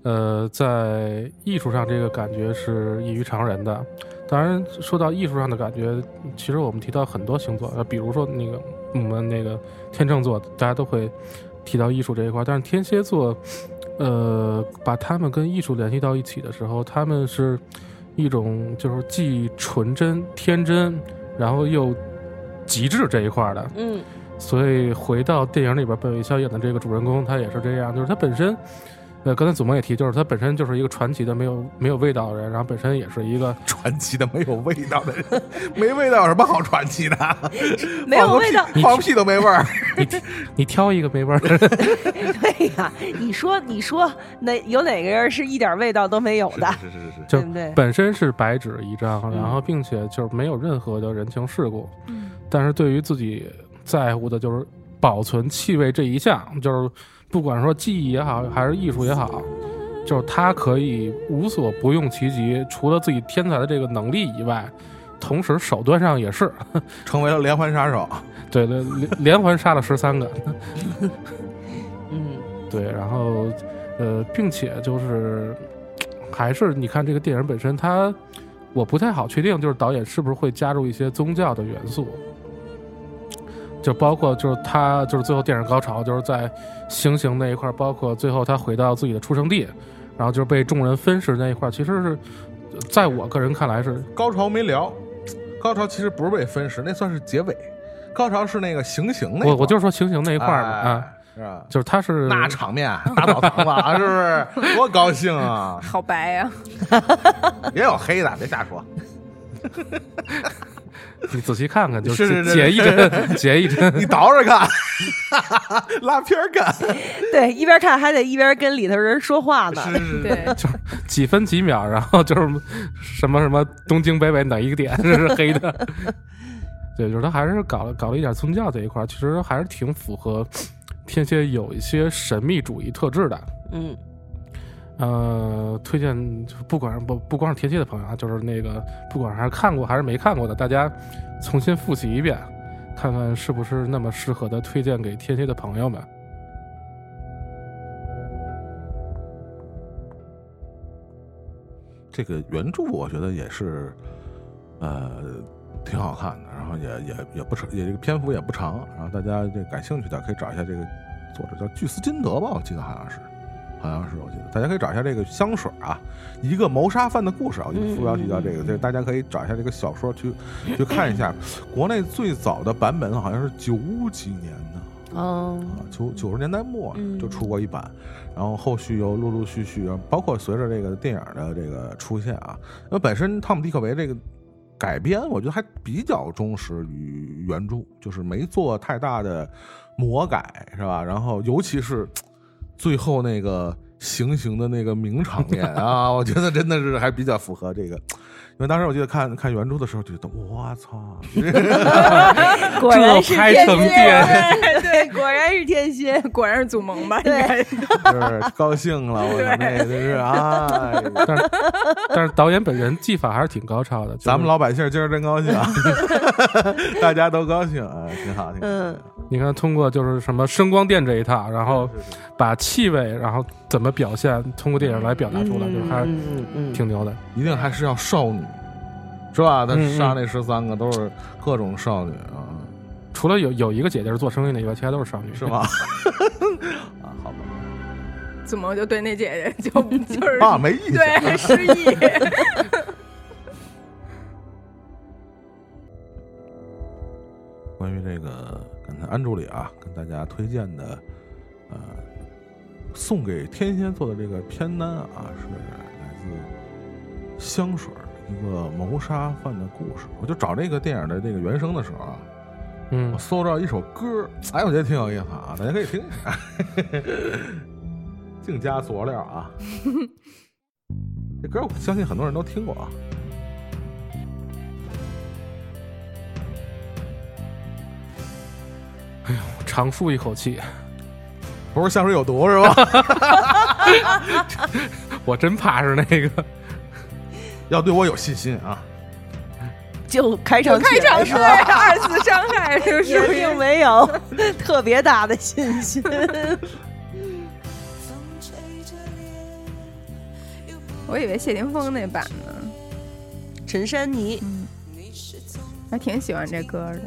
[SPEAKER 3] 呃，在艺术上这个感觉是异于常人的。当然，说到艺术上的感觉，其实我们提到很多星座，呃，比如说那个我们那个天秤座，大家都会提到艺术这一块儿，但是天蝎座，呃，把他们跟艺术联系到一起的时候，他们是一种就是既纯真天真，然后又极致这一块儿的，
[SPEAKER 7] 嗯，
[SPEAKER 3] 所以回到电影里边，本卫肖演的这个主人公，他也是这样，就是他本身，呃，刚才祖萌也提，就是他本身就是一个传奇的没有没有味道的人，然后本身也是一个
[SPEAKER 4] 传奇的没有味道的人，没味道有什么好传奇的？
[SPEAKER 7] 没有味道
[SPEAKER 4] 放个屁，放个屁都没味 儿。
[SPEAKER 3] 你你挑一个没味儿的，
[SPEAKER 7] 对呀、你说你说哪有哪个人是一点味道都没有的？
[SPEAKER 4] 是是是是，
[SPEAKER 3] 就
[SPEAKER 7] 对不对
[SPEAKER 3] 本身是白纸一张，然后并且就是没有任何的人情世故，但是对于自己在乎的就是保存气味这一项，就是不管说技艺也好，还是艺术也好，就是他可以无所不用其极，除了自己天才的这个能力以外，同时手段上也是，
[SPEAKER 4] 成为了连环杀手。
[SPEAKER 3] 对，连 连连环杀了十三个，
[SPEAKER 7] 嗯，
[SPEAKER 3] 对，然后呃，并且就是还是你看这个电影本身，它我不太好确定，就是导演是不是会加入一些宗教的元素，就包括就是他就是最后电影高潮就是在行刑那一块儿，包括最后他回到自己的出生地，然后就是被众人分食那一块儿，其实是在我个人看来是
[SPEAKER 4] 高潮没聊，高潮其实不是被分食，那算是结尾。高潮是那个行刑那一块儿
[SPEAKER 3] 我我就是说行刑那一块儿嘛
[SPEAKER 4] 哎
[SPEAKER 3] 啊，
[SPEAKER 4] 是吧？
[SPEAKER 3] 就是他是
[SPEAKER 4] 那场面大澡堂子啊，是不 是？多高兴啊！
[SPEAKER 6] 好白呀、
[SPEAKER 4] 也有黑的，别瞎说。
[SPEAKER 3] 你仔 细看看，就是是
[SPEAKER 4] 是是
[SPEAKER 3] 结一 针结一针，
[SPEAKER 4] 你倒着看， 拉片儿看，
[SPEAKER 7] 对，一边看还得一边跟里头人说话呢。
[SPEAKER 4] 是是是，
[SPEAKER 6] 对，
[SPEAKER 3] 几分几秒，然后就是什么什么东京北北哪一个点是黑 的，对，就是他还是搞了搞了一点宗教这一块儿，其实还是挺符合天蝎有一些神秘主义特质的。
[SPEAKER 7] 嗯，
[SPEAKER 3] 呃，推荐就是不管是不不光是天蝎的朋友啊，就是那个不管还是看过还是没看过的，大家重新复习一遍，看看是不是那么适合的，推荐给天蝎的朋友们。
[SPEAKER 4] 这个原著我觉得也是，呃，挺好看的，然后也也也不长，也这个篇幅也不长，然后大家这感兴趣的可以找一下这个作者叫巨斯金德吧，我记得好像是，好像是我记得，大家可以找一下这个香水啊，一个谋杀犯的故事啊，我记得副标题叫这个，这个大家可以找一下这个小说去去看一下， 国内最早的版本好像是九几年的。
[SPEAKER 7] 哦，
[SPEAKER 4] 啊，九九十年代末
[SPEAKER 7] 嗯
[SPEAKER 4] 就出过一版，然后后续又陆陆续续，啊包括随着这个电影的这个出现啊，因为本身汤姆·迪克维这个改编，我觉得还比较忠实于原著，就是没做太大的魔改，是吧？然后尤其是最后那个行刑的那个名场面啊，我觉得真的是还比较符合这个。因为当时我记得看看原著的时候，觉得我操，
[SPEAKER 7] 果然是
[SPEAKER 3] 这拍
[SPEAKER 7] 天
[SPEAKER 3] 成
[SPEAKER 7] 蝎，啊
[SPEAKER 3] 电，
[SPEAKER 7] 对，果然是天蝎。
[SPEAKER 6] 果然是祖萌吧？应
[SPEAKER 7] 对
[SPEAKER 6] 该
[SPEAKER 4] 就是高兴了，我操，那真是啊！哎呦
[SPEAKER 3] 但是但是导演本人技法还是挺高超的。就是
[SPEAKER 4] 咱们老百姓今儿真高兴， 啊，大家都高兴啊，挺好，挺好。
[SPEAKER 7] 嗯
[SPEAKER 3] 你看，通过就是什么声光电这一套，然后把气味，然后怎么表现，通过电影来表达出来，就是还是
[SPEAKER 7] 嗯嗯
[SPEAKER 3] 挺牛的。
[SPEAKER 4] 一定还是要少女，是吧？他
[SPEAKER 3] 嗯
[SPEAKER 4] 杀那十三个都是各种少女啊，
[SPEAKER 3] 除了有有一个姐姐是做生意的以外，其他都是少女，
[SPEAKER 4] 是？ 吗？啊，好吧，
[SPEAKER 6] 祖萌就对那姐姐就就是
[SPEAKER 4] 爸啊没意思。
[SPEAKER 6] 对失 忆。
[SPEAKER 4] 关于这个刚才安助理啊，跟大家推荐的，呃，送给天蝎座的这个片单啊，是来自香水儿一个谋杀犯的故事。我就找这个电影的这个原声的时候啊，
[SPEAKER 3] 嗯
[SPEAKER 4] 我，搜到一首歌，哎，我觉得挺有意思啊，大家可以听一下， 净加佐料啊。这歌我相信很多人都听过啊。
[SPEAKER 3] 长舒一口气，
[SPEAKER 4] 不是香水有毒是吧？
[SPEAKER 3] 我真怕是那个。
[SPEAKER 4] 要对我有信心啊！
[SPEAKER 7] 就开场
[SPEAKER 6] 开
[SPEAKER 7] 起来
[SPEAKER 6] 场
[SPEAKER 7] 是
[SPEAKER 6] 对
[SPEAKER 7] 吧？
[SPEAKER 6] 二次伤 害就
[SPEAKER 7] 也
[SPEAKER 6] 是
[SPEAKER 7] 并没有 特别大的信心。
[SPEAKER 1] 风吹着脸，又不
[SPEAKER 6] 我以为谢霆锋那版呢，
[SPEAKER 7] 陈珊妮，
[SPEAKER 1] 你是从
[SPEAKER 6] 还挺喜欢这歌的。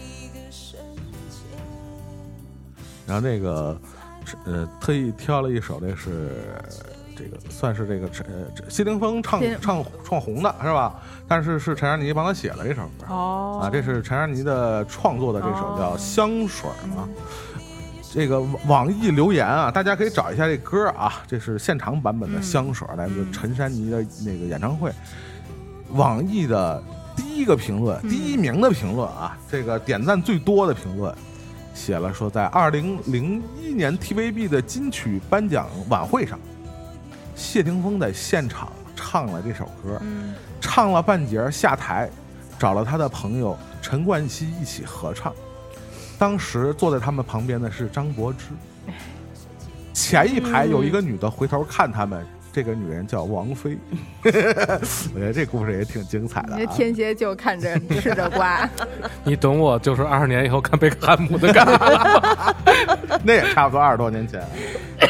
[SPEAKER 1] 一个瞬间。
[SPEAKER 4] 然后这个，呃，特意挑了一首，这是这个算是这个陈呃这谢霆锋唱
[SPEAKER 6] 谢
[SPEAKER 4] 唱唱红的是吧？但是是陈珊妮帮他写了这首歌。
[SPEAKER 6] 哦
[SPEAKER 4] 啊，这是陈珊妮的创作的这首
[SPEAKER 6] 哦
[SPEAKER 4] 叫《香水》啊。这个网网易留言啊，大家可以找一下这歌啊，这是现场版
[SPEAKER 6] 嗯
[SPEAKER 4] 本的《香水》，来自陈珊妮的那个演唱会。网易的第一个评
[SPEAKER 6] 嗯
[SPEAKER 4] 论，第一名的评论啊，这个点赞最多的评论，写了说在二零零一年 TVB 的金曲颁奖晚会上，谢霆锋在现场唱了这首歌，唱了半截儿下台，找了他的朋友陈冠希一起合唱。当时坐在他们旁边的是张柏芝，前一排有一个女的回头看他们，这个女人叫王菲。 我觉得这故事也挺精彩的、
[SPEAKER 6] 你
[SPEAKER 4] 啊。
[SPEAKER 6] 这天蝎就看着吃着瓜，
[SPEAKER 3] 你懂我，就是二十年以后看贝克汉姆的感觉。
[SPEAKER 4] 那也差不多二十多年前。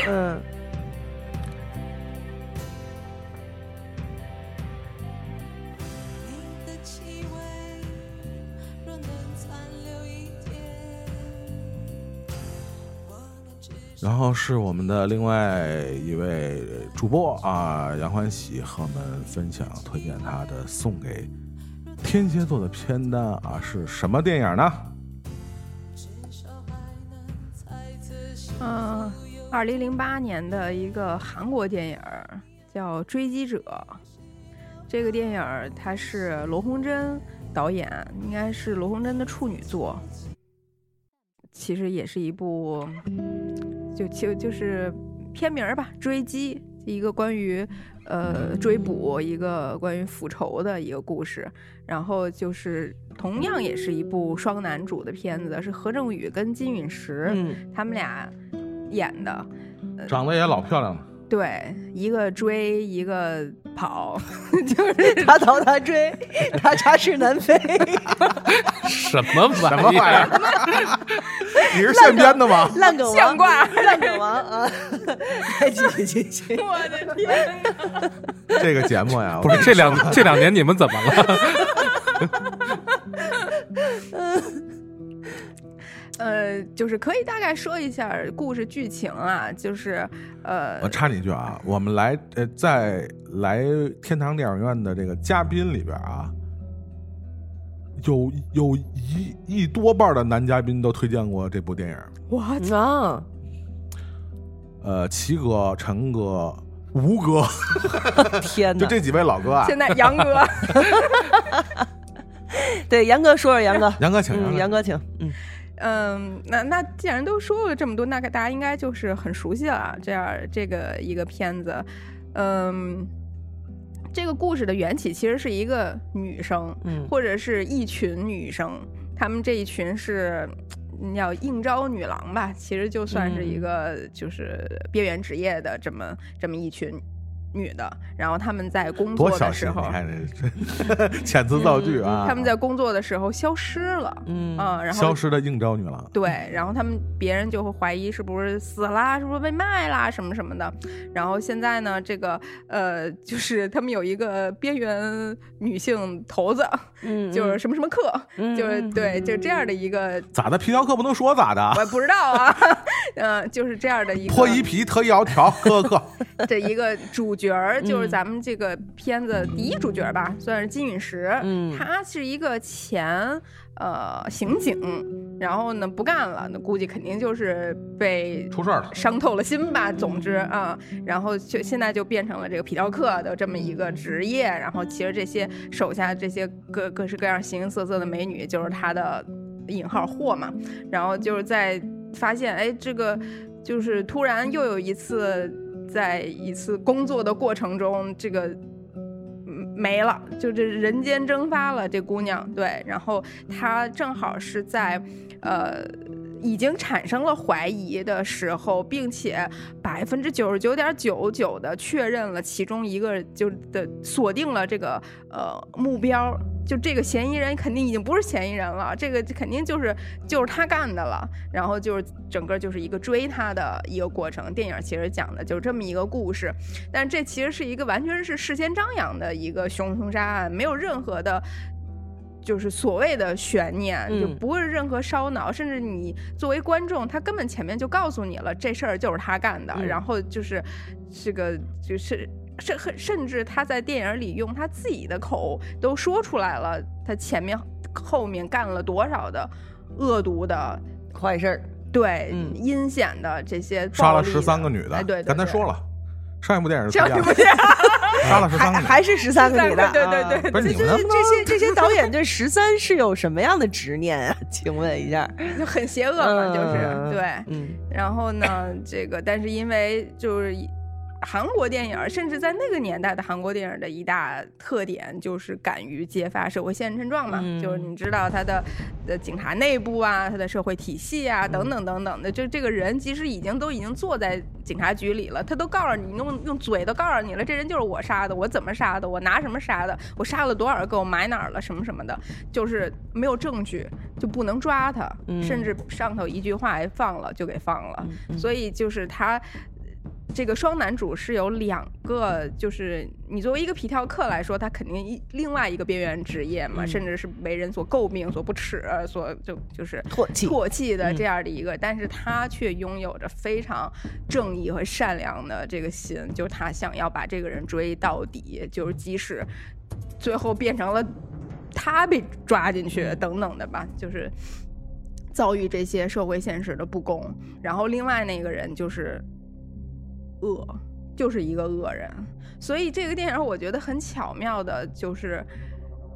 [SPEAKER 7] 嗯，
[SPEAKER 1] 你的气味，若能残留一点，
[SPEAKER 4] 然后是我们的另外一位主播啊，杨欢喜和我们分享推荐他的送给天蝎座的片单啊，是什么电影呢？
[SPEAKER 6] 嗯，二零零八年的一个韩国电影儿叫《追击者》，这个电影儿它是罗红珍导演，应该是罗红珍的处女作。其实也是一部，就就就是片名儿吧，《追击》，一个关于呃追捕，一个关于复仇的一个故事。然后就是同样也是一部双男主的片子，是何正宇跟金允石。
[SPEAKER 7] 嗯，
[SPEAKER 6] 他们俩演的，
[SPEAKER 3] 呃
[SPEAKER 4] 长得也老漂 亮了，
[SPEAKER 6] 对，一个追一个跑，就是
[SPEAKER 7] 他逃他追，他插翅难 飞。
[SPEAKER 3] 什么玩意
[SPEAKER 4] 什么玩意儿？你是现编的 吗？
[SPEAKER 7] 烂梗王，
[SPEAKER 6] 像挂
[SPEAKER 7] 烂梗王啊！ 来继续继续，
[SPEAKER 6] 我的天，
[SPEAKER 4] 这个节目呀，
[SPEAKER 3] 不是这两这两年你们怎么了？
[SPEAKER 6] 呃，就是可以大概说一下故事剧情啊，就是呃
[SPEAKER 4] 我，插你一句啊，我们来呃，在来天堂电影院的这个嘉宾里边啊，有有一一多半的男嘉宾都推荐过这部电影。
[SPEAKER 6] 我
[SPEAKER 7] 啊，
[SPEAKER 4] 呃，齐哥、陈哥、吴哥，
[SPEAKER 7] 天
[SPEAKER 4] 就
[SPEAKER 7] 哪！
[SPEAKER 4] 这几位老哥啊。
[SPEAKER 6] 现在杨哥，
[SPEAKER 7] 对，杨哥说 说杨哥，
[SPEAKER 4] 杨哥请，
[SPEAKER 7] 嗯，
[SPEAKER 4] 杨
[SPEAKER 7] 杨
[SPEAKER 4] 哥，
[SPEAKER 7] 哥请，嗯，
[SPEAKER 6] 嗯，那那既然都说了这么多，那个大家应该就是很熟悉了啊。这样这个一个片子，嗯，这个故事的缘起其实是一个女生，
[SPEAKER 7] 嗯
[SPEAKER 6] 或者是一群女生，她们这一群是嗯叫应招女郎吧，其实就算
[SPEAKER 4] 嗯
[SPEAKER 6] 是一个就是边缘职业的这么、这么一群女的，然后她们在工
[SPEAKER 4] 多
[SPEAKER 6] 作
[SPEAKER 4] 小
[SPEAKER 6] 的
[SPEAKER 4] 心！
[SPEAKER 6] 时
[SPEAKER 4] 啊你
[SPEAKER 6] 候，嗯
[SPEAKER 4] 看这 遣词造句啊。
[SPEAKER 6] 她们在工作的时候消失了，
[SPEAKER 7] 嗯
[SPEAKER 6] 啊，然后
[SPEAKER 4] 消失的应招女郎，
[SPEAKER 6] 对，然后他们别人就会怀疑是不是死啦，是不是被卖啦，什么什么的。然后现在呢，这个呃，就是他们有一个边缘女性头子，
[SPEAKER 7] 嗯
[SPEAKER 6] 就是什么什么课，
[SPEAKER 7] 嗯
[SPEAKER 6] 就是
[SPEAKER 7] 嗯
[SPEAKER 6] 对，就这样的一个，
[SPEAKER 4] 咋的？皮条客不能说 咋的？
[SPEAKER 6] 我不知道啊，呃，就是这样的一个
[SPEAKER 4] 脱衣皮特意窈窕，呵 呵。
[SPEAKER 6] 的一个主角儿，就是
[SPEAKER 7] 嗯
[SPEAKER 6] 咱们这个片子第一主角儿吧，算是金陨石。
[SPEAKER 7] 嗯
[SPEAKER 6] 他是一个前呃刑警，然后呢不干了，那估计肯定就是被
[SPEAKER 4] 出事儿了
[SPEAKER 6] 伤透了心吧。总之啊，然后就现在就变成了这个皮条客的这么一个职业。然后其实这些手下这些各各式各样形形色色的美女，就是他的引号货嘛。然后就是在发现，哎，这个就是突然又有一次在一次工作的过程中，这个嗯没了，就这人间蒸发了这姑娘。对，然后她正好是在呃。已经产生了怀疑的时候，并且百分之九十九点九九的确认了其中一个就的锁定了这个呃目标，就这个嫌疑人肯定已经不是嫌疑人了，这个肯定就是就是他干的了。然后就是整个就是一个追他的一个过程。电影其实讲的就是这么一个故事，但这其实是一个完全是事先张扬的一个凶凶杀案，没有任何的。就是所谓的悬念，
[SPEAKER 7] 嗯
[SPEAKER 6] 就不是任何烧脑，甚至你作为观众，他根本前面就告诉你了，这事儿就是他干的，
[SPEAKER 7] 嗯
[SPEAKER 6] 然后就是这个就是甚甚甚至他在电影里用他自己的口都说出来了，他前面后面干了多少的恶毒的
[SPEAKER 7] 坏 事儿，
[SPEAKER 6] 对、
[SPEAKER 7] 嗯
[SPEAKER 6] 阴险的这些暴
[SPEAKER 4] 杀了
[SPEAKER 6] 力
[SPEAKER 4] 十
[SPEAKER 6] 的
[SPEAKER 4] 三个女的，
[SPEAKER 6] 哎、对对
[SPEAKER 4] 刚才说
[SPEAKER 6] 了，
[SPEAKER 4] 了，上一部电影是
[SPEAKER 6] 上一部
[SPEAKER 4] 推
[SPEAKER 6] 电
[SPEAKER 4] 荐
[SPEAKER 6] 影
[SPEAKER 4] 的杀了十三个
[SPEAKER 7] 还
[SPEAKER 4] 女的，
[SPEAKER 7] 还是十三个女的，
[SPEAKER 6] 对
[SPEAKER 7] 啊
[SPEAKER 6] 对对
[SPEAKER 4] 不是你们
[SPEAKER 7] 这
[SPEAKER 4] 能不能
[SPEAKER 7] 这些这些导演对十三是有什么样的执念啊？ 请问一下，
[SPEAKER 6] 就很邪恶嘛，就是、
[SPEAKER 7] 嗯
[SPEAKER 6] 对。
[SPEAKER 7] 嗯
[SPEAKER 6] 然后呢，这个但是因为就是韩国电影，甚至在那个年代的韩国电影的一大特点就是敢于揭发社会现实状嘛，
[SPEAKER 7] 嗯
[SPEAKER 6] 就是你知道他的呃警察内部啊，他的社会体系啊，等等等等的，就这个人即使已经都已经坐在警察局里了，他都告诉你用用嘴都告诉你了，这人就是我杀的，我怎么杀的，我拿什么杀的，我杀了多少个，我埋哪儿了，什么什么的，就是没有证据就不能抓他，
[SPEAKER 7] 嗯
[SPEAKER 6] 甚至上头一句话一放了就给放了，所以就是他这个双男主是有两个，就是你作为一个皮条客来说，他肯定一另外一个边缘职业嘛，
[SPEAKER 7] 嗯
[SPEAKER 6] 甚至是为人所诟病、所不耻、所就就是
[SPEAKER 7] 唾弃
[SPEAKER 6] 唾弃的
[SPEAKER 7] 嗯
[SPEAKER 6] 这样的一个，但是他却拥有着非常正义和善良的这个心，就是他想要把这个人追到底，就是即使最后变成了他被抓进去等等的吧，就是遭遇这些社会现实的不公。然后另外那个人就是恶，就是一个恶人。所以这个电影我觉得很巧妙的，就是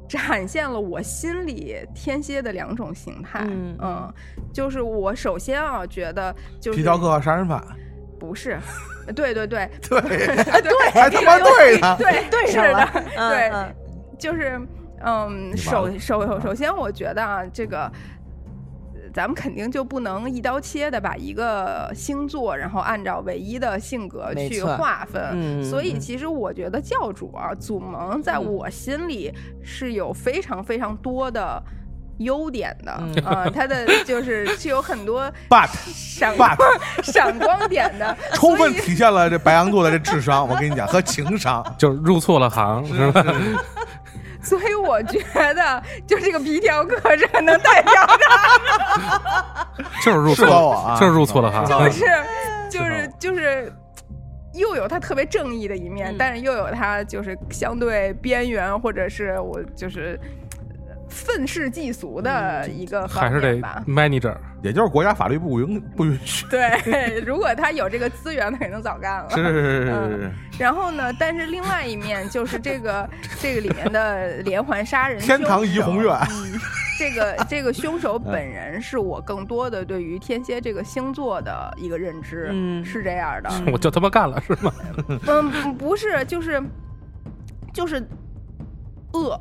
[SPEAKER 6] 展现了我心里天蝎的两种形态。
[SPEAKER 7] 嗯
[SPEAKER 6] 嗯就是我首先啊觉得就是
[SPEAKER 4] 皮条客和杀人犯，
[SPEAKER 6] 不 是，对对对
[SPEAKER 4] 对，
[SPEAKER 6] 对，
[SPEAKER 4] 还他妈对呢，
[SPEAKER 6] 对对是
[SPEAKER 7] 上了
[SPEAKER 6] 的，
[SPEAKER 7] 嗯
[SPEAKER 6] 对
[SPEAKER 7] 嗯
[SPEAKER 6] 就是嗯，
[SPEAKER 4] 你完
[SPEAKER 6] 首
[SPEAKER 4] 了
[SPEAKER 6] 首首先，我觉得啊，这个。呃咱们肯定就不能一刀切的把一个星座，然后按照唯一的性格
[SPEAKER 7] 没
[SPEAKER 6] 去
[SPEAKER 7] 错
[SPEAKER 6] 划分。
[SPEAKER 7] 嗯
[SPEAKER 6] 所以
[SPEAKER 7] 嗯
[SPEAKER 6] 其实我觉得教主啊，祖萌在我心里是有非常非常多的优点的啊、
[SPEAKER 7] 嗯
[SPEAKER 6] 他的 就是是有很多
[SPEAKER 4] But
[SPEAKER 6] 闪
[SPEAKER 4] but
[SPEAKER 6] 光闪光点的。
[SPEAKER 4] 充分体现了这白羊座的这智商，我跟你讲和情商。
[SPEAKER 3] 就是入错了行，是吧？
[SPEAKER 6] 所以我觉得，就这个皮条客是很能代表
[SPEAKER 3] 就是入
[SPEAKER 4] 是吧我
[SPEAKER 3] 错，
[SPEAKER 4] 啊
[SPEAKER 3] 就是入错了
[SPEAKER 6] 就
[SPEAKER 3] 行。
[SPEAKER 6] 是就是就是，又有他特别正义的一面，
[SPEAKER 7] 嗯
[SPEAKER 6] 但是又有他就是相对边缘或者是我就是呃愤世嫉俗的一个
[SPEAKER 3] 还
[SPEAKER 6] 方
[SPEAKER 3] 是得
[SPEAKER 6] 面吧。
[SPEAKER 3] manager，
[SPEAKER 4] 也就是国家法律不允不允许。
[SPEAKER 6] 对， 如果他有这个资源，他肯定早干了。
[SPEAKER 4] 是是是是是，
[SPEAKER 6] 然后呢，但是另外一面就是这个这个里面的连环杀人
[SPEAKER 4] 天堂
[SPEAKER 6] 凶
[SPEAKER 4] 怡
[SPEAKER 6] 手
[SPEAKER 4] 红院
[SPEAKER 6] 嗯，这个这个凶手本人是我更多的对于天蝎这个星座的一个认知，
[SPEAKER 7] 嗯
[SPEAKER 6] 是这样的。
[SPEAKER 3] 我就他妈干了，是吗？
[SPEAKER 6] 嗯，不不是，就是就是恶，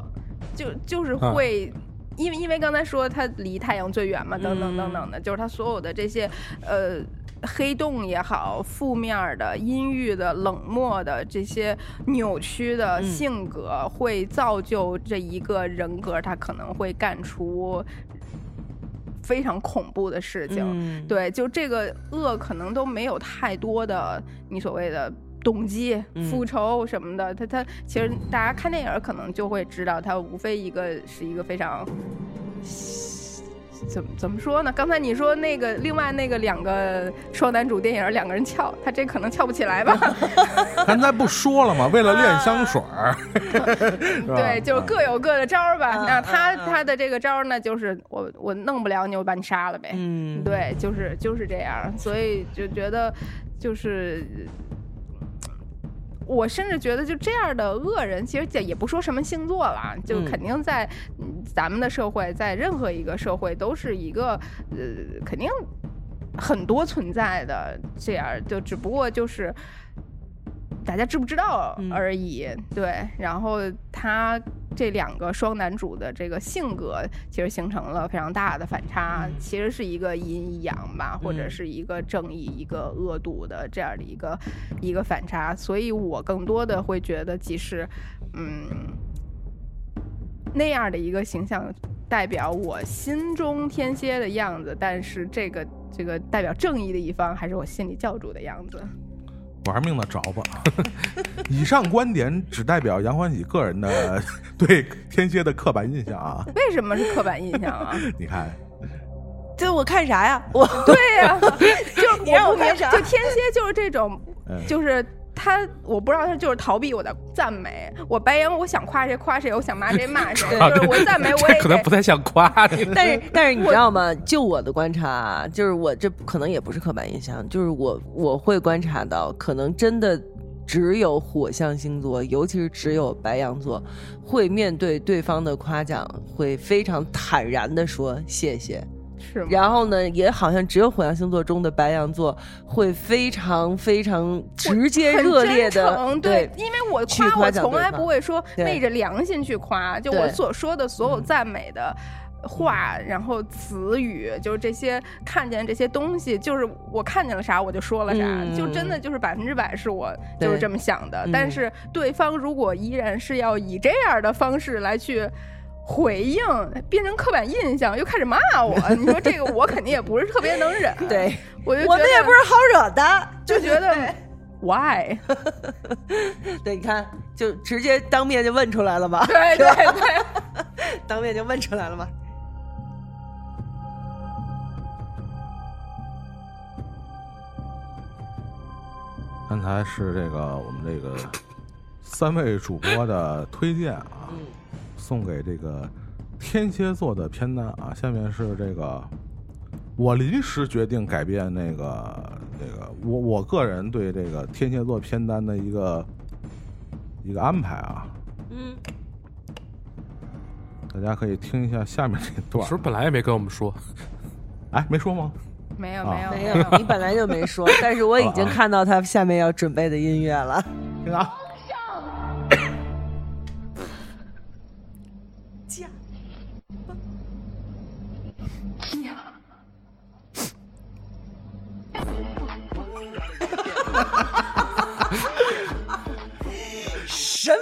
[SPEAKER 6] 就就是
[SPEAKER 3] 啊
[SPEAKER 6] 会。因为因为刚才说他离太阳最远嘛，等等等等的，就是他所有的这些，呃，黑洞也好，负面儿的、阴郁的、冷漠的这些扭曲的性格，会造就这一个人格，他可能会干出非常恐怖的事情。
[SPEAKER 7] 嗯，
[SPEAKER 6] 对，就这个恶可能都没有太多的你所谓的动机、
[SPEAKER 7] 嗯
[SPEAKER 6] 复仇什么的。他他其实大家看电影儿可能就会知道，他无非一个是一个非常。怎么怎么说呢？刚才你说那个另外那个两个双男主电影儿，两个人翘，他这可能翘不起来 吧？
[SPEAKER 4] 刚才不说了吗？为了练香水儿，是吧
[SPEAKER 6] 对，就是各有各的招儿吧。
[SPEAKER 7] 嗯
[SPEAKER 6] 那
[SPEAKER 7] 嗯
[SPEAKER 6] 他、
[SPEAKER 7] 嗯
[SPEAKER 6] 他的这个招儿呢，就是我我弄不了你，我把你杀了呗。
[SPEAKER 7] 嗯，
[SPEAKER 6] 对，就是就是这样，所以就觉得就是。我甚至觉得，就这样的恶人，其实也也不说什么星座了，啊就
[SPEAKER 7] 嗯
[SPEAKER 6] 肯定在嗯咱们的社会，在任何一个社会都是一个呃，肯定很多存在的这样，就只不过就是大家知不知道
[SPEAKER 7] 嗯
[SPEAKER 6] 而已。对，然后他这两个双男主的这个性格，其实形成了非常大的反差，其实是一个阴一阳吧，或者
[SPEAKER 7] 嗯
[SPEAKER 6] 是一个正义、一个恶毒的这样的一个一个反差。所以我更多的会觉得，其实，嗯。那样的一个形象代表我心中天蝎的样子，但是这个这个代表正义的一方还是我心里教主的样 子。
[SPEAKER 4] 玩命的找吧。 以上观点只代表杨欢喜个人的 对天蝎的刻板印象啊！
[SPEAKER 6] 为什么是刻板印象啊？
[SPEAKER 4] 你看，
[SPEAKER 7] 这我看啥呀？我
[SPEAKER 6] 对呀、就是
[SPEAKER 7] 你让
[SPEAKER 6] 我
[SPEAKER 7] 我
[SPEAKER 6] 不明
[SPEAKER 7] 干啥
[SPEAKER 6] 就天蝎就是这 种，
[SPEAKER 4] 嗯，
[SPEAKER 6] 就是他，我不知道他就是逃避我的赞美。我白羊，我想夸谁夸谁，我想骂谁骂 谁。就是我赞美我
[SPEAKER 3] 这
[SPEAKER 6] 也
[SPEAKER 3] 可能
[SPEAKER 6] 得
[SPEAKER 3] 不太像夸你。
[SPEAKER 7] 但是但是你知道吗？就我的观察啊，就是我这可能也不是刻板印象，就是我我会观察到，可能真的只有火象星座，尤其是只有白羊座，会面对对方的夸奖，会非常坦然的说谢谢。
[SPEAKER 6] 是吗？
[SPEAKER 7] 然后呢，也好像只有火象星座中的白羊座会非常非常直接
[SPEAKER 6] 很
[SPEAKER 7] 热烈
[SPEAKER 6] 真
[SPEAKER 7] 的
[SPEAKER 6] 诚对，因为我
[SPEAKER 7] 去
[SPEAKER 6] 夸
[SPEAKER 7] 夸
[SPEAKER 6] 我
[SPEAKER 7] 奖
[SPEAKER 6] 从
[SPEAKER 7] 对
[SPEAKER 6] 来
[SPEAKER 7] 方
[SPEAKER 6] 不会说
[SPEAKER 7] 对
[SPEAKER 6] 昧着良心去夸，就我
[SPEAKER 7] 对嗯
[SPEAKER 6] 所说的所有赞美的。话，然后词语，就是这些看见这些东西，就是我看见了啥我就说了啥，
[SPEAKER 7] 嗯
[SPEAKER 6] 就真的就是百分之百是我
[SPEAKER 7] 对
[SPEAKER 6] 就是这么想的。
[SPEAKER 7] 嗯
[SPEAKER 6] 但是对方如果依然是要以这样的方式来去回应，变成刻板印象，又开始骂我，你说这个我肯定也不是特别能忍。
[SPEAKER 7] ，对
[SPEAKER 6] 我就
[SPEAKER 7] 我
[SPEAKER 6] 觉
[SPEAKER 7] 们
[SPEAKER 6] 得
[SPEAKER 7] 也不是好惹的，
[SPEAKER 6] 就觉得 Why？
[SPEAKER 7] 对，你看，就直接当面就问出来了吧，
[SPEAKER 6] 对对对，
[SPEAKER 7] 当面就问出来了吧。
[SPEAKER 8] 刚才是这个我们这个三位主播的推荐啊，
[SPEAKER 7] 嗯
[SPEAKER 8] 送给这个天蝎座的片单啊。下面是这个我临时决定改变那个那个我我个人对这个天蝎座片单的一个一个安排啊，
[SPEAKER 7] 嗯，
[SPEAKER 8] 大家可以听一下下面这
[SPEAKER 3] 其
[SPEAKER 8] 段
[SPEAKER 3] 实
[SPEAKER 8] 儿。
[SPEAKER 3] 本来也没跟我们说，
[SPEAKER 8] 哎，没说吗？
[SPEAKER 6] 没有
[SPEAKER 8] 啊
[SPEAKER 6] 没有
[SPEAKER 7] 没有，你本来就没 说，但是我已经看到他下面要准备的音乐 了。
[SPEAKER 8] 听啊，
[SPEAKER 7] 什么？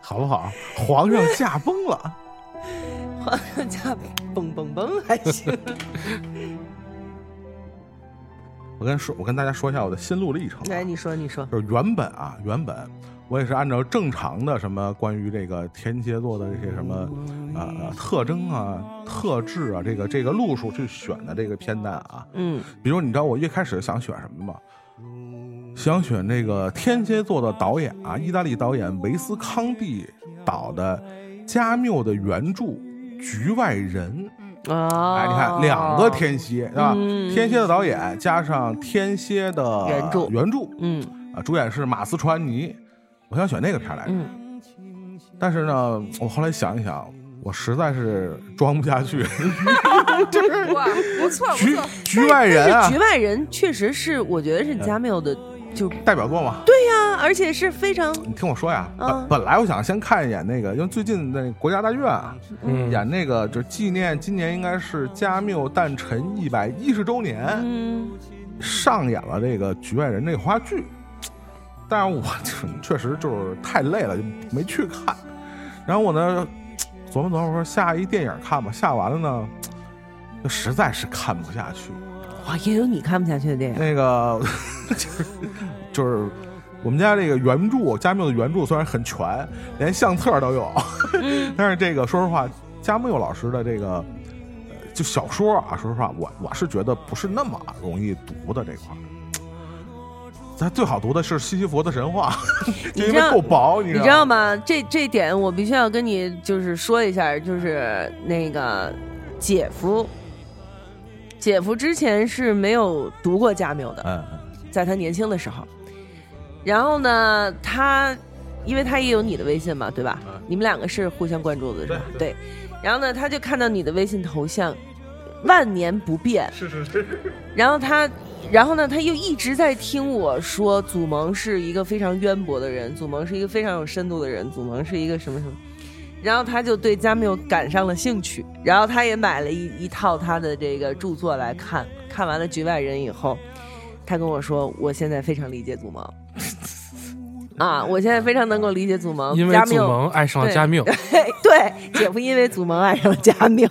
[SPEAKER 8] 好不好？皇上驾崩了。
[SPEAKER 7] 皇上家蹦蹦蹦还行？
[SPEAKER 8] 我跟说，我跟大家说一下我的心路历程啊。
[SPEAKER 7] 来，哎你说，你说，
[SPEAKER 8] 就是原本啊，原本我也是按照正常的什么关于这个天蝎座的这些什么啊、呃、特征啊、特质啊，这个这个路数去选的这个片单啊。
[SPEAKER 7] 嗯，
[SPEAKER 8] 比如你知道我一开始想选什么吗？想选这个天蝎座的导演啊，意大利导演维斯康蒂导的加缪的原著《局外人》。
[SPEAKER 7] 哦，
[SPEAKER 8] 哎，你看两个，天蝎，是吧？
[SPEAKER 7] 嗯
[SPEAKER 8] 天蝎的导演加上天蝎的
[SPEAKER 7] 原著
[SPEAKER 8] 原著，
[SPEAKER 7] 嗯
[SPEAKER 8] 啊，主演是马斯川尼，我想选那个片儿来着。
[SPEAKER 7] 嗯，
[SPEAKER 8] 但是呢，我后来想一想，我实在是装不下去。就是
[SPEAKER 6] 哇，不错 不
[SPEAKER 8] 局
[SPEAKER 6] 错，
[SPEAKER 8] 局外人
[SPEAKER 7] 但
[SPEAKER 8] 啊
[SPEAKER 7] 是局，外人确实是，我觉得是加缪的，就
[SPEAKER 8] 代表作嘛。
[SPEAKER 7] 对呀、而且是非常
[SPEAKER 8] 你听我说呀，
[SPEAKER 7] 嗯
[SPEAKER 8] 本本来我想先看一眼那个，因为最近那国家大剧院啊
[SPEAKER 3] 嗯，
[SPEAKER 8] 演那个，就是纪念今年应该是加缪诞辰一百一十周年，
[SPEAKER 7] 嗯
[SPEAKER 8] 上演了这个《局外人》这个话剧。但是我 就是确实就是太累了，就没去看。然后我呢，琢磨琢磨，我说下一电影看吧。下完了呢，就实在是看不下去。
[SPEAKER 7] 哇，也有你看不下去的电影，
[SPEAKER 8] 那个就是就是我们家这个原著，加缪的原著虽然很全，连相册都有，
[SPEAKER 7] 嗯
[SPEAKER 8] 但是这个说实话，加缪老师的这个。呃就小说啊，说实话，我我是觉得不是那么容易读的这块儿。咱最好读的是《西西弗的神话》，
[SPEAKER 7] 你
[SPEAKER 8] 就因
[SPEAKER 7] 知
[SPEAKER 8] 为
[SPEAKER 7] 道
[SPEAKER 8] 够薄，你
[SPEAKER 7] 你知道？吗？这这点我必须要跟你就是说一下，就是那个姐夫，姐夫之前是没有读过加缪的，
[SPEAKER 8] 嗯，
[SPEAKER 7] 在他年轻的时候。然后呢，他因为他也有你的微信嘛，对吧？
[SPEAKER 8] 嗯
[SPEAKER 7] 你们两个是互相关注的，是吧？
[SPEAKER 8] 对
[SPEAKER 7] 对。然后呢，他就看到你的微信头像，万年不变。
[SPEAKER 8] 是是是，
[SPEAKER 7] 然后他，然后呢，他又一直在听我说，祖萌是一个非常渊博的人，祖萌是一个非常有深度的人，祖萌是一个什么什么。然后他就对加缪感上了兴趣，然后他也买了一一套他的这个著作来看。看完了《局外人》以后，他跟我说：“我现在非常理解祖萌。 啊，我现在非常能够理解祖萌，
[SPEAKER 3] 因为
[SPEAKER 7] 加
[SPEAKER 3] 祖
[SPEAKER 7] 缪
[SPEAKER 3] 萌爱上了
[SPEAKER 7] 对
[SPEAKER 3] 加缪，
[SPEAKER 7] 对对，姐夫因为祖萌爱上了加缪，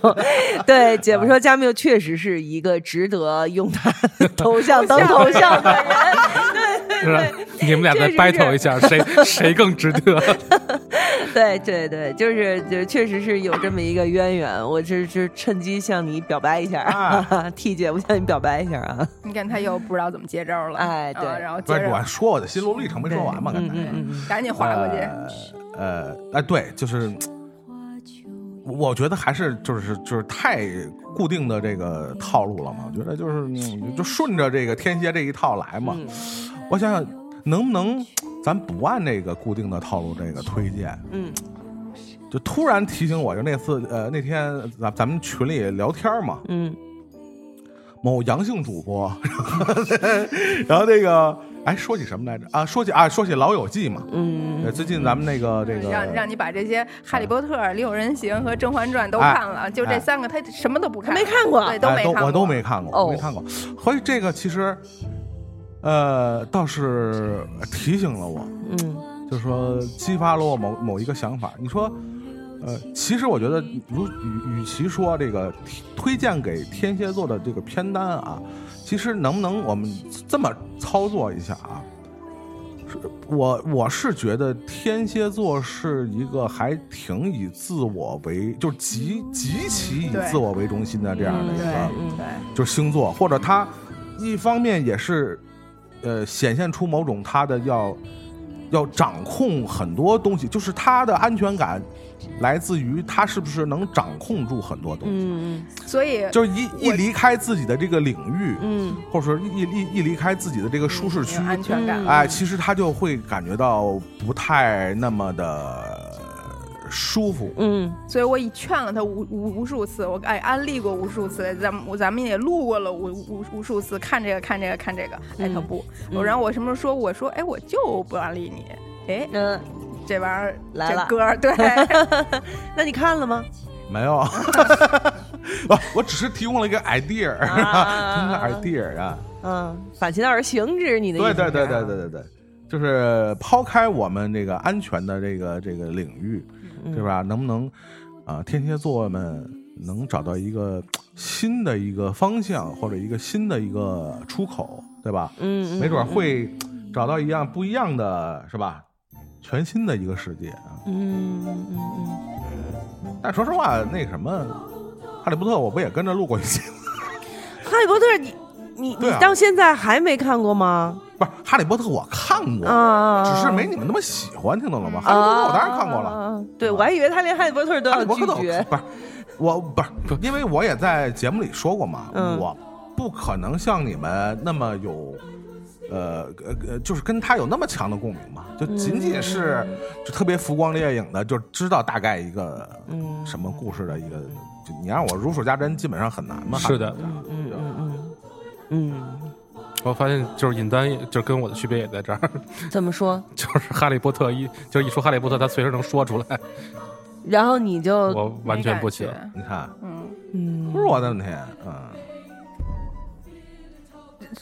[SPEAKER 7] 对姐夫说加缪确实是一个值得用他的头像当头像的人，
[SPEAKER 3] 是吧？你们俩再
[SPEAKER 7] 确实是
[SPEAKER 3] battle 一下，谁 谁更值 得？
[SPEAKER 7] 对对对对，就是就确实是有这么一个渊源，我这是趁机向你表白一下，啊、 替姐夫向你表白一下啊，
[SPEAKER 6] 你看他又不知道怎么接招了，
[SPEAKER 7] 哎对
[SPEAKER 6] 啊然后
[SPEAKER 8] 不
[SPEAKER 6] 接
[SPEAKER 8] 是我
[SPEAKER 6] 着
[SPEAKER 8] 说我的心路历程没说完嘛，刚才。
[SPEAKER 7] 嗯嗯嗯，
[SPEAKER 6] 赶紧划过去，
[SPEAKER 8] 呃，呃哎，对，就是，我觉得还是就是就是太固定的这个套路了嘛。我觉得就是嗯就顺着这个天蝎这一套来嘛。
[SPEAKER 7] 嗯
[SPEAKER 8] 我想想能不能咱不按这个固定的套路这个推荐，
[SPEAKER 7] 嗯，
[SPEAKER 8] 就突然提醒我，就那次呃那天咱咱们群里聊天嘛，
[SPEAKER 7] 嗯，
[SPEAKER 8] 某阳性主播， 然后那个哎说起什么来着啊？说起啊说起老友记嘛，
[SPEAKER 7] 嗯
[SPEAKER 8] 呃最近咱们那个这个
[SPEAKER 6] 嗯让哎让你把这些《哈利波特》《李有人行》和《甄嬛传》都
[SPEAKER 8] 哎
[SPEAKER 6] 看了，就
[SPEAKER 8] 哎
[SPEAKER 6] 这三个他什么都不看，
[SPEAKER 7] 没看过
[SPEAKER 6] 对，都没
[SPEAKER 8] 哎、
[SPEAKER 6] 看
[SPEAKER 8] 都
[SPEAKER 6] 过，
[SPEAKER 8] 我都没看过，
[SPEAKER 7] 哦
[SPEAKER 8] 我没看过。所以这个其实，呃，倒是提醒了我，
[SPEAKER 7] 嗯
[SPEAKER 8] 就是说激发了我某某一个想法。你说，呃，其实我觉得，如与与其说这个推荐给天蝎座的这个片单啊，其实能不能我们这么操作一下啊？是我我是觉得天蝎座是一个还挺以自我为，就是极极其以
[SPEAKER 6] 对
[SPEAKER 8] 自我为中心的这样的一个，
[SPEAKER 7] 嗯，
[SPEAKER 6] 对，
[SPEAKER 8] 啊就是星座，或者他一方面也是，呃，显现出某种他的要要掌控很多东西，就是他的安全感来自于他是不是能掌控住很多东西，
[SPEAKER 7] 嗯
[SPEAKER 6] 所以
[SPEAKER 8] 就是一一
[SPEAKER 6] 我
[SPEAKER 8] 离开自己的这个领域，
[SPEAKER 7] 嗯
[SPEAKER 8] 或者说一一一离开自己的这个舒适区
[SPEAKER 6] 有，安全感，
[SPEAKER 8] 哎，其实他就会感觉到不太那么的舒服。
[SPEAKER 7] 嗯
[SPEAKER 6] 所以我已劝了他无无无数次，我哎安利过无数次，咱们我咱们也录过了无无无数次，看这个看这个看这个，哎他不，我然后我什么时候说我说哎我就不安利你，哎
[SPEAKER 7] 嗯，
[SPEAKER 6] 这玩意儿
[SPEAKER 7] 来了
[SPEAKER 6] 这歌儿 对，
[SPEAKER 7] 那你看了吗？
[SPEAKER 8] 没 有，
[SPEAKER 4] 哦
[SPEAKER 8] 我我只是提供了一个 idea，提
[SPEAKER 6] 啊
[SPEAKER 8] 供了 idea 啊。
[SPEAKER 7] 嗯，反其道而行之，你的意思
[SPEAKER 8] 对
[SPEAKER 7] 是
[SPEAKER 6] 啊
[SPEAKER 8] 对对对对对对，就是抛开我们这个安全的这个这个领域，
[SPEAKER 7] 嗯
[SPEAKER 8] 对吧？能不能啊、呃天蝎座们能找到一个新的一个方向或者一个新的一个出口，对吧？
[SPEAKER 7] 嗯，嗯
[SPEAKER 8] 没准儿会找到一样不一样的，是吧？全新的一个世界啊！
[SPEAKER 7] 嗯嗯嗯
[SPEAKER 8] 但说实话，那什么，《哈利波特》我不也跟着录过一期？
[SPEAKER 7] 嗯，哈利波特，你你你
[SPEAKER 8] 对啊
[SPEAKER 7] 到现在还没看过吗？
[SPEAKER 8] 不是《哈利波特》，我看过，
[SPEAKER 7] 啊，
[SPEAKER 8] 只是没你们那么喜欢，听懂了吗？哈利波特》我当然看过了。
[SPEAKER 7] 了。对，我还以为他连哈利波特都
[SPEAKER 8] 哈
[SPEAKER 7] 要
[SPEAKER 8] 利波特
[SPEAKER 7] 拒绝。
[SPEAKER 8] 不是我不是，因为我也在节目里说过嘛，
[SPEAKER 7] 嗯
[SPEAKER 8] 我不可能像你们那么有。呃呃呃，就是跟他有那么强的共鸣嘛，就仅
[SPEAKER 7] 嗯
[SPEAKER 8] 仅是就特别浮光掠影的，就知道大概一个
[SPEAKER 7] 嗯
[SPEAKER 8] 什么故事的一个，就你让我如数家珍，基本上很难嘛。
[SPEAKER 3] 是的
[SPEAKER 8] 嗯
[SPEAKER 7] 嗯嗯嗯
[SPEAKER 3] 我发现就是尹丹，就是跟我的区别也在这儿，
[SPEAKER 7] 嗯，怎么说？
[SPEAKER 3] 就是哈利波特一就是一说哈利波特，他随时能说出来，
[SPEAKER 7] 然后你就
[SPEAKER 3] 我完全不行
[SPEAKER 6] 行。，
[SPEAKER 8] 你看，
[SPEAKER 6] 嗯，
[SPEAKER 7] 嗯
[SPEAKER 8] 不是我的问题，嗯，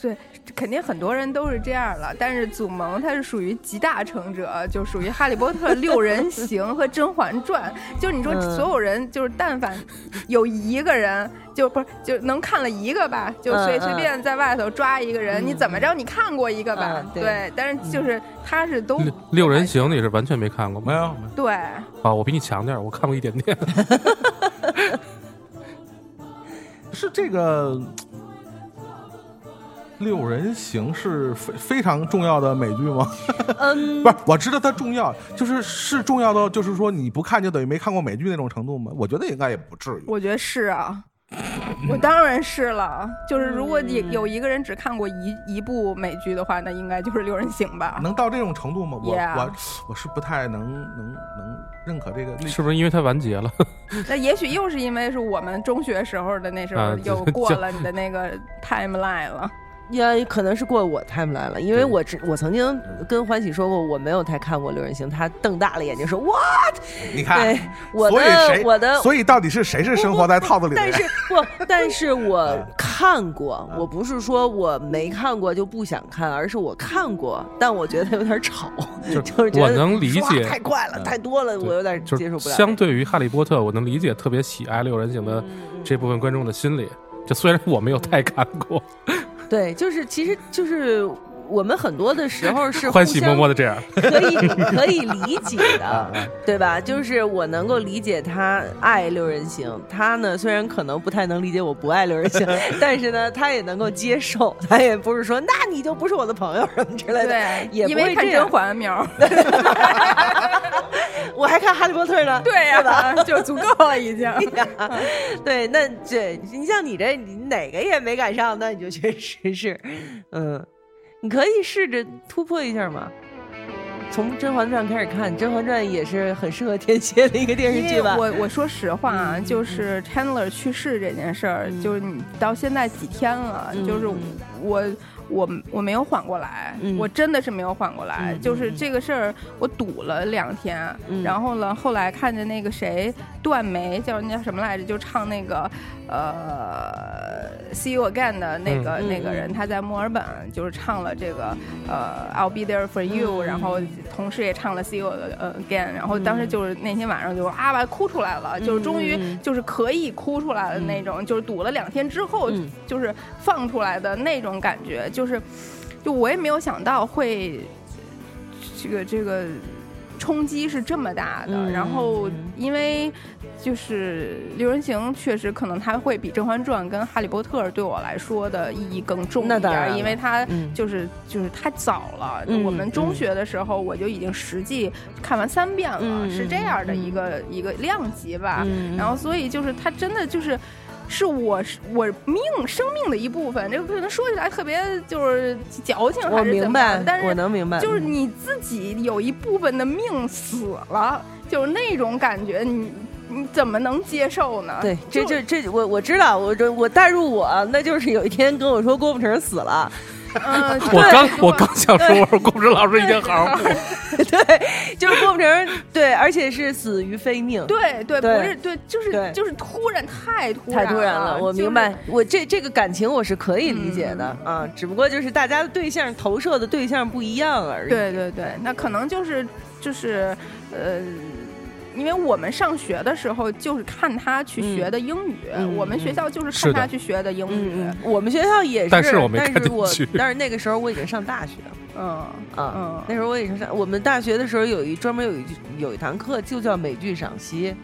[SPEAKER 6] 对，肯定很多人都是这样了。但是祖萌他是属于集大成者，就属于《哈利波特》六人行和《甄嬛传》。就你说
[SPEAKER 7] 嗯
[SPEAKER 6] 所有人，就是但凡有一个人，就不是就能看了一个吧，就
[SPEAKER 7] 嗯
[SPEAKER 6] 随
[SPEAKER 7] 嗯
[SPEAKER 6] 随便在外头抓一个人，你怎么着你看过一个吧
[SPEAKER 7] 嗯？对
[SPEAKER 6] 对，但是就是他是都
[SPEAKER 3] 六六人行你是完全没看过吗？
[SPEAKER 8] 没有，
[SPEAKER 6] 对，
[SPEAKER 3] 啊，我比你强点儿，我看过一点点。
[SPEAKER 8] 是这个六人行是非非常重要的美剧吗？
[SPEAKER 7] 嗯
[SPEAKER 8] 不是，我知道它重要，就是是重要到就是说你不看就等于没看过美剧那种程度吗？我觉得应该也不至于。
[SPEAKER 6] 我觉得是啊。我当然是了，就是如果有有一个人只看过一一部美剧的话，那应该就是《六人行》吧？
[SPEAKER 8] 能到这种程度吗？我
[SPEAKER 6] 啊 Yeah
[SPEAKER 8] 我我是不太能能能认可这个历
[SPEAKER 3] 是
[SPEAKER 8] 史。
[SPEAKER 3] 不是因为它完结 了？
[SPEAKER 6] 那也许又是因为是我们中学时候的那时候
[SPEAKER 3] 啊
[SPEAKER 6] 又
[SPEAKER 3] 就
[SPEAKER 6] 过了你的那个 timeline 了，
[SPEAKER 7] 也可能是过我 time 来了，因为
[SPEAKER 3] 对
[SPEAKER 7] 我只我曾经跟欢喜说过，我没有太看过《六人行》，他瞪大了眼睛说：“哇，
[SPEAKER 8] 你
[SPEAKER 7] 对
[SPEAKER 8] 看，，
[SPEAKER 7] 我
[SPEAKER 8] 所以
[SPEAKER 7] 的
[SPEAKER 8] 谁
[SPEAKER 7] 我的。”
[SPEAKER 8] 所以到底是谁是生活在套子里的
[SPEAKER 7] 但
[SPEAKER 8] 人？
[SPEAKER 7] 是不，但是我看过，我不是说我没看过就不想看，而是我看过，但我觉得有点吵，
[SPEAKER 3] 就
[SPEAKER 7] 就是觉
[SPEAKER 3] 我
[SPEAKER 7] 得
[SPEAKER 3] 能理
[SPEAKER 7] 说话
[SPEAKER 3] 解
[SPEAKER 7] 太快了，
[SPEAKER 8] 嗯
[SPEAKER 7] 太多了，
[SPEAKER 3] 对
[SPEAKER 7] 我有点
[SPEAKER 3] 就
[SPEAKER 7] 接受
[SPEAKER 3] 是
[SPEAKER 7] 不了。嗯
[SPEAKER 3] 相对于《哈利波特》，我能理解特别喜爱六人行的这部分观众的心理。就虽然我没有太看过，
[SPEAKER 7] 对，就是其实就是我们很多的时候是
[SPEAKER 3] 欢喜默默
[SPEAKER 7] 的
[SPEAKER 3] 的这样，
[SPEAKER 7] 可以可以理解的， 对吧？就是我能够理解他爱六人行，他呢虽然可能不太能理解我不爱六人行，但是呢他也能够接受，他也不是说那你就不是我的朋友什么之类的。
[SPEAKER 6] 对，
[SPEAKER 7] 也不
[SPEAKER 6] 因
[SPEAKER 7] 会
[SPEAKER 6] 为看
[SPEAKER 7] 这
[SPEAKER 6] 《
[SPEAKER 7] 样
[SPEAKER 6] 甄嬛》苗，
[SPEAKER 7] 我还看《哈利波特》呢，
[SPEAKER 6] 对呀、 就足够了已经。
[SPEAKER 7] 对，那这你像你这你哪个也没赶上，那你就确实是，嗯，你可以试着突破一下嘛。从《甄嬛传》开始看，《甄嬛传》也是很适合天蝎的一个电视
[SPEAKER 6] 因
[SPEAKER 7] 剧
[SPEAKER 6] 为
[SPEAKER 7] 吧？嗯
[SPEAKER 6] 我我说实话啊，就是 Chandler 去世这件事儿，就是你到现在几天了，
[SPEAKER 7] 嗯
[SPEAKER 6] 就是
[SPEAKER 7] 嗯
[SPEAKER 6] 我我我没有缓过来，
[SPEAKER 7] 嗯
[SPEAKER 6] 我真的是没有缓过来。
[SPEAKER 7] 嗯
[SPEAKER 6] 就是
[SPEAKER 7] 嗯
[SPEAKER 6] 这个事儿，我堵了两天，
[SPEAKER 7] 嗯
[SPEAKER 6] 然后呢，后来看见那个谁段梅叫人家什么来着，就唱那个呃《See You Again》的那个、
[SPEAKER 7] 嗯
[SPEAKER 6] 那个人，
[SPEAKER 7] 嗯
[SPEAKER 6] 他在墨尔本就是唱了这个呃 I'll Be There for You，、
[SPEAKER 7] 嗯
[SPEAKER 6] 然后同时也唱了 See You 呃 Again，然后当时就是那天晚上就啊把哭出来了，就是终于
[SPEAKER 7] 嗯嗯嗯
[SPEAKER 6] 就是可以哭出来的那种，就是堵了两天之后、
[SPEAKER 7] 嗯
[SPEAKER 6] 就是放出来的那种感觉，就是就我也没有想到会这个这个冲击是这么大的。
[SPEAKER 7] 嗯
[SPEAKER 6] 然后
[SPEAKER 7] 嗯
[SPEAKER 6] 因为就是《六人行》，确实可能它会比《甄嬛传》跟《哈利波特》对我来说的意义更重一
[SPEAKER 7] 那
[SPEAKER 6] 点
[SPEAKER 7] 当然
[SPEAKER 6] 儿，
[SPEAKER 7] 了
[SPEAKER 6] 因为它
[SPEAKER 7] 嗯
[SPEAKER 6] 就是就是太早了。
[SPEAKER 7] 嗯
[SPEAKER 6] 我们中学的时候我就已经实际看完三遍了，
[SPEAKER 7] 嗯
[SPEAKER 6] 是这样的一个、一个量级吧。
[SPEAKER 7] 嗯
[SPEAKER 6] 然后所以就是它真的就是。是我是我命生命的一部分，这个可能说起来特别就是矫情
[SPEAKER 7] 我
[SPEAKER 6] 还是怎
[SPEAKER 7] 明
[SPEAKER 6] 么样
[SPEAKER 7] 白
[SPEAKER 6] 的，但，
[SPEAKER 7] 我
[SPEAKER 6] 是
[SPEAKER 7] 能明白，嗯
[SPEAKER 6] 就是你自己有一部分的命死了，就是那种感觉，你你怎么能接受呢？
[SPEAKER 7] 对，这
[SPEAKER 6] 就
[SPEAKER 7] 这这，我我知道，我这我代入我，啊那就是有一天跟我说郭富城死了，
[SPEAKER 6] 嗯，
[SPEAKER 3] 我
[SPEAKER 6] 对
[SPEAKER 3] 刚
[SPEAKER 6] 就
[SPEAKER 3] 我刚想说，我说顾志老师一定好好过。
[SPEAKER 7] 对，就是郭富城，对，而且是死于非命，
[SPEAKER 6] 对对，
[SPEAKER 7] 对
[SPEAKER 6] 不是对，就是
[SPEAKER 7] 对
[SPEAKER 6] 就是突然太突
[SPEAKER 7] 太
[SPEAKER 6] 然
[SPEAKER 7] 突然啊了，我
[SPEAKER 6] 就是
[SPEAKER 7] 明白，我这这个感情我是可以理解的、啊，只不过就是大家的对象投射的对象不一样而已。
[SPEAKER 6] 对对对，那可能就是就是呃。因为我们上学的时候就是看他去学的英语，
[SPEAKER 7] 嗯嗯
[SPEAKER 6] 我们学校就是
[SPEAKER 3] 是
[SPEAKER 6] 看
[SPEAKER 3] 的
[SPEAKER 6] 他去学的英语，
[SPEAKER 7] 嗯，嗯，我们学校也是，
[SPEAKER 3] 但
[SPEAKER 7] 但
[SPEAKER 3] 是我没看
[SPEAKER 7] 是
[SPEAKER 3] 进
[SPEAKER 7] 我
[SPEAKER 3] 去
[SPEAKER 7] 但是那个时候我已经上大学了
[SPEAKER 6] 嗯
[SPEAKER 7] 啊，
[SPEAKER 6] 嗯
[SPEAKER 7] 那时候我已经上，我们大学的时候有一专门有一有一堂课就叫美剧赏析，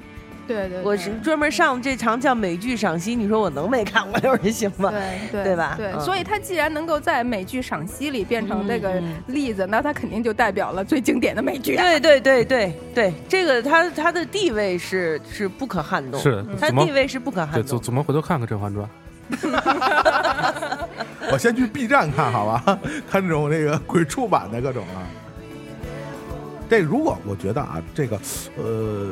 [SPEAKER 6] 对对对，
[SPEAKER 7] 我是专门上这堂叫美剧赏析，你说我能没看过六人行吗？
[SPEAKER 6] 对对
[SPEAKER 7] 对吧
[SPEAKER 6] 对，
[SPEAKER 7] 嗯
[SPEAKER 6] 所以他既然能够在美剧赏析里变成这个
[SPEAKER 7] 嗯
[SPEAKER 6] 例子，那他肯定就代表了最经典的美剧啊。
[SPEAKER 7] 对对对对对，这个他他的地位是是不可撼动，
[SPEAKER 3] 是
[SPEAKER 7] 他
[SPEAKER 3] 怎
[SPEAKER 7] 的
[SPEAKER 3] 么
[SPEAKER 7] 地位是不可撼
[SPEAKER 3] 对，怎
[SPEAKER 7] 动。
[SPEAKER 3] 怎么回头看看《甄嬛传》？
[SPEAKER 8] 我先去 B 站看好吧，看这种这个 鬼畜版的各种啊。这如果我觉得啊，这个呃，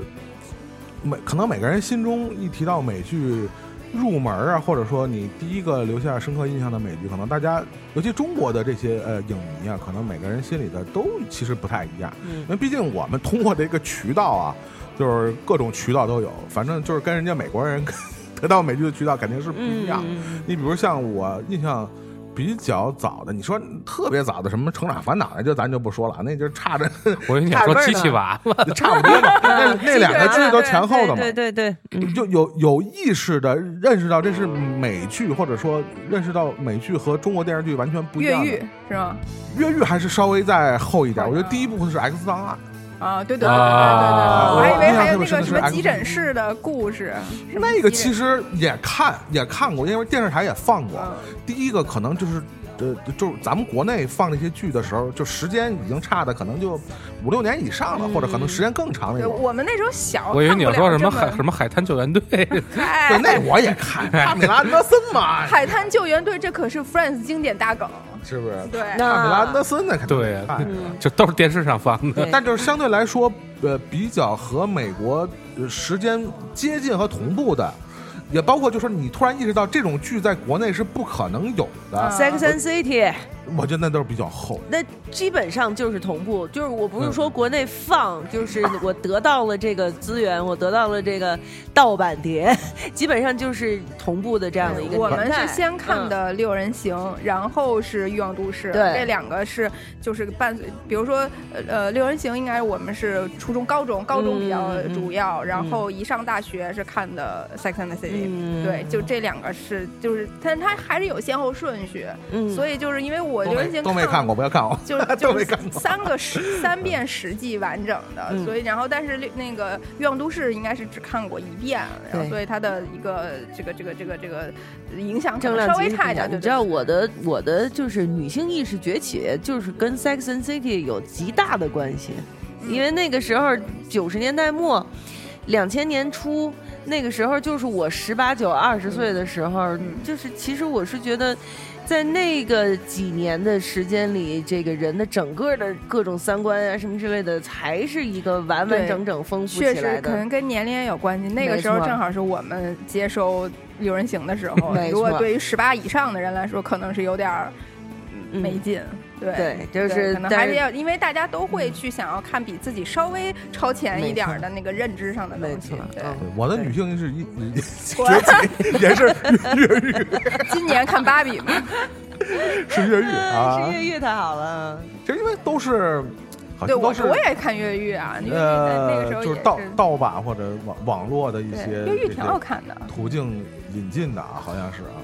[SPEAKER 8] 每可能每个人心中一提到美剧入门啊，或者说你第一个留下深刻印象的美剧，可能大家尤其中国的这些呃影迷啊，可能每个人心里的都其实不太一样，
[SPEAKER 7] 嗯
[SPEAKER 8] 因为毕竟我们通过这个渠道啊，就是各种渠道都有，反正就是跟人家美国人 得到美剧的渠道肯定是不一
[SPEAKER 7] 嗯
[SPEAKER 8] 样。
[SPEAKER 7] 嗯
[SPEAKER 8] 你比如像我印象比较早的，你说特别早的什么《成长烦恼》那就咱就不说了，那就差着
[SPEAKER 3] 我跟你想
[SPEAKER 8] 差
[SPEAKER 3] 说
[SPEAKER 8] 点儿
[SPEAKER 3] 机
[SPEAKER 8] 呢
[SPEAKER 3] 器娃娃，
[SPEAKER 8] 差不多嘛。 那那两个剧都
[SPEAKER 7] 对
[SPEAKER 8] 前后的嘛，
[SPEAKER 7] 对对对，对
[SPEAKER 8] 就有有意识的认识到这是美剧，或者说认识到美剧和中国电视剧完全不一
[SPEAKER 6] 越
[SPEAKER 8] 样的。
[SPEAKER 6] 狱是吗？
[SPEAKER 8] 越狱还是稍微再后一点，
[SPEAKER 6] 后一
[SPEAKER 8] 我
[SPEAKER 6] 点
[SPEAKER 8] 觉得第一部是《X 档案
[SPEAKER 6] 啊，对对对对对对对，
[SPEAKER 3] 啊
[SPEAKER 6] 我还以为还
[SPEAKER 8] 我印象特
[SPEAKER 6] 有那
[SPEAKER 8] 别深
[SPEAKER 6] 个
[SPEAKER 8] 的是
[SPEAKER 6] 什么
[SPEAKER 8] X-
[SPEAKER 6] 急诊室的故事，》，
[SPEAKER 8] 那个其
[SPEAKER 6] 实
[SPEAKER 8] 实也看也看过，因为电视台也放过。
[SPEAKER 6] 嗯
[SPEAKER 8] 第一个可能就是。呃，就是咱们国内放这些剧的时候，就时间已经差的可能就五六年以上了，
[SPEAKER 7] 嗯
[SPEAKER 8] 或者可能时间更长那
[SPEAKER 6] 对
[SPEAKER 8] 种。
[SPEAKER 6] 我们那时候小，
[SPEAKER 3] 我以为你要说什么海
[SPEAKER 6] 看不
[SPEAKER 3] 什
[SPEAKER 6] 了
[SPEAKER 3] 么海滩救援队，
[SPEAKER 6] 这么
[SPEAKER 8] 对，
[SPEAKER 6] 哎
[SPEAKER 8] 那我也看帕米拉·安德森 嘛，
[SPEAKER 6] 海滩救援队，这可是 Friends 经典大梗，
[SPEAKER 8] 是不是？
[SPEAKER 6] 对，
[SPEAKER 8] 帕米拉·安
[SPEAKER 7] 啊那
[SPEAKER 8] 德森那肯定
[SPEAKER 3] 对
[SPEAKER 8] 得看。
[SPEAKER 7] 嗯
[SPEAKER 3] 就都是电视上放的。
[SPEAKER 7] 对
[SPEAKER 8] 但就是相对来说，呃，比较和美国呃时间接近和同步的，也包括就是说你突然意识到这种剧在国内是不可能有
[SPEAKER 6] 嗯
[SPEAKER 8] 的，
[SPEAKER 7] 啊 Sex and City，
[SPEAKER 8] 我觉得那都是比较后。
[SPEAKER 7] 那基本上就是同步，就是我不是说国内放，就是
[SPEAKER 8] 啊
[SPEAKER 7] 我得到了这个资源，我得到了这个盗版碟， 基本上就是同步的这样的一个年
[SPEAKER 6] 我
[SPEAKER 7] 代。嗯
[SPEAKER 6] 们是先看的《六人行》然后是《欲望都市》，
[SPEAKER 7] 对
[SPEAKER 6] 这两个是就是伴随，比如说呃呃，《六人行》应该我们是初中、高中，高中比较
[SPEAKER 7] 嗯嗯
[SPEAKER 6] 主要，然后一上大学是看的《Sex and the City、
[SPEAKER 7] 嗯，嗯
[SPEAKER 6] 对，就这两个是，就是，但它还是有先后顺序，
[SPEAKER 7] 嗯，
[SPEAKER 6] 所以就是因为我《
[SPEAKER 8] 都
[SPEAKER 6] 流人
[SPEAKER 8] 没
[SPEAKER 6] 行》
[SPEAKER 8] 都没看过，不要看 我。
[SPEAKER 6] 就是
[SPEAKER 8] 都
[SPEAKER 6] 就
[SPEAKER 8] 没
[SPEAKER 6] 是
[SPEAKER 8] 看过
[SPEAKER 6] 三个十三遍实际完整的，
[SPEAKER 7] 嗯
[SPEAKER 6] 所以然后但是那那个《欲望都市》应该是只看过一遍，然后
[SPEAKER 7] 对
[SPEAKER 6] 所以它的一个这个这个这个这个影响可
[SPEAKER 7] 正
[SPEAKER 6] 能
[SPEAKER 7] 量
[SPEAKER 6] 稍
[SPEAKER 7] 级
[SPEAKER 6] 微
[SPEAKER 7] 是
[SPEAKER 6] 差一
[SPEAKER 7] 不
[SPEAKER 6] 点，
[SPEAKER 7] 样
[SPEAKER 6] 对
[SPEAKER 7] 你
[SPEAKER 6] 不
[SPEAKER 7] 知
[SPEAKER 6] 对？
[SPEAKER 7] 道我的我的就是女性意识崛起，就是跟 Sex and City 有极大的关系，
[SPEAKER 6] 嗯
[SPEAKER 7] 因为那个时候九十年代末，两千年初，那个时候就是我十八九、二十岁的时候，
[SPEAKER 6] 嗯
[SPEAKER 7] 就是其实我是觉得。在那个几年的时间里，这个人的整个的各种三观啊什么之类的，才是一个完完
[SPEAKER 6] 对
[SPEAKER 7] 整整丰富
[SPEAKER 6] 确
[SPEAKER 7] 起
[SPEAKER 6] 实
[SPEAKER 7] 来
[SPEAKER 6] 可
[SPEAKER 7] 的。
[SPEAKER 6] 能跟年龄也有关系，那个时候
[SPEAKER 7] 没错
[SPEAKER 6] 正好是我们接收《流人行》的时候
[SPEAKER 7] 没，错
[SPEAKER 6] 如果对于十八以上的人来说，可能是有点儿。嗯
[SPEAKER 7] 嗯
[SPEAKER 6] 没劲。对
[SPEAKER 7] 对就
[SPEAKER 6] 对
[SPEAKER 7] 是
[SPEAKER 6] 可能
[SPEAKER 7] 但
[SPEAKER 6] 还
[SPEAKER 7] 是
[SPEAKER 6] 是要，因为大家都
[SPEAKER 4] 嗯
[SPEAKER 6] 会去想要看比自己稍微超前一点儿的那个认知上的
[SPEAKER 7] 没
[SPEAKER 6] 东西
[SPEAKER 7] 错。
[SPEAKER 6] 对，
[SPEAKER 7] 嗯
[SPEAKER 4] 我的女性是一崛起，也是越狱，
[SPEAKER 6] 今年看芭比 嘛，
[SPEAKER 4] 是
[SPEAKER 8] 嗯
[SPEAKER 4] 越狱
[SPEAKER 6] 嗯
[SPEAKER 7] 啊，
[SPEAKER 4] 啊
[SPEAKER 7] 是。越狱太好了，
[SPEAKER 4] 这因为都是，好
[SPEAKER 6] 对
[SPEAKER 4] 像
[SPEAKER 6] 我
[SPEAKER 4] 都是
[SPEAKER 6] 我也看越狱啊，越狱在那个时
[SPEAKER 4] 呃，
[SPEAKER 6] 候
[SPEAKER 4] 就
[SPEAKER 6] 也
[SPEAKER 4] 是盗盗版或者网网络的一些
[SPEAKER 6] 对，越狱挺好
[SPEAKER 4] 这些嗯
[SPEAKER 6] 看嗯的。
[SPEAKER 4] 途径引进的啊，好像是啊，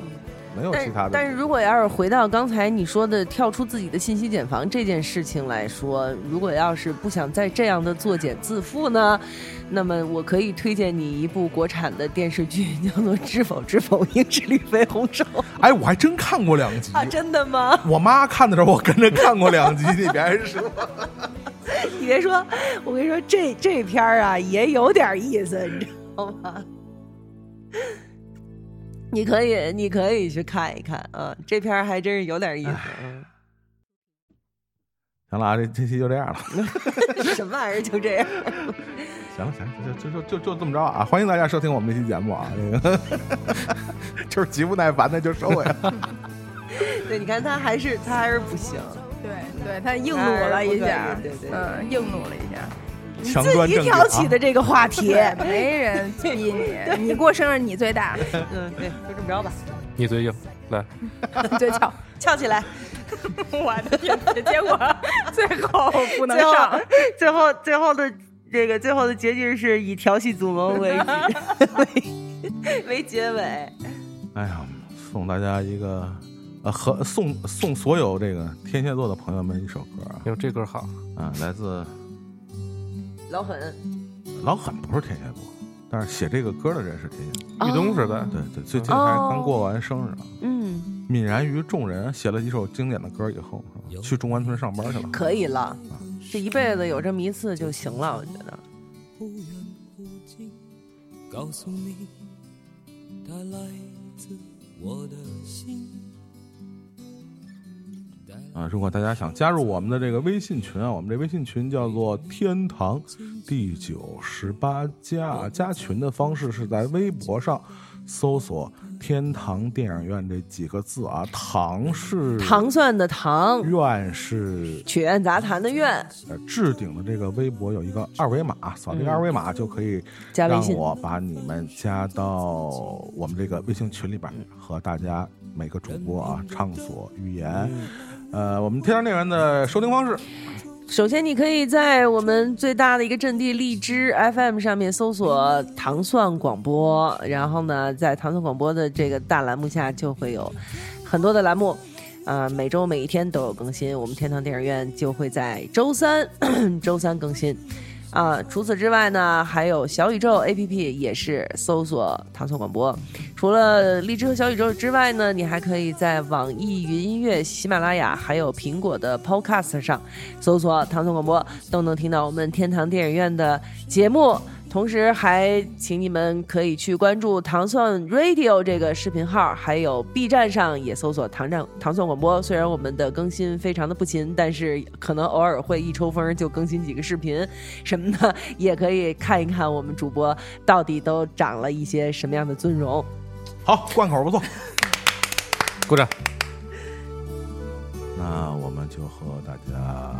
[SPEAKER 4] 没有其
[SPEAKER 7] 但
[SPEAKER 4] 他的。
[SPEAKER 7] 但是如果要是回到刚才你说的跳出自己的信息茧房这件事情来说，如果要是不想再这样的作茧自缚呢，那么我可以推荐你一部国产的电视剧， 叫做《知否知否，应是绿肥红瘦》
[SPEAKER 4] 哎，我还真看过两集。
[SPEAKER 7] 啊，真的吗？
[SPEAKER 4] 我妈看的时候，我跟着看过两集。你别说，
[SPEAKER 7] 你别说，我跟你说，这这片儿啊也有点意思，你知道吗？你可以，你可以去看一看啊，这片儿还真是有点意思。嗯
[SPEAKER 4] 行了啊，这这期就这样了。
[SPEAKER 7] 什么玩意儿就这样？
[SPEAKER 4] 行了行了，就就就就这么着啊！欢迎大家收听我们这期节目啊，那个 就是极不耐烦的就收尾了。
[SPEAKER 7] 对，你看他还是他还是不行。
[SPEAKER 6] 对对，他硬弩了一下
[SPEAKER 7] 哎不可以对对对，
[SPEAKER 6] 嗯，硬弩了一下。
[SPEAKER 4] 强端正经啊！
[SPEAKER 7] 这个 话题
[SPEAKER 6] 没 人逼你，你过生日你最大，
[SPEAKER 7] 嗯，对，就这么着吧，
[SPEAKER 3] 你最硬，来，
[SPEAKER 6] 你最 巧。
[SPEAKER 7] 翘起来。
[SPEAKER 6] 我的天，结果 最后不能
[SPEAKER 7] 最后
[SPEAKER 6] 上。，
[SPEAKER 7] 最后，最后的这个最后的结局是以调戏祖萌为为为结尾。
[SPEAKER 4] 哎呀，送大家一个呃，和送送所有这个天蝎座的朋友们一首歌啊
[SPEAKER 3] 因为这歌好。
[SPEAKER 4] 啊，来自
[SPEAKER 7] 老狠，
[SPEAKER 4] 老狠不是天蝎座，但是写这个歌的人是天蝎座。
[SPEAKER 3] 玉东时代，
[SPEAKER 4] 对对，最近还刚过完生日啊，
[SPEAKER 7] 嗯，
[SPEAKER 4] 泯然于众人，写了几首经典的歌以后，是吧去中关村上班去了。
[SPEAKER 7] 可以了，这一辈子有这么一次就行了，我觉得。
[SPEAKER 8] 忽远忽近，告诉你，它来自我的心。
[SPEAKER 4] 啊，如果大家想加入我们的这个微信群啊，我们这微信群叫做“天堂第九十八加”，加群的方式是在微博上搜索“天堂电影院”这几个字啊，堂是
[SPEAKER 7] 糖蒜的糖，
[SPEAKER 4] 院是
[SPEAKER 7] 曲苑杂谈的苑，
[SPEAKER 4] 呃置顶的这个微博有一个二维码，扫这个二维码就可以
[SPEAKER 7] 加微
[SPEAKER 4] 让
[SPEAKER 7] 信
[SPEAKER 4] 我把你们加到我们这个微信群里边儿，和大家每个主播啊畅所欲言。
[SPEAKER 7] 嗯
[SPEAKER 4] 呃，我们天堂电影院的收听方式。
[SPEAKER 7] 首先，你可以在我们最大的一个阵地荔枝 FM 上面搜索“糖蒜广播”，然后呢，在糖蒜广播的这个大栏目下就会有很多的栏目，呃，每周每一天都有更新。我们天堂电影院就会在周三， 周三更新。啊、除此之外呢，还有小宇宙 APP 也是搜索“糖蒜广播”。除了荔枝和小宇宙之外呢，你还可以在网易云音乐、喜马拉雅还有苹果的 Podcast 上搜索啊“唐宋广播”，都能听到我们天堂电影院的节目。同时，还请你们可以去关注“糖蒜 Radio” 这个视频号，还有 B 站上也搜索“糖站糖蒜广播”。虽然我们的更新非常的不勤，但是可能偶尔会一抽风就更新几个视频什么的，也可以看一看我们主播到底都长了一些什么样的尊容。
[SPEAKER 4] 好，贯口不错。
[SPEAKER 3] 鼓掌。
[SPEAKER 4] 那我们就和大家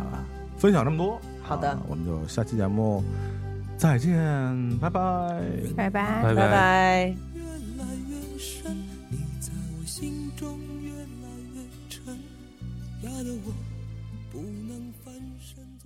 [SPEAKER 4] 分享这么多。
[SPEAKER 7] 好的
[SPEAKER 4] 啊我们就下期节目再见，拜拜。
[SPEAKER 6] 拜拜。
[SPEAKER 3] 拜
[SPEAKER 7] 拜拜。
[SPEAKER 8] 越来越深，你在我心中越来越沉，压得我不能翻身。